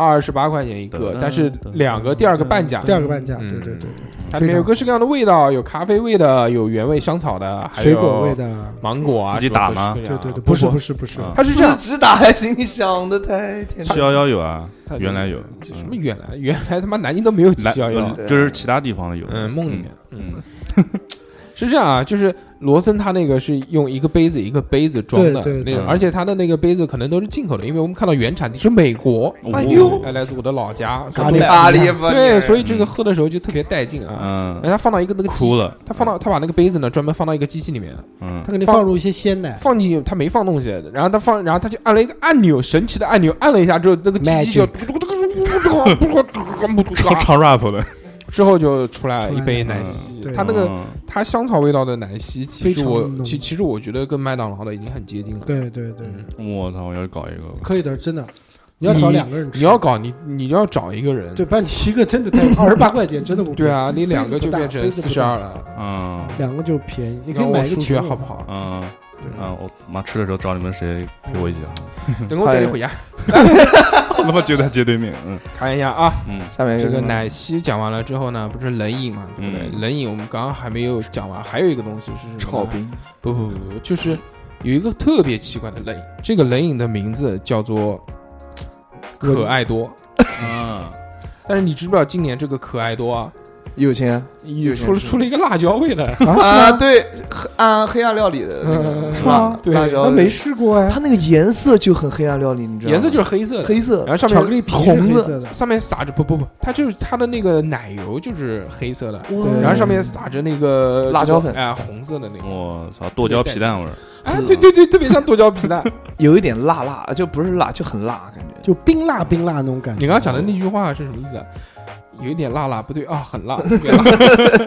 B: 二十八块钱一个，但是两个第二个半价，
C: 第二个半价，
B: 嗯
C: 对对对
B: 它里
C: 非常
B: 面有各式各样的味道，有咖啡味的，有原味香草的，还
C: 对，
B: 有
C: 水果味、的，
B: 芒果啊，
D: 自己打吗
B: 什么各式各
C: 对
B: 样
C: 对对，不是
B: 不
C: 不
B: 是，
C: 是不是，
D: 啊
B: 它是这样
E: 自，己打还行，你想的太天真
D: 七。幺幺有啊
B: 它，
D: 原来有
B: 这什么原来原来他妈嗯南京都没有嗯七幺幺
D: 来，就是其他地方的有。
B: 嗯，梦里面，嗯。
D: 嗯，
B: 是这样啊，就是罗森它那个是用一个杯子一个杯子装的
C: 对对
B: 那
D: 对
B: 种，而且它的那个杯子可能都是进口的，因为我们看到原产地是美国，
D: 嗯
E: 哎呦，
B: 哎，来自我的老家，
C: 咖喱
E: 阿里夫，
B: 对，所以这个喝的时候就特别带劲啊。
D: 嗯
B: 哎，，他放到一个那个机
D: 哭，了，
B: 他放到他把那个杯子呢专门放到一个机器里面，
D: 嗯
C: 他给你放入一些鲜奶，
B: 放进去他没放东西，然后他放，然后他就按了一个按钮，神奇的按钮，按了一下之后，那个机器就
D: 超唱 rap 的，
B: 之后就出来一杯奶昔
C: 出来，
B: 它那个
D: 嗯
B: 它香草味道的奶昔，其
C: 非
B: 实
C: 常
B: 我
C: 浓
B: 其其实我觉得跟麦当劳的已经很接近了。
C: 对对对，
D: 嗯我操，我要搞一个，
C: 可以的，真的，你要找两个人
B: 嗯
C: 吃，
B: 你要搞你你要找一个人，
C: 对，不然你一个真的才二十八块钱，真的不
B: 对，啊，你两个就变
C: 杯
B: 成
C: 子
B: 四
C: 不
B: 十
C: 大
B: 二了。
D: 嗯
C: 两个就便宜，你
B: 你
C: 可以买一个
B: 数
C: 球
B: 学好不好？
D: 嗯嗯，我妈吃的时候找你们谁陪我一起 啊？
B: 等我带你回家
D: 我他妈就在街对面，嗯
B: 看一下啊。
D: 嗯，
E: 下面
B: 这个奶昔讲完了之后呢，不是冷饮嘛，对不对？
D: 嗯
B: 冷饮我们刚刚还没有讲完，还有一个东西是什么
E: 炒冰，
B: 不不不不，就是有一个特别奇怪的冷饮，这个冷饮的名字叫做可爱多。嗯
D: 啊，
B: 但是你知不知道今年这个可爱多啊，
E: 有钱
B: 也
E: 有
B: 出了
E: 钱
B: 出了一个辣椒味的，
E: 啊，对，黑暗黑暗料理的那个
B: 嗯
E: 是吧
C: 嗯？
B: 对
E: 辣
C: 那
E: 椒，
C: 没试过呀
E: 它，那个颜色就很黑暗料理，你知道吗？
B: 颜色就是嗯黑色的，
E: 黑色
B: 然后上面
C: 巧克力皮是
E: 红
C: 黑
E: 的
C: 色的，
B: 上面撒着不不不，它就是它的那个奶油就是黑色的，
E: 哇
C: 对
B: 然后上面撒着那个
E: 辣椒粉
B: 哎、红色的那个，
D: 我啊操，剁椒皮蛋味儿，
B: 哎，对对对，特别像剁椒皮蛋。
E: 有一点辣辣，就不是辣，就很辣感觉。
C: 就冰辣冰辣那种感觉。
B: 你刚刚讲的那句话是什么意思啊？有一点辣辣，不对啊，很 辣，特别辣。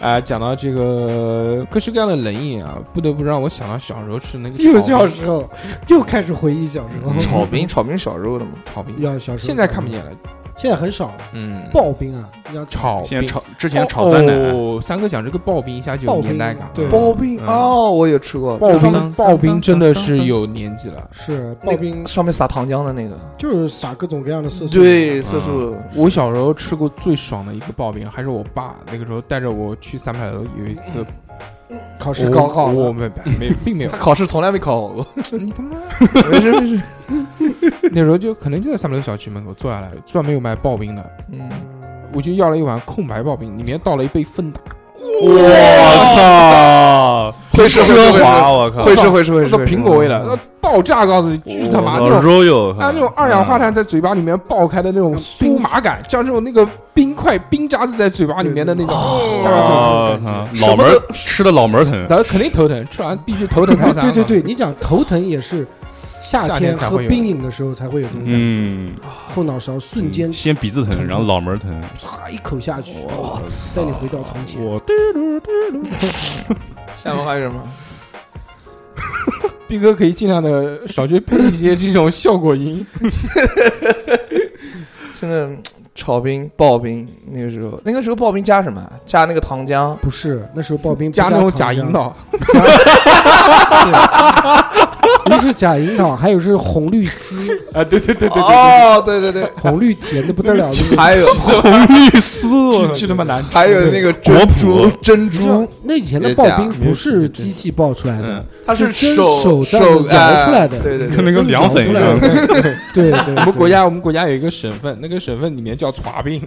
B: 啊、讲到这个各式各样的冷饮啊，不得不让我想到小时候吃那个
C: 又
B: 炒
C: 小时候，又开始回忆小时候，
E: 炒冰，炒冰小时候的嘛，
B: 炒冰，
C: 要小
B: 嗯
C: 时候
B: 现在看不，见了。
C: 现在很少了，
B: 嗯，
C: 刨冰啊，你要
B: 炒
D: 现
B: 冰，
D: 在炒之前炒酸奶，
B: 哦，三哥讲这个刨冰一下就
C: 刨
B: 有
C: 冰
B: 年代感了。
C: 对
E: 刨冰
B: 嗯
E: 哦，我有吃过，
B: 刨
E: 就是
D: 当
B: 冰，刨冰真的是有年纪了。
C: 是
E: 那
C: 刨冰，
E: 上面撒糖浆的那个，嗯
C: 就是撒各种各样的色素，
E: 对，色素
B: 我小时候吃过最爽的一个刨冰，还是我爸那个时候带着我去三牌楼，有一次
C: 考
B: 我
C: 试高考
B: 我
C: 了，
B: 没没并没有
E: 他，考试从来没考好过，
B: 你他妈
E: 没事没事，
B: 那时候就可能就在三牌楼小区门口坐下来，专门有卖刨冰的，
E: 嗯，
B: 我就要了一碗空白刨冰，里面倒了一杯芬达，哦
D: 我操，
E: 会吃会吃
D: 奢华，我靠，
E: 会吃会吃会
B: 那
E: 吃，嗯
B: 个苹果味的，那爆炸，告诉你，巨他
D: 哦
B: 妈那种。
D: royal，
B: 啊，那种二氧化碳在嘴巴里面爆开的那种酥麻感，像这种那个冰块、冰渣子在嘴巴里面的那种
D: 加
B: 夹
D: 这
B: 着。
D: 种感觉哦脑门儿吃的脑门儿疼，
B: 然后肯定头疼，吃完必须 头疼套餐。
C: 对对对，你讲头疼也是夏
B: 夏
C: 天
B: 天才
C: 喝
B: 会有
C: 冰饮的时候才会有这种感觉，
D: 嗯，
C: 后脑勺瞬
B: 嗯
C: 间
D: 先鼻子疼，然后脑门儿疼，
C: 啪一口下去，哇，带你回到从前。
D: 我
E: 下面还有什么？
B: 毕哥可以尽量的少去配一些这种效果音。
E: 真的嗯炒冰、刨冰，那个时候，那个时候刨冰加什么啊？加那个糖浆，
C: 不是，那时候刨冰不
B: 加那种假
C: 糖浆
B: 引，导，
C: 一是假引导，还有是红绿丝，
E: 对对对哦，对对对，
C: 红绿甜的 不得了的那种。
E: 还有
D: 绿丝，我
B: 去他妈难。
E: 还有 那个珍珠
D: 国
E: 珍
C: 你知道
E: 珠，
C: 那以前的
E: 也
C: 刨
E: 假
C: 冰不是机器刨出来的
B: 嗯，
E: 它是
C: 是真
E: 手
C: 手这
E: 手
C: 样摇出来的
E: 哎对对 对，
D: 跟那个凉粉一样，
C: 对对，
B: 我们国
C: 家
B: 家我们国家有一个省份，那个省份里面叫笤冰。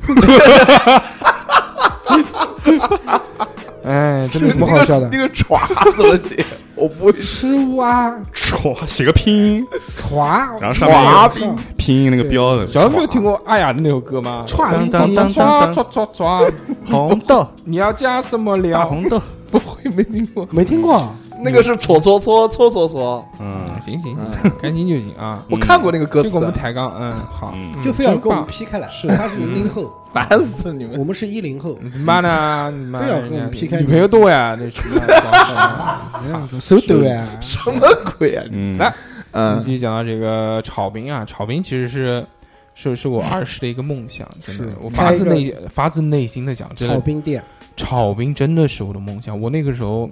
B: 哎，真的
C: 不
B: 不好
C: 好
B: 笑。
C: 笑的
E: 那。个爪怎么写？我不会写，
C: 吃哇
D: 唰写个拼音，
C: 歘，
D: 然后上面有拼音那个标的，
B: 小时候没有听过阿雅的那首歌吗？
C: 歘
D: 当当当
B: 唰唰唰唰，
D: 红豆
B: 你要加什么
D: 大
B: 料？
D: 红豆，
E: 会没听过，
C: 没听过，啊
E: 那个是搓搓搓搓搓搓，
D: 嗯，
B: 行行行，开心就行啊。
E: 我看过那个歌
B: 这
E: 词
B: 个我，们抬杠，嗯，好，
D: 嗯
B: 嗯
C: 就非要
B: 真
C: 跟我们
B: 棒，
C: 劈开来。
B: 是嗯
C: 他是零零后，
E: 烦死你们！
C: 我们是一零后，
B: 你怎么办呢？你妈
C: 非要
B: 人
C: 跟我
B: 家
C: 们劈开
B: 女朋友多呀，那什么搞事啊？
C: 手抖哎，
E: 什么鬼啊？
D: 嗯
B: 来我
E: 嗯
B: 们继续讲到这个炒冰啊，炒冰其实是是是我儿时的一个梦 想，真的
C: 是，
B: 我发自
C: 开
B: 内发自内心的讲，真
C: 炒
B: 的，嗯
C: 冰店，
B: 炒冰真的是我的梦想。我那个时候，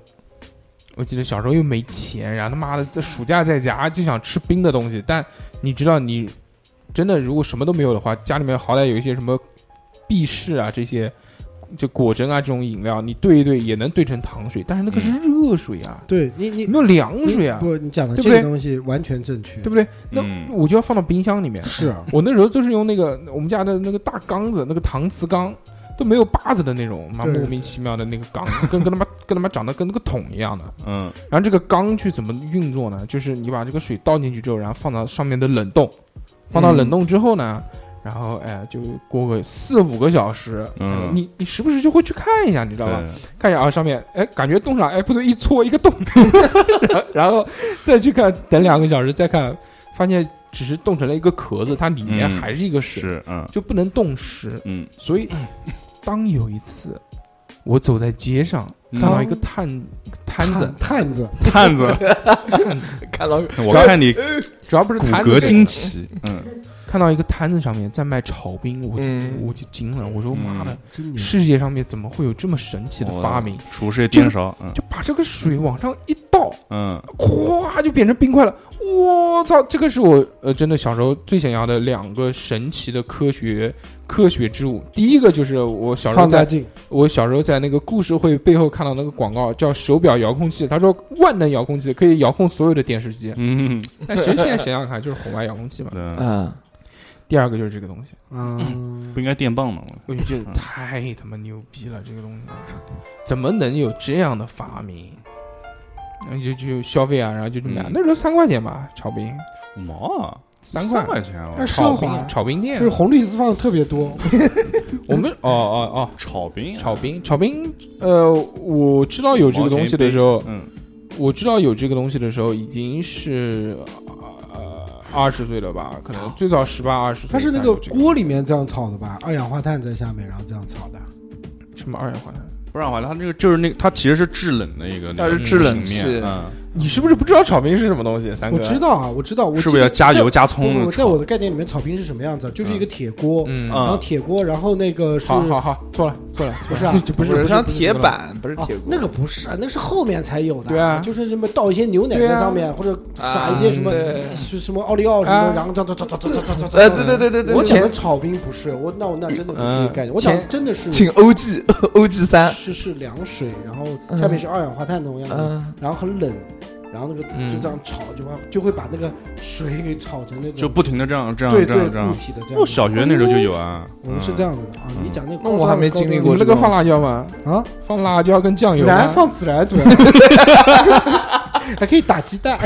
B: 我记得小时候又没钱，然后他妈的在暑假在家就想吃冰的东西，但你知道你真的如果什么都没有的话，家里面好歹有一些什么必士啊这些。就果珍啊，这种饮料你兑一兑也能兑成糖水，但是那个是
C: 嗯
B: 热水啊，
C: 对你你
B: 没有凉水啊，
C: 不，你讲的
B: 对不
C: 这
B: 对
C: 个东西完全正确
B: 对，不对？那
D: 嗯
B: 我就要放到冰箱里面。
C: 是啊
B: 我那时候就是用那个我们家的那个大缸子，那个搪瓷缸都没有把子的那种，妈
C: 对
B: 莫名其妙的那个缸， 跟跟他妈跟他妈长得跟那个桶一样的。
D: 嗯
B: 然后这个缸去怎么运作呢？就是你把这个水倒进去之后，然后放到上面的冷冻，放到冷冻之后呢，然后哎就过个四五个小时，
D: 嗯
B: 你你时不时就会去看一下，你知道吧？
D: 对
B: 看一下啊，上面哎，感觉冻上，哎，不对，一搓一个洞， 然后然后再去看，等两个小时再看，发现只是冻成了一个壳子，它里面
D: 嗯
B: 还是一个水，
D: 是嗯
B: 就不能冻实。
D: 嗯
B: 所以，当有一次我走在街上，
D: 嗯
B: 看到一个摊摊子，
C: 探子，
D: 探子，
E: 看到
D: 我看你
B: 主要不是
D: 骨
B: 摊子
D: 骼
B: 这
D: 惊
B: 个，
D: 奇，嗯
B: 看到一个摊子上面在卖炒冰，我就、
E: 嗯
B: 我就惊了，我说妈
D: 嗯
B: 的，
C: 真牛
B: 世界上面怎么会有这么神奇的发明？
D: 厨师也颠勺，嗯
B: 就把这个水往上一倒。
D: 嗯
B: 咵就变成冰块了。我操，这个是我呃真的小时候最想要的两个神奇的科学科学之物。第一个就是我小时候
C: 放大
B: 在
C: 镜，
B: 我小时候在那个故事会背后看到那个广告，叫手表遥控器，他说万能遥控器可以遥控所有的电视 机。
D: 嗯
B: 但其实现在想想看，就是红外遥控器嘛。
D: 对，
E: 嗯，
B: 第二个就是这个东西，
C: 嗯，
D: 不应该电棒吗？
B: 我就觉得太他妈牛逼了，这个东西怎么能有这样的发明？然后就就消费啊，然后就去买。
D: 嗯
B: 那时候三块钱吧，炒冰
D: 五毛啊，
B: 三块
D: 三，块钱啊
C: 但，
B: 炒
C: 奢
B: 冰
C: 华，
B: 炒冰
C: 就
B: 店啊
C: 是，红绿丝放的特别多，
B: 我们哦哦
D: 炒冰
B: 哦，
D: 啊
B: 炒冰，炒冰，呃，我知道有这个东西的时候，
D: 嗯
B: 我知道有这个东西的时候已经是呃二十岁了吧，可能最早十八二十岁。
C: 它是那
B: 个
C: 个锅里面这样炒的吧？二氧化碳在下面，然后这样炒的，
B: 什么二氧化碳？
D: 不然的话，它这个就是那个它其实是制冷的一个，
E: 它
D: 那个
E: 是制冷
D: 平
E: 器
D: 面，嗯，
B: 你是不是不知道炒冰是什么东西？三哥，
C: 我知，道啊，我知道，我
D: 是不是要加油加葱
C: 不
D: 那
C: 不
D: 种
C: 不，
D: 炒？
C: 在我的概念里面，炒冰是什么样子啊？就是一个铁锅，
B: 嗯，
C: 然后
D: 嗯
C: 铁锅，然后那个是
B: 好好好，错了错了，
C: 不是啊？
B: 这不是
E: 不
B: 不
E: 是
B: 是
E: 像
B: 不是
E: 铁
B: 这个
E: 板，不是铁
C: 哦
E: 锅，
C: 那个不是，那是后面才有的，
B: 对啊
C: 就是什么倒一些牛奶
B: 对
C: 在
B: 啊
C: 上面，或者撒一些什么
E: 嗯对
C: 什什么奥利奥什么
B: 啊
C: 的，然后这样这这这这这这
E: 呃，对对对对对，
C: 我
E: 对
C: 讲的炒冰不是我，那我那真的不是这个概念，
B: 嗯
C: 我讲的
B: 前
C: 真的是
E: 请 OG OG 三，
C: 是是凉水，然后下面是二氧化碳那种样子，
E: 嗯，
C: 然后很冷，然后那个
B: 嗯
C: 就这样炒，就把就会把那个水给炒成那种
D: 就不停的这样这样
C: 对
D: 这
C: 对
D: 样这
C: 固
D: 样。
C: 体的这样
D: 我
C: 子。
D: 小学嗯那时候就有啊，
B: 哦
C: 我们是这样子的啊，你讲那个
E: 那
C: 高端，
E: 我还没经历
B: 你
E: 过
B: 们那个放辣椒吗？
C: 啊，
B: 放辣椒跟酱
C: 孜
B: 油
C: 然
B: 吗？
C: 放孜然主要， 还可以打鸡蛋，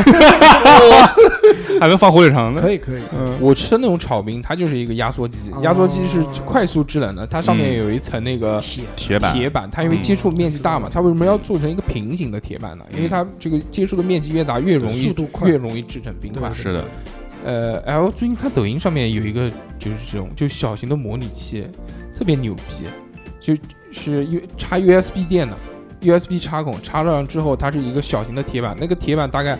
D: 还能放火腿肠呢。
C: 可以可以，
B: 嗯我吃的那种炒冰，它就是一个压缩机
C: 哦，
B: 压缩机是快速制冷的，它上面
D: 嗯
B: 有一层那个
C: 铁
D: 铁板，
B: 铁板，嗯它因为接触面积大嘛，它为什么要做成一个平行的铁板呢？因为它这个接触的面积越大，越容
C: 速
B: 易
C: 度快
B: 越容易制成冰块。
D: 是的，
B: 呃，然后最近看抖音上面有一个就是这种就小型的模拟器，特别牛逼，就是因为插 USB 电的，USB 插孔插上之后，它是一个小型的铁板，那个铁板大概。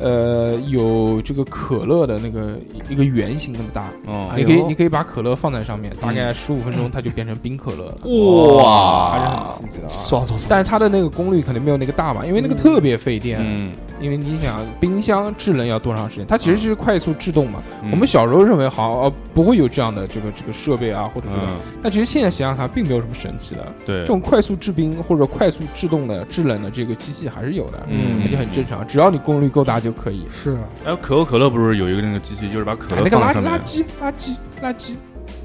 B: 呃，有这个可乐的那个一个圆形那么大，
D: 哦
E: 哎，
B: 你可以
E: 呦
B: 你可以把可乐放在上面，大
D: 嗯
B: 概十五分钟它就变成冰可乐了，还是很
E: 哇，
B: 刺激的啊。
E: 爽爽爽！
B: 但是它的那个功率肯定没有那个大嘛，因为那个特别费电。
D: 嗯，
B: 因为你想，冰箱制冷要多长时间？它其实是快速制动嘛。
D: 嗯
B: 我们小时候认为好像、呃、不会有这样的这个这个设备啊，或者这个，
D: 嗯，
B: 但其实现在想想看，并没有什么神奇的。
D: 对
B: 这，种快速制冰或者快速制动的制冷的这个机器还是有的，
D: 嗯
B: 而且很正常，只要你功率够大就可以。
C: 是啊
D: 哎，可口可乐不是有一个那个机器，就是把可
B: 哎
D: 乐
B: 那个
D: 嗯放
B: 垃
D: 在上
B: 垃
D: 面，
B: 圾垃圾垃圾，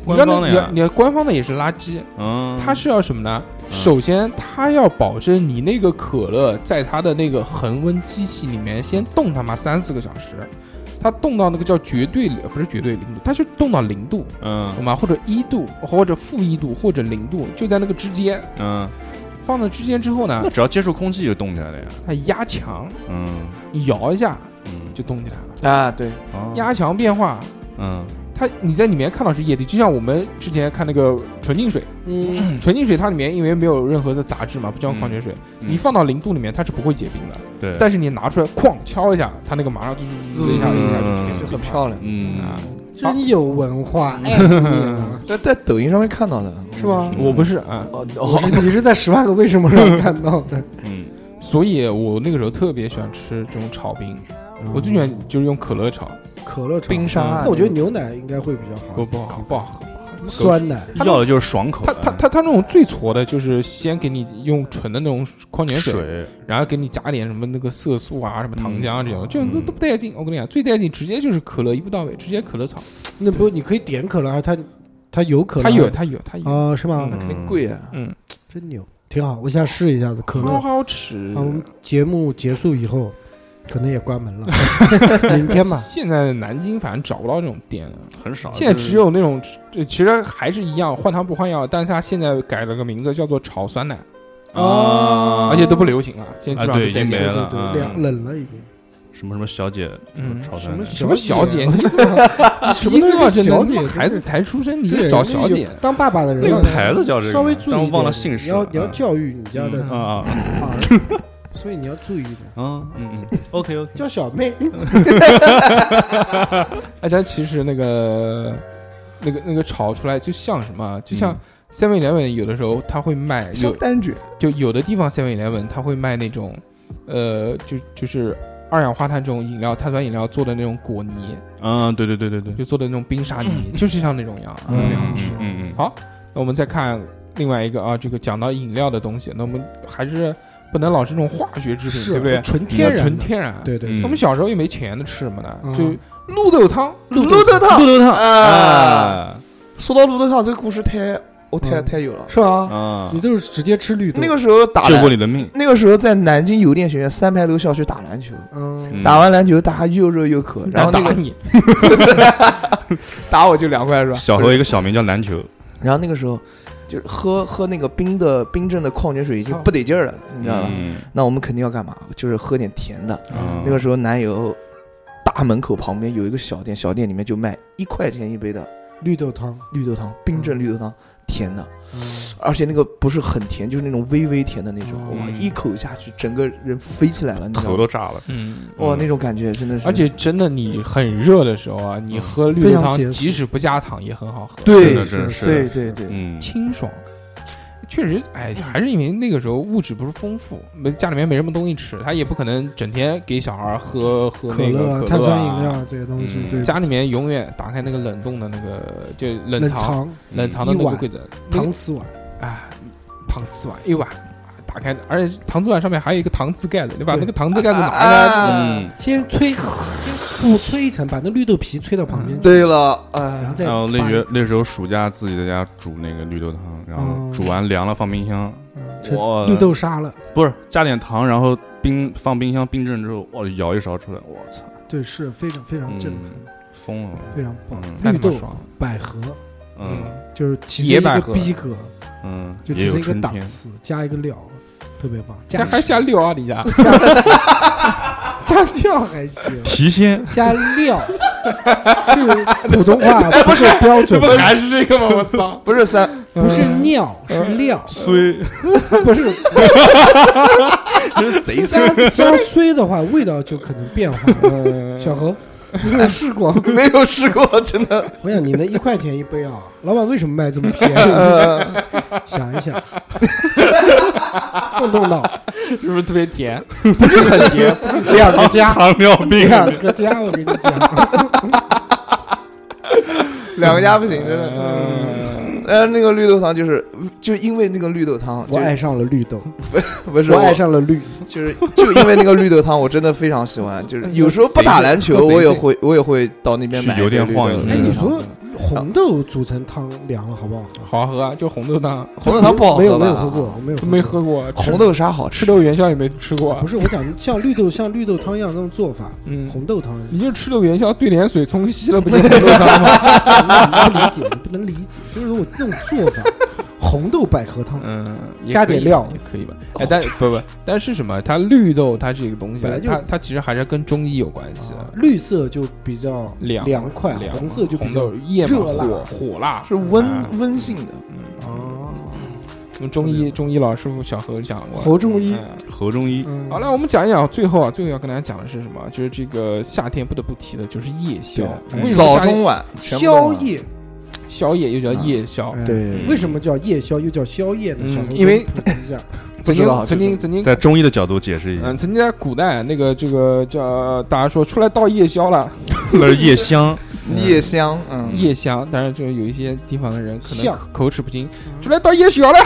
B: 你知道
D: 官
B: 那
D: 方的
B: 你要
D: 呀
B: 你，要官方的也是垃圾，
D: 嗯，
B: 它是要什么呢？
D: 嗯
B: 首先，它要保证你那个可乐在它的那个恒温机器里面先冻他妈三四个小时，它冻到那个叫绝对呃不是绝对零度，它是冻到零度，
D: 嗯
B: 懂吗？或者一度，或者负一度，或者零度，就在那个之间。
D: 嗯
B: 放到之间之后呢
D: 那，只要接触空气就动起来了呀。
B: 它压强，
D: 嗯
B: 你摇一下
D: 嗯，
B: 就动起来了。
E: 啊，对，
D: 哦
B: 压强变化，
D: 嗯
B: 它你在里面看到是液体，就像我们之前看那个纯净水，
C: 嗯，
B: 纯净水它里面因为没有任何的杂质嘛，不像矿泉水，
D: 嗯
B: 你放到零度里面它是不会结冰的，
D: 对，
B: 但是你拿出来哐敲一下，它那个马上滋滋滋一下一下就变
D: 嗯
B: 成
E: 就
B: 冰
E: 很
B: 块
E: 漂亮。
D: 嗯
B: 啊。
C: 真有文化，爱死你了，
E: 嗯在在抖音上面看到的，
C: 是吗？
B: 我不是啊，
E: 哦
C: 我是你是在《十万个为什么》上看到 的？
D: 嗯
B: 所以我那个时候特别喜欢吃这种炒冰，我最喜欢就是用可乐炒，
C: 可乐茶
E: 冰沙啊
C: 嗯那我觉得牛奶应该会比较
B: 不
C: 好，
B: 不好不好喝。
C: 酸奶。
D: 要的就是爽口
B: 它
D: 哎的。
B: 它它它那种最矬的，就是先给你用纯的那种矿泉水，
D: 水，
B: 然后给你加点什么那个色素啊、什么糖浆啊这种，
D: 嗯
B: 这种都都不带劲。我跟你讲，最带劲直接就是可乐，一步到位，直接可乐草。
C: 那不，你可以点可乐，还是它它有可乐？
B: 它有它有它有，
C: 啊，是吗
B: 嗯？
E: 肯定贵啊！
B: 嗯，
C: 真牛，挺好，我想试一下子可乐。
B: 好
C: 啊，
B: 好吃。
C: 我
D: 嗯
C: 们节目结束以后，可能也关门 了，明天吧。
B: 现在南京反正找不到这种店了，
D: 很少。
B: 现在
D: 就是
B: 只有那种，呃其实还是一样，换汤不换药，但是它现在改了个名字，叫做炒酸奶，
D: 啊
B: 而且都不流行了，现在
D: 啊，
B: 基本上
D: 对，
B: 都
D: 已
B: 再
D: 经 没
B: 见
D: 了
C: 对
D: 啊。
C: 对，冷冷了已经。
D: 什么什么小姐，什
B: 嗯
D: 么炒
C: 什
D: 蛋
C: 么
D: 的，
B: 什么小 姐，你
C: 啊什
B: 一
C: 么
B: 个
C: 都
B: 小
C: 是小姐，
B: 孩子才出生，你就找小姐，
C: 当爸爸的人
D: 那
C: 要
D: 个牌子叫这个吗，
C: 稍微注意一
D: 但
C: 点，
D: 我忘了姓氏
C: 你要
D: 了。
C: 你要教育你家的
B: 嗯
D: 啊啊
C: 儿， 所以你要注意一点，
D: 嗯嗯嗯，OK OK，
C: 叫小妹。
D: 嗯
B: 而且其实那个那个那个炒出来就像什么啊，就
C: 嗯
B: 像 Seven Eleven 有的时候它会卖
E: 像
B: 有
E: 单卷，
B: 就有的地方 Seven Eleven 它会卖那种呃就就是二氧化碳这种饮料碳酸饮料做的那种果泥，
D: 嗯，对对对对对，
B: 就做的那种冰沙泥，就是像那种一样，啊
C: 嗯
B: 那样吃。
D: 嗯嗯
B: 好，那我们再看另外一个啊，这个讲到饮料的东西，那我们还是不能老是那种化学制品，
C: 是
B: 对不对？
C: 纯天然的，
B: 纯天然，
C: 对对
D: 嗯
B: 我们小时候又没钱的吃什么呢？
C: 嗯
B: 就绿豆汤，
E: 绿豆汤，
D: 豆汤
E: 啊！说到绿豆汤，这个故事太我太
C: 嗯
E: 太有了。嗯
C: 是吧？
D: 啊
C: 你，都是直接吃绿豆，
E: 那个时候打
D: 救过
E: 篮，
D: 你的命，
E: 那个时候在南京邮电学院三牌楼校区打篮球，
C: 嗯，
D: 嗯
E: 打完篮球大家又热又渴，然后那
B: 嗯打
E: 个
B: 你，
E: 打我就凉快是吧？
D: 小何一个小名叫篮球，
E: 然后那个时候就是喝喝那个冰的冰镇的矿泉水已经不啊得劲儿了，你知道吧？
D: 嗯
E: 那我们肯定要干嘛？就是喝点甜的。
D: 啊
E: 那个时候南邮大门口旁边有一个小店，小店里面就卖一块钱一杯的
C: 绿豆汤，
E: 绿豆汤，冰镇绿豆汤，甜的，
C: 嗯
E: 而且那个不是很甜，就是那种微微甜的那种。
C: 嗯
E: 哇，一口下去，整个人飞起来了，你知道
D: 头
E: 吗？
D: 都炸了，
B: 嗯。
E: 哇，那种感觉真的是，
B: 而且真的，你很热的时候啊，你喝绿
C: 非
B: 豆
C: 常解
B: 汤，
C: 暑
B: 即使不加糖也很好喝，
D: 是
E: 对
D: 的，是的是的
E: 对对对，
D: 嗯
B: 清爽。确实，哎，还是因为那个时候物质不是丰富，没家里面没什么东西吃，他也不可能整天给小孩儿喝喝
C: 可
B: 那个可
C: 乐
B: 乐、
C: 啊、
B: 啊、
C: 碳酸饮料啊这些东西，
D: 嗯
C: 对，
B: 家里面永远打开那个冷冻的那个，就冷
C: 冷
B: 藏
C: 藏
B: 冷藏的那
C: 一
B: 个
C: 碗
B: 柜子，那个
C: 搪瓷碗，
B: 啊，搪瓷碗一碗，打开，而且搪瓷碗上面还有一个搪瓷盖子，你把那个搪瓷盖子拿下来，
E: 啊，
D: 嗯，
C: 先吹，不吹一层，把那绿豆皮吹到旁边去，
E: 对了，
C: 然后
E: 哎，
C: 再
D: 然后那
C: 把
D: 时候那时候暑假自己在家煮那个绿豆汤，然后
C: 嗯
D: 煮完凉了放冰箱，
C: 成
D: 哇，
C: 嗯绿豆沙了，
D: 不是加点糖，然后冰放冰箱冰镇之后，哇，舀一勺出来，我操，
C: 对，是非常非常震撼，
D: 嗯疯了，
C: 非常棒。
D: 嗯
B: 太
C: 绿
B: 他
C: 豆
B: 妈爽了。
C: 百合
D: 嗯
C: 就是其
B: 野
C: 中一
B: 百
C: 个
B: 合
C: 逼格，
D: 嗯，
C: 就
D: 也
C: 只是一
D: 有
C: 个
D: 春
C: 档
D: 天，
C: 次，加一个料，特别棒。
B: 这
C: 加
B: 还加料啊，你家
C: 加料还行，
D: 提鲜，
C: 加料是普通话，不是标
B: 这
C: 准
B: 不，还是这个吗？我操！
E: 不是三，
C: 不是尿是料，
D: 虽
C: 不是
D: 这是 谁
C: 加加衰的话，味道就可能变化了。 小何，你有试过？
E: 没有试过，真的，
C: 我想你那一块钱一杯啊，老板为什么卖这么便宜？
E: 呃，
C: 想一想， 动动脑，
B: 是不是特别甜？不是很 甜，
C: 两个加，
D: 糖尿病，
C: 两个加，我跟你讲，
E: 两个家不行，真的。
C: 哎
B: 嗯，
E: 呃，那个绿豆汤就是，就因为那个绿豆汤，
C: 我爱上了绿豆，
E: 就不是
C: 我爱，上了绿，
E: 就是就因为那个绿豆汤，我真的非常喜欢。 就是有时候不打篮球，
B: 谁
E: 我也会我也会到那边
D: 去
E: 买一
D: 邮
E: 杯
D: 店
E: 绿
D: 晃
E: 豆
D: 悠
E: 汤
D: 哎
C: 你说红豆煮成汤凉了，好不好喝？
B: 好喝啊，就红豆汤，
E: 红豆汤不好
C: 没
E: 喝
C: 有
E: 吧？
C: 没有喝过，我没有
B: 没喝过
E: 红豆沙好
B: 吃
E: 吃，
B: 豆元宵也没吃过啊
C: 不，是我讲像绿豆像绿豆汤一样那种做法，
B: 嗯，
C: 红豆汤一样
B: 你就吃豆元宵兑点水 冲稀了，不就红豆汤吗？
C: 你不理解，你不能理解，就是我那种做法，红豆百合汤，
B: 嗯，也
C: 加
B: 可
C: 点
B: 以
C: 料
B: 也可以吧。哎，但不不，但是什么？它绿豆它这个东西
C: 本来，就
B: 它它其实还是跟中医有关系的。
C: 绿色就比较
B: 凉
C: 凉快，
B: 凉
C: 红色就比
B: 红
C: 较
B: 豆叶嘛
C: 热辣
B: 火火辣，
E: 是温
B: 啊
E: 温性的，
C: 哦，
B: 我们中医中医老师傅小何讲过。
C: 侯仲医。
B: 嗯
D: 何中医
C: 嗯
B: 好了，我们讲一讲最后啊，最后要跟大家讲的是什么？就是这个夏天不得不提的，就是夜宵。
C: 对
B: 为什么
E: 嗯早
B: 夏天
E: 中晚全部都
C: 宵
E: 晚
C: 夜，
B: 宵夜又叫夜宵？
C: 哎
E: 对
C: 为什么叫夜宵又叫宵夜呢？
B: 嗯
C: 小红
B: 因为
C: 普及一下，
B: 曾
E: 知
B: 经
E: 道
B: 曾
E: 这
B: 经曾经
D: 在中医的角度解释一下
B: 嗯，，曾经在古代那个这个叫大家说出来到夜宵了，
D: 那是夜香，
E: 夜香，嗯，
B: 夜宵，但是就有一些地方的人可能
C: 像
B: 口口齿不清，出来到夜宵了。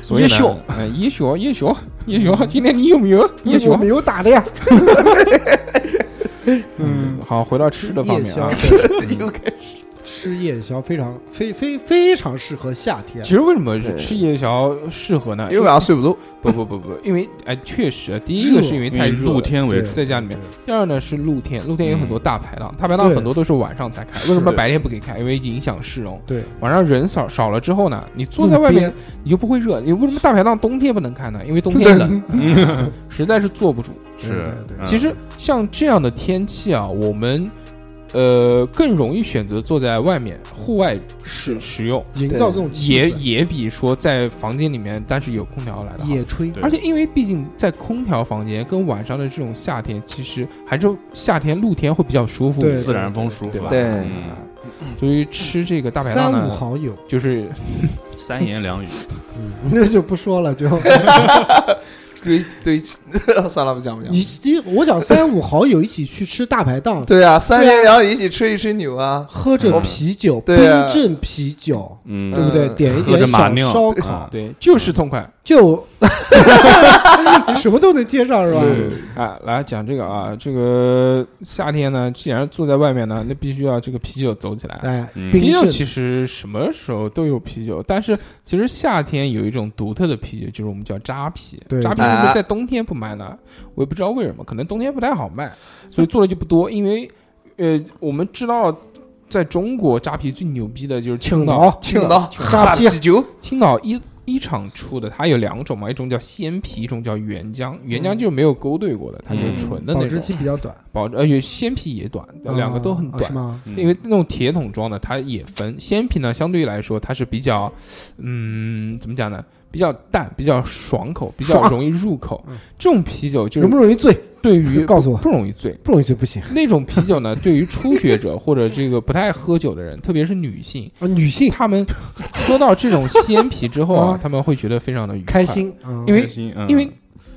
B: 所以呢
D: 夜宵，
B: 嗯，夜宵，夜宵，夜宵，今天你有没有 夜
C: 我
B: 宵？
C: 没有打的呀，
B: 嗯，好，回到吃的方面啊
C: 夜。宵对
E: 又开始
C: 吃夜宵非常非非非常适合夏天
B: 其。实为什么
E: 对
B: 吃夜宵适合
C: 哎
B: 呢？
E: 因为啊晚上睡不着，
B: 不不不不，因为哎，确实，第一个是因为太
D: 以
B: 热了，
D: 露天为主
C: 对，
B: 在家里面。第二呢是露天，露天有很多大排档，大排档
C: 对
B: 很多都是晚上才开，为什么白天不给开？因为影响市容。
C: 对，
B: 晚上人少少了之后呢，你坐在外面你就不会热。你为什么大排档冬天不能开呢？因为冬天冷， 实在是坐不住。
D: 是
C: 对对。
D: 嗯
B: 其实像这样的天气啊，我们呃更容易选择坐在外面户外使使用，
C: 营造这种气
B: 也
C: 氛
B: 也比说在房间里面但是有空调来的好。
C: 野炊，
D: 对
B: 而且，因为毕竟在空调房间跟晚上的这种夏天，其实还是夏天露天会比较舒服，
C: 对
D: 自然风舒
B: 对
D: 服
B: 吧？
D: 啊，
E: 对
D: 嗯
B: 所以吃这个大排档
C: 三五
B: 呢，
C: 好友，
B: 就是
D: 三言两语，
C: 那就不说了。就
E: 对对， 算了，不讲不讲
C: 你。这，我想三五好友一起去吃大排档，
E: 对啊，三言两语一起吹一吹牛啊，
C: 喝着啤酒，
E: 对啊
C: 冰镇啤酒，
D: 嗯啊
C: 对不对？
E: 嗯
C: 点一
D: 喝
C: 点
D: 着马
C: 小
D: 尿
C: 烧烤，
B: 对，就是痛快。
C: 就什么都能接上是吧？
B: 啊，来讲这个啊，这个夏天呢，既然坐在外面呢，那必须要这个啤酒走起来。
C: 哎，
D: 嗯
C: 冰
B: 啤酒
C: 镇
B: 其实什么时候都有啤酒，但是其实夏天有一种独特的啤酒，就是我们叫扎啤。
C: 对
B: 扎啤为什么在冬天不卖呢？我也不知道为什么，可能冬天不太好卖，所以做的就不多。因为呃，我们知道在中国扎啤最牛逼的就是青
C: 青
B: 岛，
C: 岛
E: 青岛
C: 大
E: 啤酒，
B: 青岛一。一厂出的，它有两种嘛，一种叫鲜啤，一种叫原浆。原浆就是没有勾兑过的，它就是
D: 嗯
B: 纯的
C: 嗯保
B: 那
C: 质
B: 种。
C: 期比较短，
B: 保而且鲜啤也短，两个都很
C: 啊
B: 短
C: 是。吗？
D: 嗯
B: 因为那种铁桶装的，它也分鲜啤呢，相对来说它是比较，嗯，怎么讲呢？比较淡，比较爽口，比 较
C: 爽
B: 容易入口
C: 嗯。
B: 这种啤酒就
C: 容
B: 是
C: 不容易醉？
B: 对于
C: 告诉我
B: 不容易醉。
C: 不容易醉不行
B: 那种啤酒呢，对于初学者或者这个不太喝酒的人，特别是女性，
C: 啊，女
E: 嗯
C: 性
B: 她们喝到这种鲜啤之后啊
C: 啊，
B: 她们会觉得非常的愉快
C: 开，心，嗯
B: 因为
D: 开心嗯
B: 因为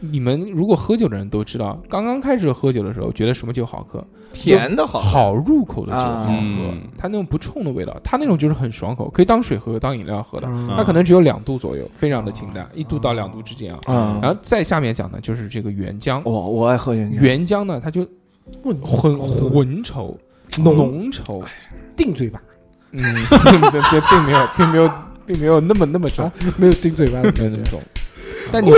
B: 你们如果喝酒的人都知道，刚刚开始喝酒的时候，觉得什么酒好喝，
E: 甜的好，
B: 好入口的酒好喝，
D: 嗯
B: 它那种不冲的味道，它那种就是很爽口，可以当水喝、当饮料喝的。
C: 嗯
B: 它可能只有两度左右，非常的清淡，一度到两度之间啊。
C: 哦
E: 嗯
B: 然后再下面讲的就是这个原浆，
E: 我我爱喝原浆，
B: 原浆呢它就很浑稠、
E: 嗯
B: 浓稠，
C: 定嘴巴，
B: 嗯，对对，并没有，并没有，并没有那么那么重
C: 啊，没有定嘴巴的
B: 没有
C: 感
B: 那么
E: 嗯
C: 觉。
B: 重。但你会，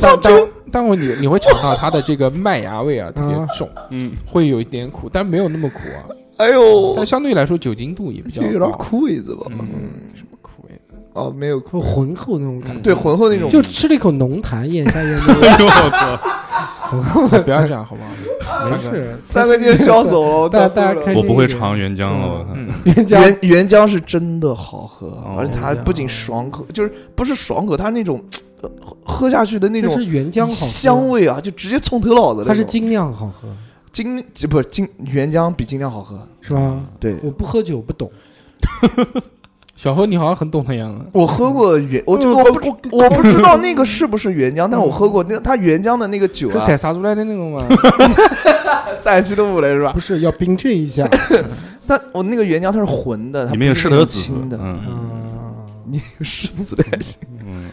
B: 但但但会你你会尝到它的这个麦芽味啊，特别
C: 啊
B: 重，
D: 嗯，
B: 会有一点苦，但没有那么苦啊。
E: 哎呦
B: 但，相对来说酒精度也比较
E: 有点
B: 高，
E: 苦味子吧，
B: 嗯
E: 嗯，
B: 什么苦味？
E: 哦，没有苦
C: 很，浑厚那种感觉，
E: 对浑厚那种，
C: 就吃了一口浓痰，咽下咽下，
D: 哎呦我操！
B: 不要这样，好不好？
C: 没事，
E: 三个就 消走了，
C: 大家
E: 我受
C: 大家
E: 不
C: 开
E: 了
C: 心。
D: 我不会尝原浆了，我操
B: 嗯
C: 人家
E: 原原浆是真的好喝，
D: 哦
E: 而且它不仅爽口，就是不是爽口，它那种呃喝喝下去的那
C: 那
E: 种
C: 是原浆好喝
E: 香，味啊，就直接冲头脑子那种。
C: 它是精酿好喝，
E: 精不是精原浆比精酿好喝，
C: 是吧？
E: 对。
C: 我不喝酒不懂，
B: 小何，你好像很懂的样子。
E: 我喝过原，我就我不知我不知道那个是不是原浆，但是我喝过那它原浆的那个酒
B: 是
E: 啊，
B: 晒啥出来的那种吗？
E: 三十七度五来是吧
C: 不？是要冰镇一下
E: 但我那个原浆它是浑的，它
D: 里面有
E: 不是
D: 石
E: 那
D: 头
E: 种
D: 子
E: 清，的，
D: 嗯
C: 啊，
E: 你有石子的还行，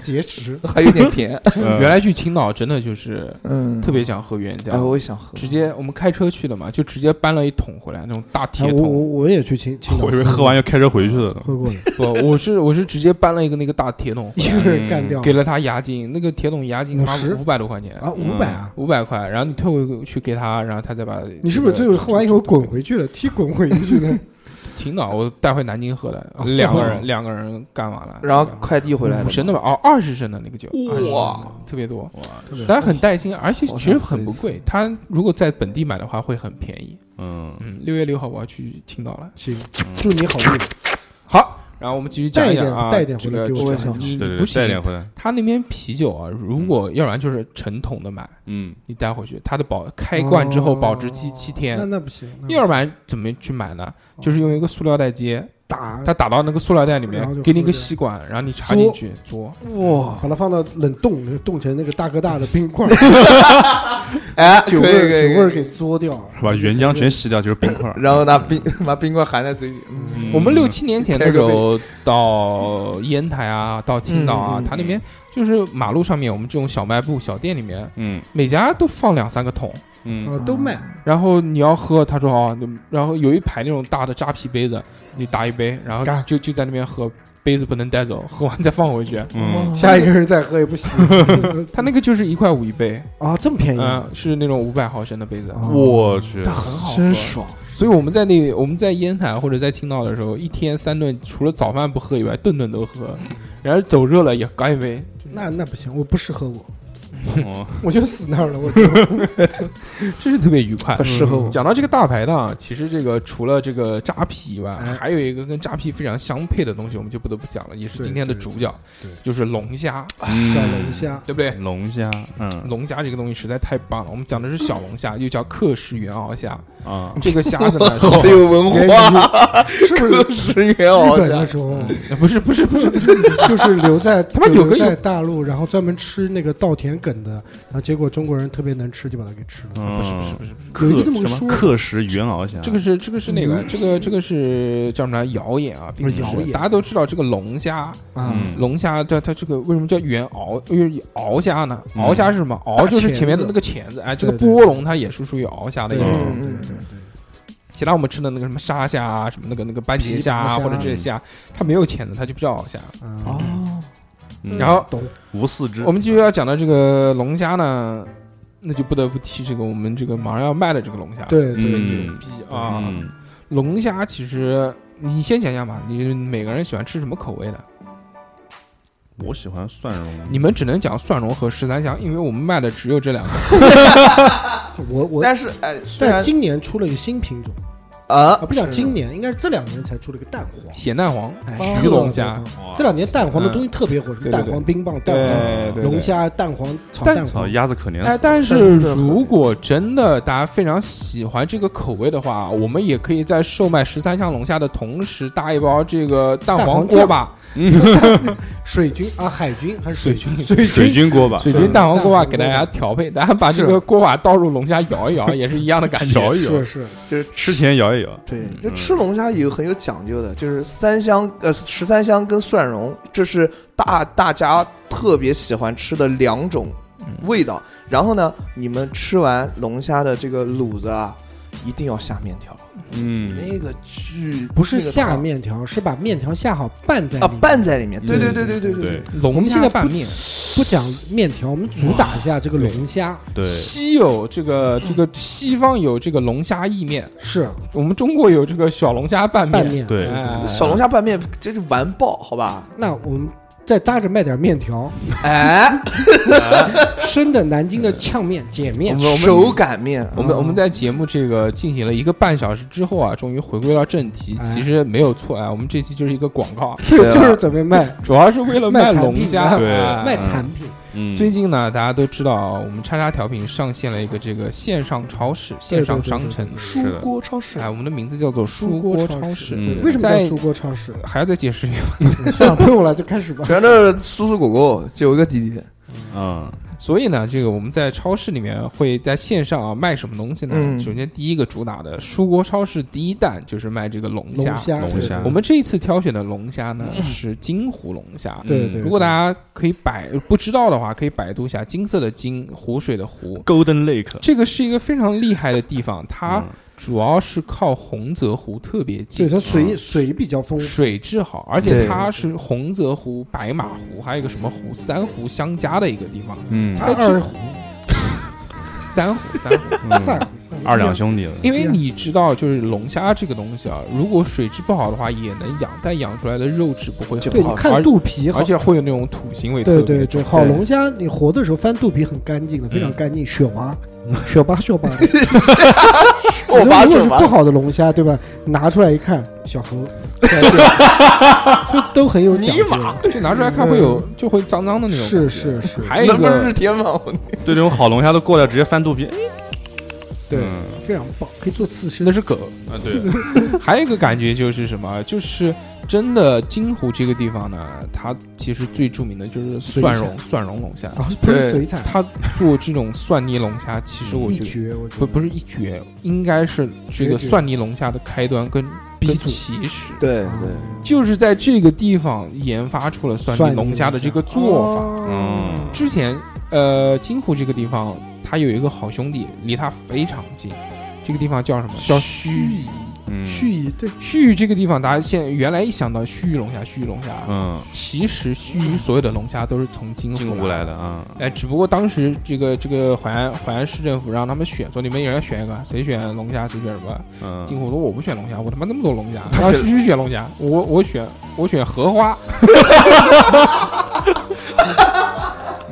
C: 节食。
E: 还有点甜，
B: 原来去青岛真的就是
E: 嗯，
B: 特别想喝原
E: 哎，
B: 浆，
E: 我也想喝，
B: 直接我们开车去的嘛，就直接搬了一桶回来，那种大
C: 哎
B: 铁
C: 我我
B: 桶。
C: 我也去青青岛，
D: 我以为喝完要开车回去的呢。
C: 喝过了，
B: 不，我是我是直接搬了一个那个大铁桶，
C: 一个人干掉
B: 给了他押金，那个铁桶押金他妈
C: 50
B: 五百多块钱，
C: 啊五百啊！
B: 五百块，然后你退回去给他，然后他再把
C: 你是不是最后喝完以后滚回去了，踢滚回去的？
B: 青岛，我带回南京喝的，两个人两个人干完了，
E: 然后快递回来的
B: 五
E: 嘛
B: 升的吧，哦，二十升的那个酒，哇，特别多，但是很带心，而且其实很不贵，它如果在本地买的话会很便宜。
D: 嗯，
B: 嗯，六月六号我要去青岛了，
C: 行，祝你好运。
B: 好，然后我们继续讲
C: 带一
B: 讲
C: 点
B: 啊，
C: 带一点
B: 这
C: 回
B: 个
C: 来给我
B: 这
C: 尝
B: 个
C: 尝
D: 对
B: 你
D: 对
B: 不
D: 对，带点
B: 行，
D: 回来，
B: 他那边啤酒啊，如果要不然就是成桶的买，
D: 嗯，
B: 你带回去，它的保开罐之后
C: 哦
B: 保质期七天
C: 那，那不行，那不行
B: 嗯要不然怎么去买呢？就是用一个塑料袋接，
C: 打
B: 它打到那个塑料袋里
C: 哦然后就
B: 面，
C: 喝
B: 给你一个
C: 着
B: 吸管，然后你插进去嘬。
C: 哇，哦把它放到冷冻，冻成那个大哥大的冰块，
E: 哎，
C: 酒
E: 可
C: 味
E: 以
C: 儿
E: 可
C: 酒
E: 以
C: 味儿
E: 可以
C: 给嘬掉，
D: 把原浆全吸掉就是冰块儿。
E: 然后拿冰 把冰棍含在嘴里，嗯
D: 嗯
B: 我们六七年前的
E: 开
B: 时
E: 个
B: 候到烟台啊，到青岛啊
E: 嗯嗯，
B: 它那边就是马路上面，我们这种小卖部、小店里面，
D: 嗯
B: 每家都放两三个桶。
D: 嗯
C: 呃，都卖。
B: 然后你要喝，他说哦，你然后有一排那种大的扎啤杯子，你打一杯，然后
C: 干
B: 就就在那边喝，杯子不能带走，喝完再放回去。
D: 嗯，
C: 下一个人再喝也不行
B: 他那个就是一块五一杯，
C: 啊，这么便宜，
B: 嗯，是那种五百毫升的杯子，
C: 哦
D: 我去
B: 它，很好喝。
E: 真爽。
B: 所以我们在那我们在烟台或者在青岛的时候，一天三顿除了早饭不喝以外，顿顿都喝。然后走热了也干一杯，
C: 那那不行，我不适合我，
D: 哦
C: 我就死那儿了。我
B: 真是特别愉快嗯
E: 不。适合我
B: 讲到这个大排档，其实这个除了这个扎啤以外，
C: 哎
B: 还有一个跟扎啤非常相配的东西，我们就不得不讲了，也是
C: 对
B: 今天的主角
C: 对对，
B: 就是龙虾，
C: 小龙虾，
B: 对不对？
D: 龙虾，嗯
B: 龙虾这个东西实在太棒了，我们讲的是小龙虾，又叫克氏原螯虾。
D: 啊，
B: 这个虾子呢，是
E: 好有文
C: 连
E: 化，
C: 你是不是日
E: 十元好
C: 本的
E: 像
C: 时候，
B: 不是不是不是，
C: 就是留在他
B: 嗯妈有个
C: 留在大陆，然后专门吃那个稻田梗的，然后结果中国人特别能吃，就把它给吃了。
D: 嗯不是不是不是，
C: 有一
D: 克
C: 个这么个
D: 什
C: 说
D: 么克什原螯虾，
B: 这个是这个是那个这个这个是叫什么来？谣言啊，并不是
C: 谣言啊
B: 大家都知道这个龙虾，
D: 嗯
B: 龙虾它它这个为什么叫原螯？因为螯虾呢？
D: 嗯
B: 螯虾是什么？螯
C: 大
B: 就是
C: 钳
B: 前面的
C: 子
B: 那个钳子，哎，这个
C: 对对
B: 波龙它也是属于螯虾的一
C: 对
B: 种。
E: 嗯
C: 对对对
B: 其他我们吃的那个什么沙虾啊，什么那个那个斑节虾啊，
C: 皮皮虾
B: 或者这些虾，它没有钳子，它就不叫螯虾。
C: 对，啊，
E: 哦，
D: 嗯
B: 然后
C: 懂
D: 无四肢，
B: 我们继续要讲到这个龙虾呢，那就不得不提这个我们这个马上要卖的这个龙虾。
C: 对对对，
D: 嗯
B: 逼啊！
D: 嗯
B: 龙虾其实你先讲讲吧，你每个人喜欢吃什么口味的？
D: 我喜欢蒜蓉，
B: 你们只能讲蒜蓉和十三香，因为我们卖的只有这两个。
C: 我我。
E: 但是哎，虽
C: 但
E: 然
C: 今年出了一个新品种
E: 啊
C: 啊，不讲今年，应该是这两年才出了一个蛋黄
B: 咸蛋黄、
C: 哎
B: 焗龙虾，嗯
D: 哇
C: 这两年蛋黄的东西特别火，什么
B: 对对
C: 蛋
B: 对
C: 黄冰棒、蛋黄
B: 对对
C: 龙。虾、蛋黄炒
B: 但
C: 蛋
D: 操，
C: 黄，
D: 鸭子可怜
B: 哎，
D: 死，
B: 但是如果真的大家非常喜欢这个口味的话，我们也可以在售卖十三香龙虾的同时搭一包这个蛋黄锅吧，
C: 水军啊，海军还是
B: 水
C: 军
B: 军？
C: 水
D: 水军锅巴，
B: 水
C: 对
B: 军蛋黄锅巴啊
C: 蛋黄锅巴
B: 给大家调配，大家把这
C: 是
B: 个锅巴倒入龙虾摇一摇，也是一样的感觉。
D: 摇一摇
C: 是，是，
E: 就是
D: 嗯吃前摇一摇，
E: 对，
B: 嗯
E: 就吃龙虾有很有讲究的，就是三香呃十三香跟蒜蓉，这是大大家特别喜欢吃的两种味道。然后呢，你们吃完龙虾的这个卤子啊，一定要下面条，
D: 嗯，
E: 那个巨
C: 不是
E: 那个
C: 下
E: 汤
C: 面条，是把面条下好拌在
E: 啊
C: 里面
E: 拌在里面，对对
D: 嗯
E: 对对对
D: 对
C: 我
B: 龙
C: 们现
B: 虾
C: 在
B: 拌面，
C: 不讲面条，我们主打一下这个龙虾，
D: 对，
B: 西有这个这个西方有这个龙虾意面，
C: 是
B: 我们中国有这个小龙虾拌
C: 拌
B: 面。
C: 面。
D: 对
B: 哎
E: 小龙虾拌面真是完爆，好吧？
C: 那我们再搭着卖点面条，
E: 哎，
C: 生的南京的呛面、碱面，
E: 手擀面，嗯
B: 我
C: 哦
B: 们我们在节目这个进行了一个半小时之后啊，终于回归到正题。
C: 哎
B: 其实没有错啊，我们这期就是一个广告，
C: 就是就是准备卖
B: 主要是为了
C: 卖
B: 卖
C: 产品
B: 龙虾。
C: 啊
D: 对
B: 哎
C: 卖产品。
D: 嗯，
B: 最近呢，大家都知道啊，我们叉叉调频上线了一个这个线上超市、线上商城。
D: 是的，
E: 锅超市
B: 哎，我们的名字叫做
C: 书
B: 锅
C: 锅
B: 超
C: 超
B: 市。
D: 嗯
C: 对为什么叫
B: 在
C: 出锅超市？
B: 还要再解释一遍。
C: 算了，不用了，就开始吧。
E: 全都是叔叔狗狗，就有一个弟弟。
D: 嗯，
B: 所以呢，这个我们在超市里面会在线上啊卖什么东西呢？
E: 嗯
B: 首先第一个主打的书锅超市第一弹就是卖这个龙虾。
C: 龙虾，
D: 龙
C: 对
D: 虾
B: 我们这一次挑选的龙虾呢、
C: 嗯
B: 是金湖龙虾。
C: 对对
D: 嗯
C: 对，
B: 如果大家可以百不知道的话，可以百度一下金色的金，湖水的湖。
D: Golden Lake，
B: 这个是一个非常厉害的地方，它
D: 嗯
B: 主要是靠洪泽湖特别
C: 对
B: 近，
C: 它
D: 嗯
C: 水嗯水比较丰富，
B: 水质好，而且
E: 对
B: 它是洪泽湖、白马湖，还有一个什么湖，三湖相加的一个地方。
D: 嗯
C: 它
B: 在这
C: 二
B: 三虎三虎，
D: 嗯
C: 散户散户
D: 二两兄弟了，
B: 因为你知道，就是龙虾这个东西啊，如果水质不好的话也能养，但养出来的肉质不会好，
C: 对，你看
B: 而
C: 肚皮好
B: 而。且会有那种土腥味特
C: 对
B: 别重。嗯
C: 对对，好龙虾，你活的时候翻肚皮很干净的，非常干净，雪滑， 雪巴雪 巴的。
B: 哦
E: 我
C: 反
E: 把
C: 正如果
E: 准
C: 是
E: 吧
C: 不，好的龙虾，对吧？拿出来一看，小猴， 就都很有讲究。
B: 就拿出来看会有，就会脏脏的那种。
C: 是，是是，
B: 还有
E: 能
B: 一
E: 不能是
B: 个，
E: 天吗？我
D: 对这种好龙虾都过来直接翻肚皮，
C: 对
D: 嗯，
C: 这样棒，可以做刺身
B: 那。是狗。
D: 啊对，
B: 还有一个感觉就是什么？就是真的金湖这个地方呢，它其实最著名的就是蒜蓉蒜蓉龙虾。
C: 啊，不是水产，
B: 它做这种蒜泥龙虾，其实我
C: 嗯一
B: 觉得
C: 绝，我觉
B: 不
C: 得
B: 不是一绝，应该是这
C: 绝
B: 个
C: 绝
B: 蒜泥龙虾的开端跟
C: 鼻
B: 跟
C: 祖
B: 起始。
E: 对
C: 啊
B: 就是在这个地方研发出了蒜泥龙虾的这个做法。
D: 嗯，
B: 之前，呃，金湖这个地方，它有一个好兄弟，离它非常近。这个地方叫什么？叫盱眙。
D: 嗯
C: 盱眙， 对，
B: 盱眙这个地方，大家现在原来一想到盱眙龙虾，盱眙龙虾，
D: 嗯，
B: 啊其实盱眙所有的龙虾都是从金
D: 进
B: 湖
D: 过来
B: 的。
D: 的啊，
B: 哎，只不过当时这个这个淮安淮安市政府让他们选，说你们一人选一个，谁选龙虾谁选什么。
D: 嗯，
B: 金虎说我不选龙虾，我他妈那么多龙虾，然后徐徐选龙虾，我我选我选荷花，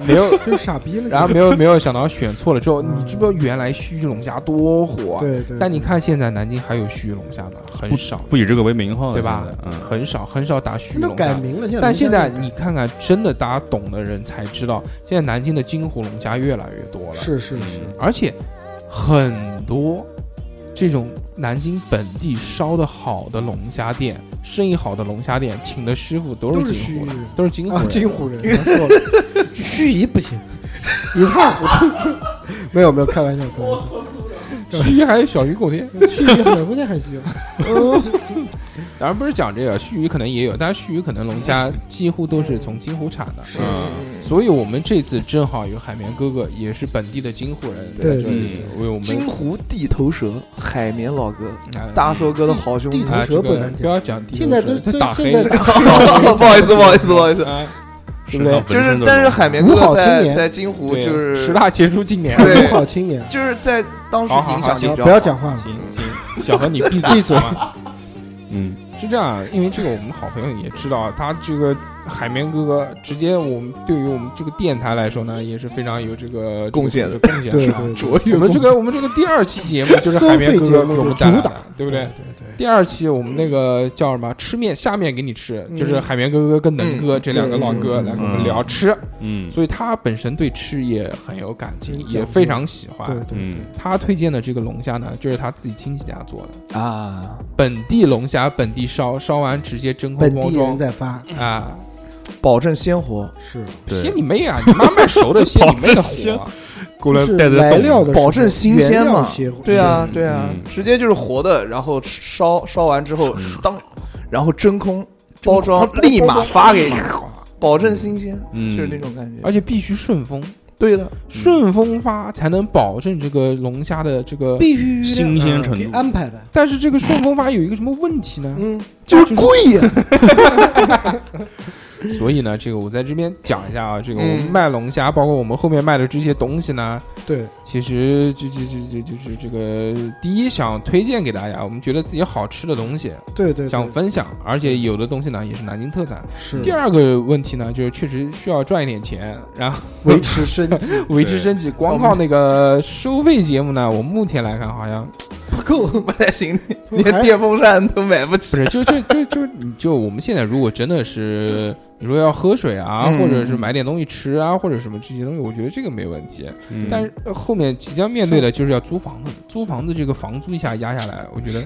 B: 没有，
C: 就是傻逼了。
B: 然后没有没有想到选错了之后，你知不知道原来徐徐龙虾多火啊？
C: 对对，
B: 但你看现在南京还有徐徐龙虾吗？很少，
D: 不以这个为名号了
B: 对吧
D: 现在？嗯，
B: 很少，很少打徐徐
C: 都
B: 龙虾
C: 改。名了，现在
B: 但现在
C: 龙虾
B: 你看看，真的大家懂的人才知道，现在南京的金湖龙虾越来越多了。嗯
C: 是嗯是是，
B: 而且很多这种南京本地烧的好的龙虾店，生意好的龙虾店，请的师傅都
C: 都
B: 是
C: 是
B: 金
C: 盱
B: 湖的
C: 眙，
B: 都是金湖
C: 啊，
B: 人。
C: 金湖人，错了，盱眙不行，一塌糊涂。 没有没有，开玩笑，开玩笑。
B: 盱眙还有小鱼狗天，
C: 盱眙很不在很稀有，
B: 当然不是讲这个，盱眙可能也有，但是盱眙可能龙虾几乎都是从金湖产的。
C: 是
D: 嗯
B: 所以我们这次正好有海绵哥哥，也是本地的金湖人，在
C: 对
B: 这里为我
E: 金
B: 们。
E: 湖地头蛇，海绵老哥，
B: 啊
E: 大硕哥的好兄弟
C: 地。头
B: 啊，这
C: 蛇不
B: 个
C: 能
B: 不
C: 讲
B: 要讲地头
C: 现在
B: 蛇
C: 都
B: 这
C: 现
B: 打黑
C: 现在
B: 了，
E: 不好意思，不好意思，不好意思。
B: 啊对不
D: 身
B: 对
D: 上
E: 就
D: 浑
E: 是
D: 身，都
E: 但是
D: 龙虾
E: 海绵
C: 五
E: 哥
C: 好青
E: 在
C: 年
E: 在金湖
B: 对
E: 就是
B: 十大杰出青年，
E: 对
C: 不好青年。
E: 就是在当时
B: 好好
E: 影响力
B: 好
E: 比较
C: 不要讲话了，
B: 行行，小何你闭嘴嗯闭嘴。
D: 嗯，
B: 是这样，因为这个我们好朋友也知道，啊他这个海绵哥哥直接我们对于我们这个电台来说呢，也是非常有这个
E: 贡献
B: 的
E: 的
B: 贡献
C: 对
B: 是吧？
C: 对，
E: 卓
B: 我们这个我们这个第二期节目就是海绵哥哥给我们带来的嗯
C: 收费节目就主打
B: 对不对？
C: 对对，
B: 第二期我们那个叫什么？吃面下面给你吃，就是海绵哥哥跟能哥这两个老哥
C: 嗯
B: 来跟我们聊吃，
D: 嗯
B: 所以他本身对吃也很有感情，
C: 嗯
B: 也非常喜欢。
C: 对对，
D: 嗯
B: 他推荐的这个龙虾呢，就是他自己亲戚家做的。
E: 啊，
B: 本地龙虾本地烧，烧完直接真空
C: 本
B: 包
C: 地人
B: 装
C: 在发，
B: 啊！
E: 保证鲜活，
C: 是
D: 对
B: 鲜你妹啊！你妈卖熟的鲜你妹的火 啊！
D: 过
C: 是
D: 带着
C: 来
D: 动物
C: 料的时候
E: 保证新鲜嘛
C: 原料鲜
E: 对啊，对啊
D: 嗯，
E: 直接就是活的，然后烧烧完之后当，然后真空包装，立马发给你，保证新鲜，
D: 嗯
E: 就是那种感觉。
B: 而且必须顺丰，
C: 嗯
E: 对的，
B: 顺丰发才能保证这个龙虾的这个。
C: 必须
D: 新鲜程
C: 给
D: 度，
C: 安排的，
B: 但是这个顺丰发有一个什么问题呢？
E: 嗯，就是贵呀，
C: 嗯
B: 所以呢，这个我在这边讲一下啊，这个我
E: 嗯
B: 们卖龙虾，包括我们后面卖的这些东西呢，
C: 对，
B: 其实就就就就就是这个第一想推荐给大家，我们觉得自己好吃的东西
C: 对对，
B: 想
C: 对
B: 分享，而且有的东西呢也是南京特产。
C: 是
B: 第二个问题呢，就是确实需要赚一点钱，然后
C: 维持生计
B: 维持生计。光靠那个收费节目呢，我目前来看好像
E: 不够不太行，连
C: 还
E: 电风扇都买不
B: 不
E: 起。
B: 是，就就就就你就我们现在如果真的是你说要喝水啊，
E: 嗯
B: 或者是买点东西吃啊，或者什么这些东西，我觉得这个没问题。
D: 嗯
B: 但是呃后面即将面对的就是要租房子，租房子这个房租一下压下来，我觉得啊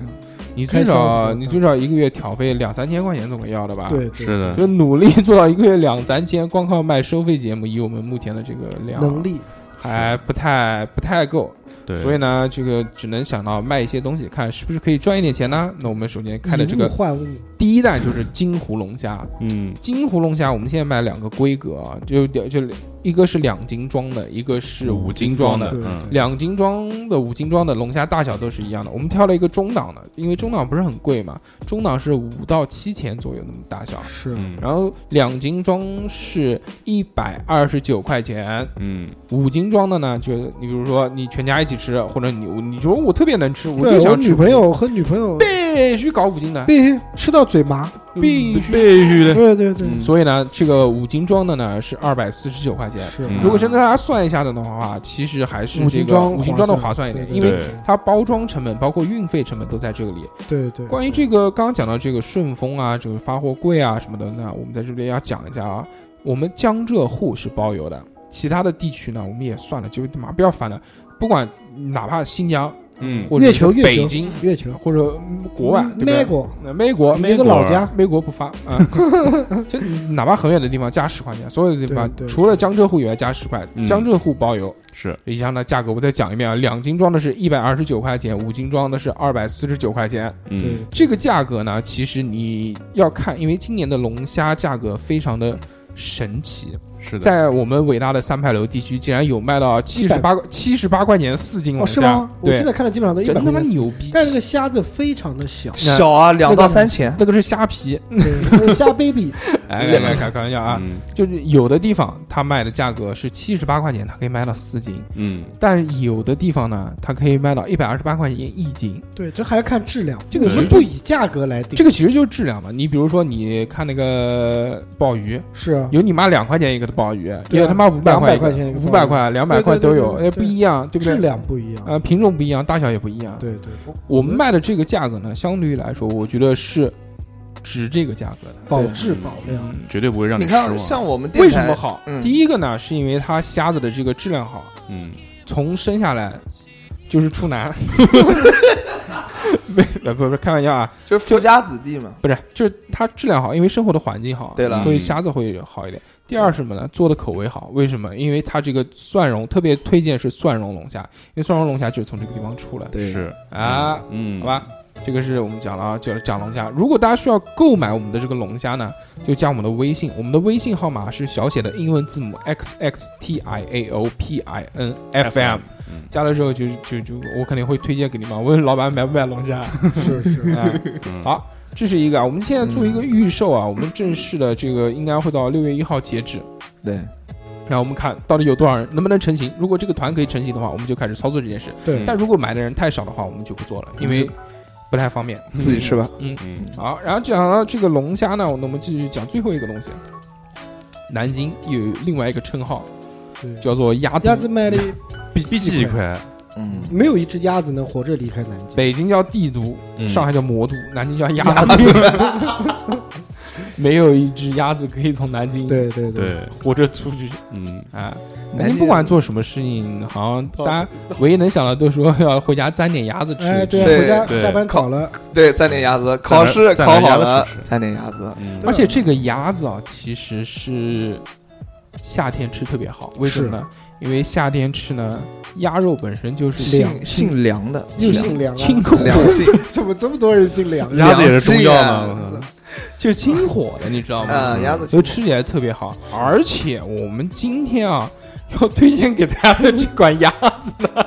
B: 你最
C: 开销比较
B: 少
C: 大
B: 你最少一个月挑费两三千块钱总归要的吧？
C: 对对
D: 是的，
B: 就努力做到一个月两三千，光靠卖收费节目，以我们目前的这个量
C: 能力
B: 还不太不太够，
D: 对，
B: 所以呢，这个只能想到卖一些东西，看是不是可以赚一点钱呢？那我们首先开的这个嗯
C: 以物换物，
B: 第一代就是金湖龙虾，
D: 嗯
B: 金湖龙虾我们现在卖两个规格啊，就就一个是两斤装的，一个是五斤装的。
C: 对
D: 嗯
B: 两斤装的、五斤装的龙虾大小都是一样的。我们挑了一个中档的，因为中档不是很贵嘛，中档是五到七钱左右那么大小。
C: 是
D: 嗯
B: 然后两斤装是一百二十九块钱，
D: 嗯
B: 五斤装的呢，就是你比如说你全家一起吃，或者你你说我特别能吃，我就
C: 对我
B: 想吃
C: 女朋友和女朋友
B: 必须搞五斤的，
C: 必须吃到嘴麻，
B: 必须。
D: 必须的，
C: 对对对，
D: 嗯
B: 所以呢，这个五斤装的呢是二百四十九块钱。
C: 是
D: 嗯
B: 如果是大家算一下的话，其实还是
C: 五
B: 这
C: 斤
B: 个
C: 装
B: 五斤装的
C: 划
B: 划算一
C: 对
B: 点，
C: 对
B: 因为
D: 对
B: 它包装成本包括运费成本都在这个里。
C: 对对，
B: 关于这个刚刚讲到这个顺丰啊，这个发货柜啊什么的，那我们在这边要讲一下啊，我们江浙沪是包邮的，其他的地区呢我们也算了，就他妈不要烦了，不管哪怕新疆
D: 嗯
B: 或者
C: 月
B: 是
C: 球月
B: 北
C: 球
B: 京
C: 月球
B: 或者嗯国外对不嗯
C: 美
B: 对？
C: 国，
B: 那美国
C: 你这个
D: 美国
C: 老家
B: 美国不发啊， 就哪怕很远的地方加十块钱，所有的地方
C: 对对
B: 除了江浙沪以外加十块，
D: 嗯
B: 江浙沪包邮。
D: 是
B: 以上的价格我再讲一遍啊，两斤装的是一百二十九块钱，五斤装的是二百四十九块钱。
C: 对
D: 嗯，
B: 这个价格呢，其实你要看，因为今年的龙虾价格非常的神奇，
D: 是的，
B: 在我们伟大的三牌楼地区，竟然有卖到七十八七十八块钱四斤龙
C: 哦是
B: 虾，
C: 吗？我现
B: 对
C: 在，看了基本上都一百
B: 真他妈
C: 块钱，
B: 牛逼！
C: 但这个虾子非常的 小，
E: 小啊，两到三钱，
B: 那个是虾皮，
C: 对，虾 baby
B: 哎，来来开开玩笑啊，
D: 嗯
B: 就是有的地方它卖的价格是七十八块钱，它可以卖到四斤，
D: 嗯
B: 但有的地方呢，它可以卖到一百二十八块钱一斤。
C: 对，这还要看质量，
B: 这个
C: 我
B: 其
C: 们
B: 实
C: 不以价格来定，
B: 这个其实就是质量嘛。你比如说，你看那个鲍鱼，
C: 是啊，
B: 有你妈两块钱一个的鲍鱼，
C: 对啊
B: 有他妈五百
C: 200
B: 块
C: 块钱一个鲍鱼
B: 五百块、两百块
C: 对
B: 都
C: 对对
B: 有，哎
C: 对对
B: 那不一样，对不
C: 质
B: 对？
C: 量不一样，
B: 呃，品种不一样，大小也不一样。
C: 对对，对
B: 我们卖的这个价格呢，相对于来说，我觉得是值这个价格的。
C: 保质保量，
D: 嗯绝对不会让
E: 你
D: 失望，
E: 看像我们电台
B: 为什么好？
E: 嗯
B: 第一个呢，是因为它虾子的这个质量好，
D: 嗯
B: 从生下来就是处 男，没呃不不是开玩笑啊，
E: 就是富家子弟嘛，
B: 不是，就是它质量好，因为生活的环境好，
E: 对了
B: 所以虾子会好一点。第二是什么呢？做的口味好，为什么？因为它这个蒜蓉特别推荐是蒜蓉龙虾，因为蒜蓉龙虾就是从这个地方出来的
D: 是
B: 啊，
D: 嗯
B: 好吧。这个是我们讲了啊，就是讲龙虾。如果大家需要购买我们的这个龙虾呢，就加我们的微信，我们的微信号码是小写的英文字母 x x t i a o p i n f m，
D: 嗯
B: 加了之后就就就我肯定会推荐给你们，问老板买不买龙 虾。
C: 是是，
B: 哎
D: 嗯
B: 好，这是一个啊，我们现在做一个预售啊，我们正式的这个应该会到六月一号截止，
E: 对，
B: 然后我们看到底有多少人能不能成型。如果这个团可以成型的话，我们就开始操作这件事；
D: 嗯
C: 对，
B: 但如果买的人太少的话，我们就不做了，因为不太方便。
E: 自己吃吧。
D: 嗯
B: 好，然后讲到这个龙虾呢，我们继续讲最后一个东西。南京有另外一个称号
C: 对
B: 叫做鸭子，
C: 鸭子卖的
D: 比比几块，
E: 嗯，
C: 没有一只鸭子能活着离开南京，
B: 北京叫帝都，
D: 嗯
B: 上海叫魔都，南京叫鸭子。没有一只鸭子可以从南京
C: 对对对，
D: 对，
B: 活着出去
D: 嗯
B: 啊！
E: 南
B: 您
E: 京
B: 不管做什么事情，好像大家唯一能想到都说要回家沾点鸭子吃
C: 哎
B: 一吃。
C: 对啊，
E: 对
C: 回家
D: 对
C: 下班早了，
E: 对，蘸点鸭子，考试
D: 蘸
E: 考好
D: 点
E: 了
D: 鸭子吃吃
E: 蘸点鸭子，
D: 嗯
B: 而且这个鸭子啊，其实是夏天吃特别好，为什么呢？因为夏天吃呢，鸭肉本身就是
C: 凉
E: 姓姓梁的，
C: 又姓梁啊，
B: 清火，
E: 梁姓，
C: 怎么这么多人姓梁？
D: 鸭子也是中药
E: 良
D: 呢，
B: 就是清火的，你知道吗？
E: 嗯，鸭子
B: 所
E: 姓
B: 以吃起来特别好。而且我们今天啊，要推荐给大家的这款鸭子呢，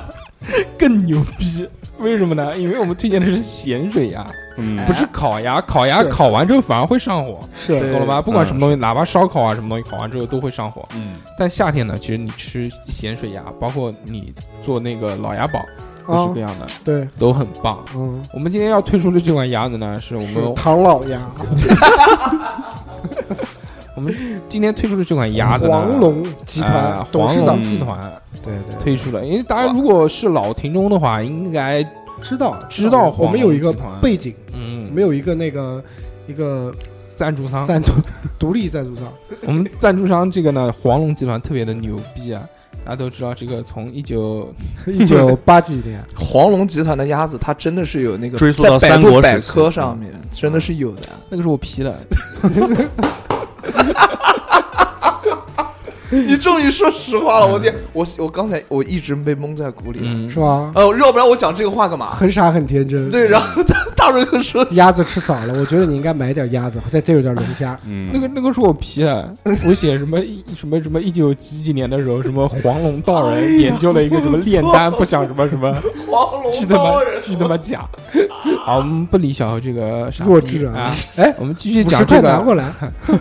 B: 更牛逼。为什么呢？因为我们推荐的是咸水鸭。
D: 嗯
B: 不是烤鸭，烤鸭
C: 是
B: 烤完之后反而会上火，
C: 是
E: 对
B: 懂了吧？不管什么东西，哪怕烧烤啊什么东西，烤完之后都会上火。
D: 嗯
B: 但夏天呢，其实你吃咸水鸭，包括你做那个老鸭煲，各式
C: 啊
B: 各，样的
C: 对，
B: 都很棒。
C: 嗯，
B: 我们今天要推出的这款鸭子呢，是我
C: 是
B: 们
C: 唐老鸭、
B: 今天推出的这款鸭子呢，
C: 黄龙集
B: 呃
C: 团董
B: 黄
C: 事
B: 龙
C: 长，
B: 集团
C: 对对，
B: 推出了。因为大家如果是老听众的话，应该
C: 知道
B: 知道
C: 我们有一个
B: 嗯黄龙集团
C: 背景，我
B: 嗯啊
C: 们有一个那个一个
B: 赞助商，
C: 赞助 独立赞 助商，
B: 我们赞助商这个呢，黄龙集团特别的牛逼啊。大家都知道，这个从一九
C: 一九八几年，
B: 嗯
E: 黄龙集团的鸭子，它真的是有那个
D: 追溯
E: 在
D: 到
E: 百
D: 三
E: 度
D: 国时
E: 百
D: 期
E: 科上面真的是啊有的。
B: 那个是我批的，
E: 你终于说实话了，我天，我我刚才我一直被蒙在鼓里，
B: 嗯
C: 是，吧？
E: 呃，要不然我讲这个话干嘛？
C: 很傻很天真。
E: 对，然后大大瑞克 说，
C: 鸭子吃少了，我觉得你应该买点鸭子，再再有点龙虾。
D: 嗯
B: 那个那个是我批 的，我写什么一什么什么一九几几年的时候，什么黄龙道
C: 哎
B: 人研究了一个什么炼丹，不想什么什么，
E: 黄龙
B: 巨他妈
E: 刀人，
B: 巨他妈 假。好，我们不理小何这个傻逼
C: 弱智啊
B: 啊，
C: 哎，
B: 我们继续
C: 五
B: 讲
C: 十
B: 这
C: 块拿过
B: 个，
C: 来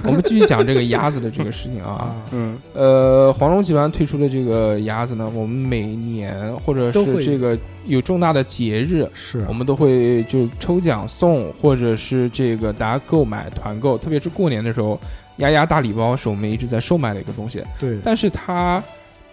B: 我们继续讲这个鸭子的这个事情啊。
C: 啊！
D: 嗯，
B: 呃，黄龙集团推出的这个鸭子呢，我们每年或者
C: 都会有
B: 是这个有重大的节日，
C: 是
B: 我们都会就抽奖送，或者是这个大家购买团购，特别是过年的时候，鸭鸭大礼包是我们一直在售卖的一个东西。
C: 对，
B: 但是它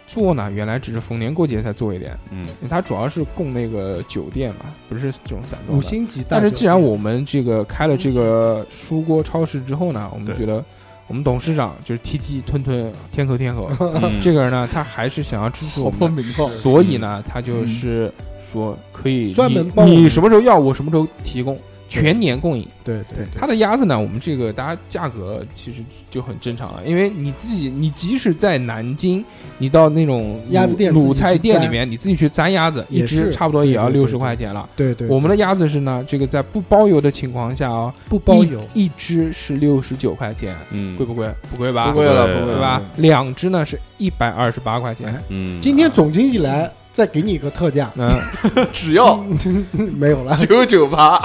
B: 做呢，原来只是逢年过节才做一点，
D: 嗯，
B: 因为它主要是供那个酒店嘛，不是这种散装
C: 五
B: 的。
C: 星级大酒
B: 但
C: 店。
B: 是既然我们这个开了这个书锅超市之后呢，我们
D: 对
B: 觉得我们董事长就是 TT 吞吞天河天河
D: 嗯
B: 这个人呢，他还是想要支持我们，
F: 名号
B: 所以呢，他就是说可以
C: 嗯专门
B: 你
C: 帮我们
B: 你什么时候要，我什么时候提供，全年供应。
C: 对对
B: 它的鸭子呢，我们这个大家价格其实就很正常了，因为你自己，你即使在南京，你到那种
C: 鸭子店
B: 卤
C: 自己
B: 卤
C: 去
B: 菜店里
C: 摘
B: 面，你自己去粘鸭子，一
C: 也是
B: 只差不多也要
C: 对对
B: 六
C: 对
B: 十
C: 对
B: 块钱了。
C: 对对，
B: 我们的鸭子是呢，这个在不包邮的情况下啊、
C: 不包邮，
B: 一一只是六十九块钱，
D: 嗯
B: 贵不贵？不贵吧？
E: 不贵了，
D: 对
E: 不贵
B: 对
E: 了
B: 吧？？两只呢是一百二十八块钱
C: 哎。
D: 嗯，
C: 今天总经理来，再给你一个特价，
B: 嗯，
E: 只要
C: 没有了。
E: 九九八，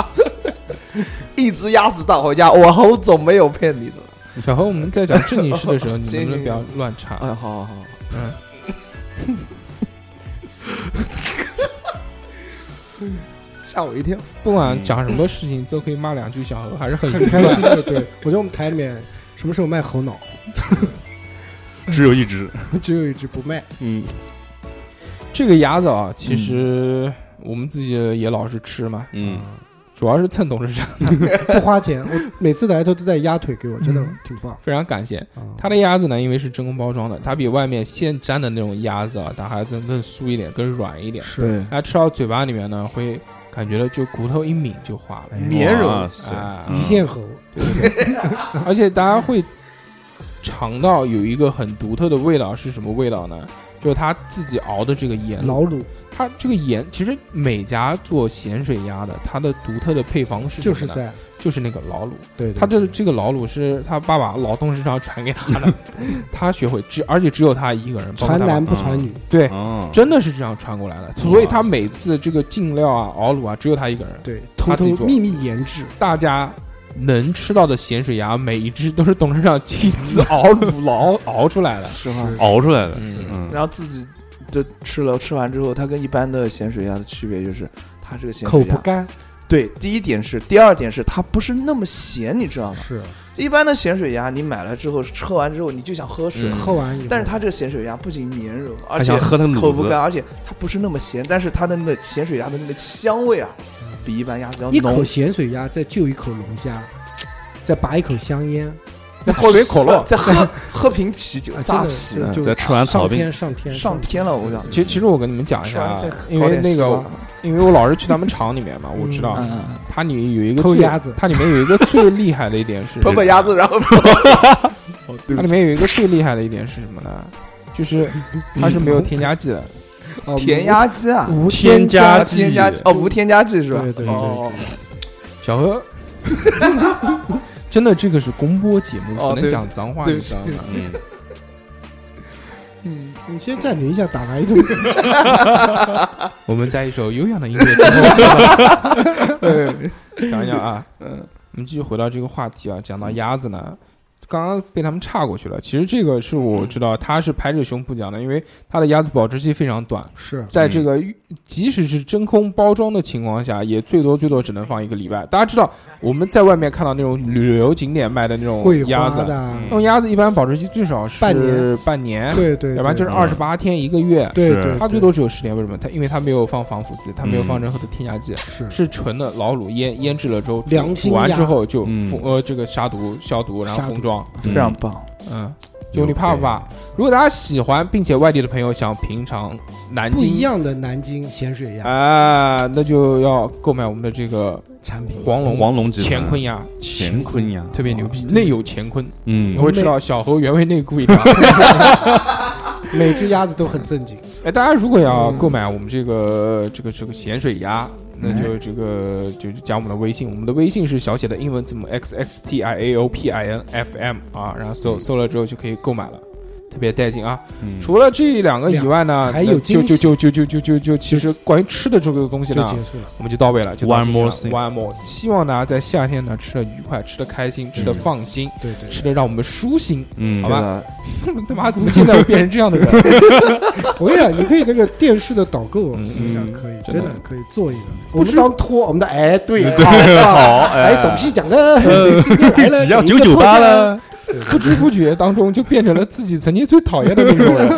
E: 一只鸭子大活鸭，我侯总没有骗你的。
B: 小何，我们在讲正经事的时候，你
E: 行
B: 能
E: 行
B: 不能不要乱插？
E: 哎，好好好，嗯 吓我一跳。
B: 不管讲什么事情都可以骂两句小何，还是很愉
C: 很
B: 快
C: 开。心的，对，我觉得我们台里面什么时候卖猴脑，
D: 只有一只，
C: 只有一只不卖。
D: 嗯
B: 这个鸭子啊，其实我们自己也老是吃嘛，
D: 嗯，
B: 主要是蹭董事长，
C: 不花钱，我每次来都都带鸭腿给我，真的
B: 嗯
C: 挺棒。
B: 非常感谢。
C: 啊
B: 它的鸭子呢，因为是真空包装的，它比外面现粘的那种鸭子啊，它还更更酥一点，更软一点。
C: 是
B: 它吃到嘴巴里面呢，会感觉到就骨头一抿就化了。
E: 绵柔
D: 哇塞
B: 啊
D: 嗯
C: 一线猴，
B: 而且大家会尝到有一个很独特的味道，是什么味道呢？就是他自己熬的这个盐
C: 老卤
B: 它这个盐其实每家做咸水鸭的，它的独特的配方是什
C: 就
B: 么
C: 是
B: 呢
C: 在
B: 就是那个老卤。
C: 对，
B: 他
C: 对
B: 这这个老卤是他爸爸老董事长传给他 的，他学会只而且只有他一个人，包括
C: 传
B: 他
C: 男
B: 爸
C: 不传女，
B: 对，
D: 哦，
B: 真的是这样传过来的。所以他每次这个进料啊、熬卤啊，只有他一个人。
C: 对，偷
B: 他
C: 偷
B: 自己做
C: 秘密研制，
B: 大家能吃到的咸水鸭，每一只都是董事长亲自熬卤熬 熬出来的。
E: 实话，
D: 熬出来的，
B: 嗯，
D: 嗯，
E: 然后自己就吃了，吃完之后，它跟一般的咸水鸭的区别就是，它这个咸
C: 口
E: 水
C: 不
E: 鸭，
C: 干
E: 对，第一点是，第二点是它不是那么咸，你知道吗？
C: 是
E: 一般的咸水鸭，你买了之后，喝完之后你就想喝水，
D: 嗯
C: 喝完以后，
E: 但是它这个咸水鸭不仅绵柔，而
D: 还
E: 且
D: 想喝那个
E: 口
D: 卤
E: 不
D: 子，
E: 干，而且它不是那么咸，但是它的那个咸水鸭的那个香味啊，比一般鸭子要
C: 一口
E: 浓。
C: 咸水鸭，再就一口龙虾，再拔一口香烟，
E: 再
B: 喝杯 可乐
E: 再喝喝瓶啤酒
C: 啊，，
E: 扎
C: 真的
E: 啤，
C: 就就
D: 再吃完草
C: 上
D: 冰
C: 天上天
E: 上天了！我讲，
B: 其实其实我跟你们讲一
E: 吃
B: 下
E: 完
B: 啊
E: 再搞，
B: 因为
E: 点
B: 那
E: 西瓜
B: 个啊因为我老是去他们厂里面嘛，我知道
E: 嗯嗯嗯
B: 它里面有一个
C: 抠
B: 最
C: 鸭子
B: 它里面有一个最厉害的一点是，
E: 喷喷鸭子，然后
D: 哦
B: 它里面有一个最厉害的一点是什么呢？就是它是没有添加剂的，
C: 哦
E: 甜鸭鸡啊，
C: 无无
D: 添加剂
E: 添加剂哦，无添加剂是吧？
C: 对对对
E: 哦
B: 小何。 真的，这个是公播节目，
E: 哦
B: 不能
E: 对
B: 讲脏话，
E: 对
B: 你
E: 不
B: 知
E: 起
B: 道吗？
D: 嗯，
C: 嗯，你先暂停一下，打完 一顿，
B: 我们在一首悠扬的音乐之 后，讲一讲啊，嗯，我们继续回到这个话题啊，讲到鸭子
C: 嗯
B: 呢，刚刚被他们岔过去了。其实这个是我知道，他是拍着胸脯讲的，因为他的鸭子保质期非常短，
C: 是
B: 在这个即使是真空包装的情况下，也最多最多只能放一个礼拜。大家知道，我们在外面看到那种旅游景点卖的那种
C: 桂
B: 鸭
C: 花
B: 子，嗯
C: 的，
B: 那种鸭子一般保质期最少是
C: 半年，
B: 半年，
C: 对对，
B: 要不然就是
C: 对
B: 二十八天一个月。
C: 对
D: 是
C: 对，
B: 它最
C: 对嗯
B: 多只有十天，为什么？它因为它没有放防腐剂，它没有放任何的添加剂，
C: 是
B: 是纯的老卤腌腌制了之后，煮
C: 良心
B: 煮完
C: 鸭
B: 之后就封
D: 嗯
B: 呃这个杀毒消毒，然后
C: 杀毒
B: 封装。
E: 非常棒，
B: 嗯，就你怕不怕？如果大家喜欢，并且外地的朋友想品尝南
C: 不
B: 京哎
C: 一样的南京咸水鸭，
B: 啊，那就要购买我们的这个
C: 产品。
B: 黄龙、
D: 黄龙集团
B: 乾坤鸭，
D: 乾坤呀，
B: 特别牛逼，内有乾坤，
D: 嗯
B: 你，会吃到小猴原味内裤一条。
C: 每只鸭子都很正经，
B: 哎，大家如果要
C: 嗯
B: 购买我们这个这个这个咸水鸭，那就这个就就加我们的微信，我们的微信是小写的英文字母 x x t i a o p i n f m 啊，然后
C: 嗯
B: 搜搜了之后就可以购买了。特别带劲啊！
D: 嗯
B: 除了这两个以外呢，
C: 还有
B: 那就
C: 惊喜
B: 就就就就就就就其实关于吃的这啊个东西
C: 就
B: 呢，
C: 结束了。
B: 我们就到位了，就到
D: One
B: 这
D: more
B: 里
D: thing
B: 了 one more。希望大家在夏天呢吃的愉快，吃的开心，
C: 嗯
B: 吃的放心，
C: 对对，
B: 吃的让我们舒心。
D: 嗯，
B: 好
E: 对
B: 吧
E: 吧？
B: 他妈怎么现在变成这样的人？
C: 我跟你讲，你可以那个电视的导购，
B: 嗯
C: 嗯，
D: 嗯
C: 可以，
B: 真
C: 真
B: 的
C: 的可以做一个。我们当托我们的哎，对，好，
D: 好，
C: 哎，董事长了，
B: 呃
C: 今天来 了，
D: 只要
C: 给一
D: 九
C: 个
D: 九
C: 托
D: 八
C: 价
D: 了，
B: 不知不觉当中就变成了自己曾经最讨厌的那种人。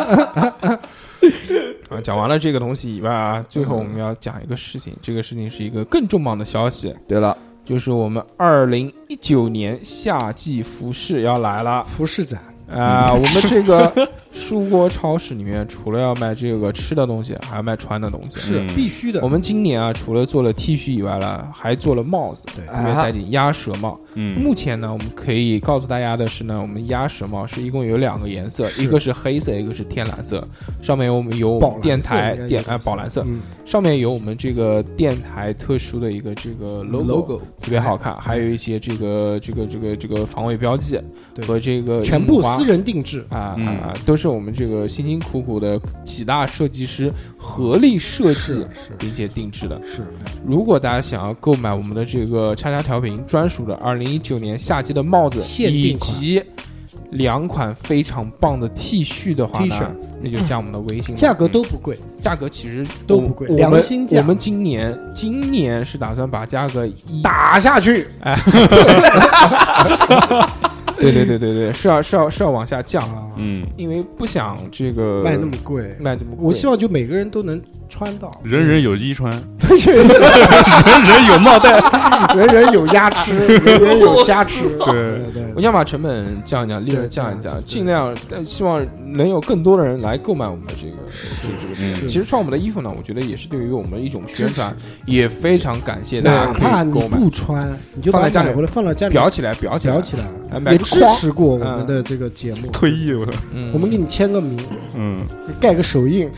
B: 啊，讲完了这个东西以外啊，最后我
C: 嗯
B: 们要讲一个事情，这个事情是一个更重磅的消息，
E: 对了，
B: 就是我们二零一九年夏季服饰要来了
C: 服饰展，
B: 啊、
C: 嗯
B: 我们这个蔬果超市里面除了要卖这个吃的东西，还要卖穿的东西。
C: 是
D: 嗯
C: 必须的
B: 我。们今年啊，除了做了 T 恤以外了，还做了帽子，
C: 对
E: 哎
B: 特别带劲鸭舌帽。
D: 嗯
B: 目前呢，我们可以告诉大家的是呢，我们鸭舌帽是一共有两个颜色，
C: 是
B: 一个是黑色，一个是天蓝色。上面我们有我
C: 宝
B: 们
C: 蓝色
B: 电台
C: 应该
B: 电
C: 也
B: 哎宝蓝色，
C: 嗯
B: 上面有我们这个电台特殊的一个这个 logo，, 特别好
C: 哎
B: 看，还有一些这个这个这个这个防伪标记
C: 对
B: 和这个
C: 全部
B: 印花
C: 私人定制，
B: 啊、
D: 嗯
B: 啊，都是我们这个辛辛苦苦的几大设计师合力设计
C: 是。是
B: 并且定制的。
C: 是，
B: 如果大家想要购买我们的这个叉叉调频专属的二零一九年夏季的帽子，
C: 限
B: 以
C: 定款
B: 及两款非常棒的 T 恤的话
C: T 恤
B: 呢，那就加我们的微信吧。
C: 嗯价格都不贵，
B: 价格其实
C: 都不贵
B: 我我
C: 良
B: 们
C: 心价
B: 我们今年今年是打算把价格一
C: 打下去，
B: 对对对对对，是要是要是要往下降啊，
D: 嗯，
B: 因为不想这个
C: 卖那么贵。
B: 卖那么贵。
C: 我希望就每个人都能穿到，
D: 人人有衣穿，
C: 但是
D: 人人有帽带，
C: 人人有鸭吃，人人有虾吃，
D: 对，
C: 对
B: 我想把成本降一降，利润
C: 对
B: 降一降，
C: 降
B: 尽量但希望能有更多的人来购买我们的这个这个这个东西。
C: 是
B: 其实穿我们的衣服呢，我觉得也是对于我们一种宣传，也非常感谢大
C: 哪
B: 家
C: 怕
B: 可
C: 你
B: 以购买，
C: 不穿，你就
B: 放
C: 把
B: 在家
C: 它
B: 里
C: 买回来放到家里
B: 裱起来，裱起来
C: 裱，起来
B: 哎买，
C: 也
B: 个
C: 支
B: 框
C: 持过我们的这个节目，
D: 退役我，
B: 嗯
C: 我们给你签个名，
D: 嗯，
C: 盖个手印，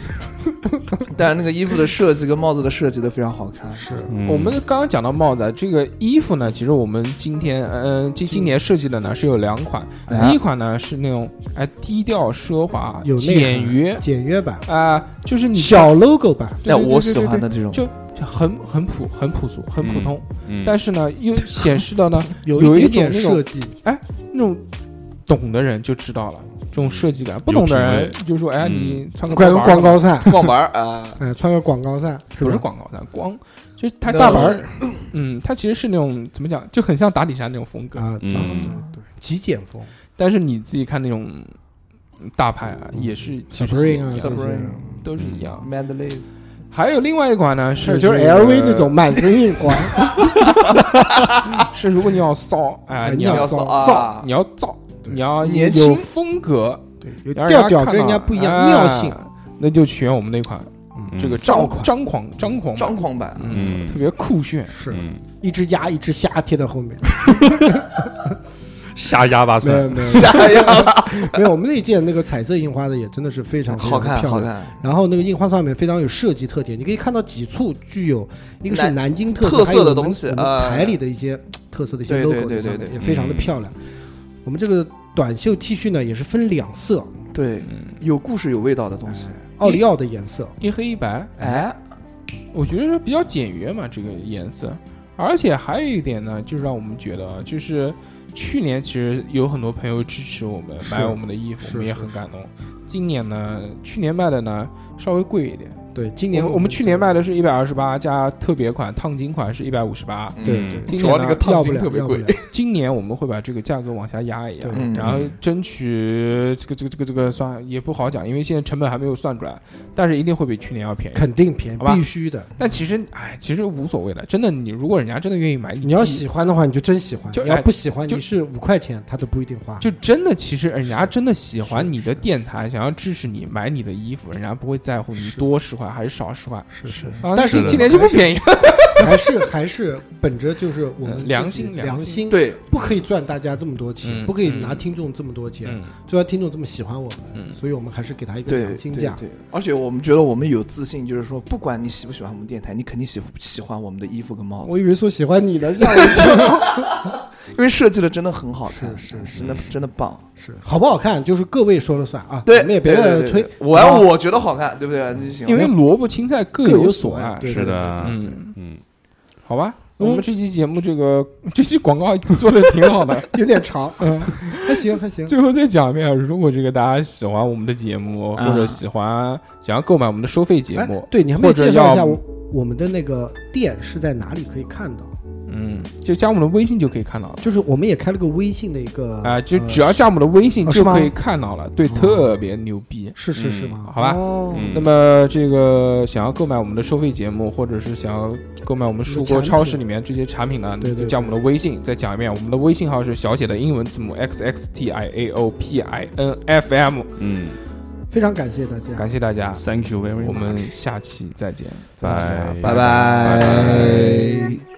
E: 但是那个衣服的设计跟帽子的设计都非常好看。
C: 是
D: 嗯
B: 我们刚刚讲到帽子，啊这个衣服呢，其实我们今天，嗯、今今年设计的呢是有两款，
E: 哎
B: 第一款呢是那种哎低调奢华、
C: 有内涵
B: 简约
C: 简约版、
B: 啊、就是你
C: 小 logo 版，
B: 对
E: 哎，
B: 对对
E: 我
B: 对
E: 喜
B: 对
E: 欢的
B: 对
E: 这种，
B: 就很很朴很朴素很普通，
D: 嗯
B: 但是呢又显示到呢
C: 一
B: 一
C: 点
B: 种
C: 点
B: 那种
C: 设计，
B: 那种懂的人就知道了这种设计感，不懂的人就说哎
D: 嗯
B: 你穿个
C: 快跟
B: 板儿
C: 广告衫，
E: 逛玩儿啊，
C: 嗯，穿个广告衫，
B: 不是
C: 吧？
B: 广告的光，就是它
C: 大
B: 其实
C: 板
B: 是
C: 儿
B: 嗯，它其实是那种怎么讲，就很像打底衫那种风格，
C: 啊，
D: 嗯
C: 对，极简风
B: 但是你自己看那种大牌啊，
D: 嗯
B: 也是其实
C: ，Supreme 啊
B: 也是
C: 这些
E: Supreme，
B: 都是一样。
E: Mandalay
B: 还有另外一款呢，是
C: 是就是
B: 这个
C: LV 那种，满身印花，
B: 啊是如果你要骚啊，
C: 哎
B: 你
C: 你要
B: 要
E: 要
C: 骚
E: 骚
C: 造
E: 啊
B: 你，要燥，
C: 对
B: 你要
E: 年
B: 有
E: 轻
B: 风格，
C: 对，有
B: 要让
C: 调调
B: 看
C: 跟人
B: 到
C: 家不一样，
B: 哎
C: 尿性，
B: 那就选我们那款
D: 嗯
B: 这个
C: 躁
B: 张
C: 款
B: 张狂张狂
E: 张狂 版。
B: 嗯，
D: 嗯
B: 特别酷炫。
C: 是
D: 嗯
C: 一只鸭一只虾贴在后 面，
D: 瞎压巴
C: 没
D: 算，
C: 有没有
E: 哎呀，
C: 没有，我们那一件那个彩色印花的也真的是非常非
E: 好
C: 常的
E: 看，
C: 漂
E: 好
C: 亮。
E: 看，
C: 然后那个印花上面非常有设计特点，你可以看到几处具有，一个是
E: 南
C: 南京
E: 特
C: 色，
E: 色
C: 还有我
E: 的
C: 们
E: 东西
C: 我们
E: 呃
C: 台里的一些特色的一些
E: 对
C: logo，
E: 对对
C: 在
E: 对
C: 上
E: 嗯
C: 面
E: 对
C: 也非常的漂亮。我们这个短袖 T 恤呢，也是分两色，
E: 对，
C: 嗯
E: 有故事有味道的东西。
C: 奥利奥的颜色，
B: 一黑一白，
C: 嗯
E: 哎，
B: 我觉得比较简约嘛，这个颜色。而且还有一点呢，就让我们觉得啊，就是去年其实有很多朋友支持我们
C: 是
B: 买我们的衣服，
C: 是
B: 我们也
C: 是
B: 很
C: 是
B: 感动。今年呢，去年卖的呢稍微贵一点，
C: 对，今
B: 我
C: 年
B: 们我们去年卖的是一百二十八加特别款烫金款是一百五十八，
C: 对
D: 嗯
C: 对对
B: 今
G: 主要
B: 年
G: 那个
B: 呢，
G: 烫
C: 要不
G: 金
C: 了
G: 特别
C: 要不
G: 贵
C: 了，
B: 今年我们会把这个价格往下压一压
C: 对，
E: 嗯
B: 然后争取这个这个这个这个算也不好讲，因为现在成本还没有算出来，但是一定会比去年要便宜。
C: 肯定便宜
B: 好，吧
C: 必须的。
B: 但其实哎，其实无所谓的，真的你如果人家真的愿意买，
C: 你要
B: 自己
C: 喜欢的话，你就真喜欢；
B: 就
C: 你要
B: 哎
C: 不喜欢，
B: 就
C: 你是五块钱他都不一定花。
B: 就真的，其实人家
C: 是
B: 真的喜
C: 是
B: 欢你的
C: 是
B: 电台，想要支持你买你的衣服，人家不会在乎你
C: 是
B: 多十块，还是少十块。
C: 是是，
B: 啊，
C: 但是
B: 今年就不便宜了。
C: 还是还是本着就是我们自己
B: 良心良
C: 良 心，
E: 对，
C: 不可以赚大家这么多钱，
B: 嗯
C: 不可以拿听众这么多钱，
B: 嗯
C: 就要听众这么喜欢我们，
B: 嗯
C: 所以我们还是给他一个
E: 对
C: 良心价。
E: 对，对而且我们觉得我们有自信，就是说，不管你喜不喜欢我们电台，你肯定喜喜欢我们的衣服跟帽
C: 我
E: 子，
C: 以为说喜欢你呢，吓我 一跳。
E: 因为设计的真的很好看，
C: 是嗯是是
E: 真的真的棒。
C: 是好不好看，就是各位说了算啊，
E: 对，
C: 你们也别
E: 对对对
C: 吹啊
E: 对。我要我觉得好看，对不对？那就行。
B: 因为萝卜青菜各
C: 各有
B: 所
C: 所爱对
D: 是的，
B: 嗯，
D: 嗯，
B: 好吧，我
C: 嗯
B: 们这期节目这个这期广告做的挺好的。
C: 有 点长，嗯，还行还行。哎
B: 最后再讲一遍，如果这个大家喜欢我们的节目，
C: 啊
B: 或者喜欢想要购买我们的收费节目
C: 哎，对，你还没
B: 或
C: 有
B: 者
C: 介绍一
B: 要
C: 下我我们的那个店是在哪里可以看到？
B: 嗯，就加我们的微信就可以看到了。
C: 就是我们也开了个微信的一个
B: 啊，就
C: 呃
B: 只要加我们的微信
C: 哦
B: 就是
C: 吗
B: 可以看到了，对，
C: 哦
B: 特别牛逼。
C: 是是是
D: 嗯
C: 吗？
B: 好吧
C: 哦
D: 嗯
B: 那么这个想要购买我们的收费节目，或者是想要购买我们树
C: 产
B: 国
C: 品
B: 超市里面这些产品呢，
C: 对
B: 你就
C: 对
B: 加我们的微信。再讲一遍，我们的微信号是小写的英文字母 x x t i a o p i n f m。
D: 嗯
C: 非常感谢大家，
B: 感谢大家，
D: ，Thank you very much，
B: 我们下期再见。
D: 再
E: 拜
D: 拜
E: 拜。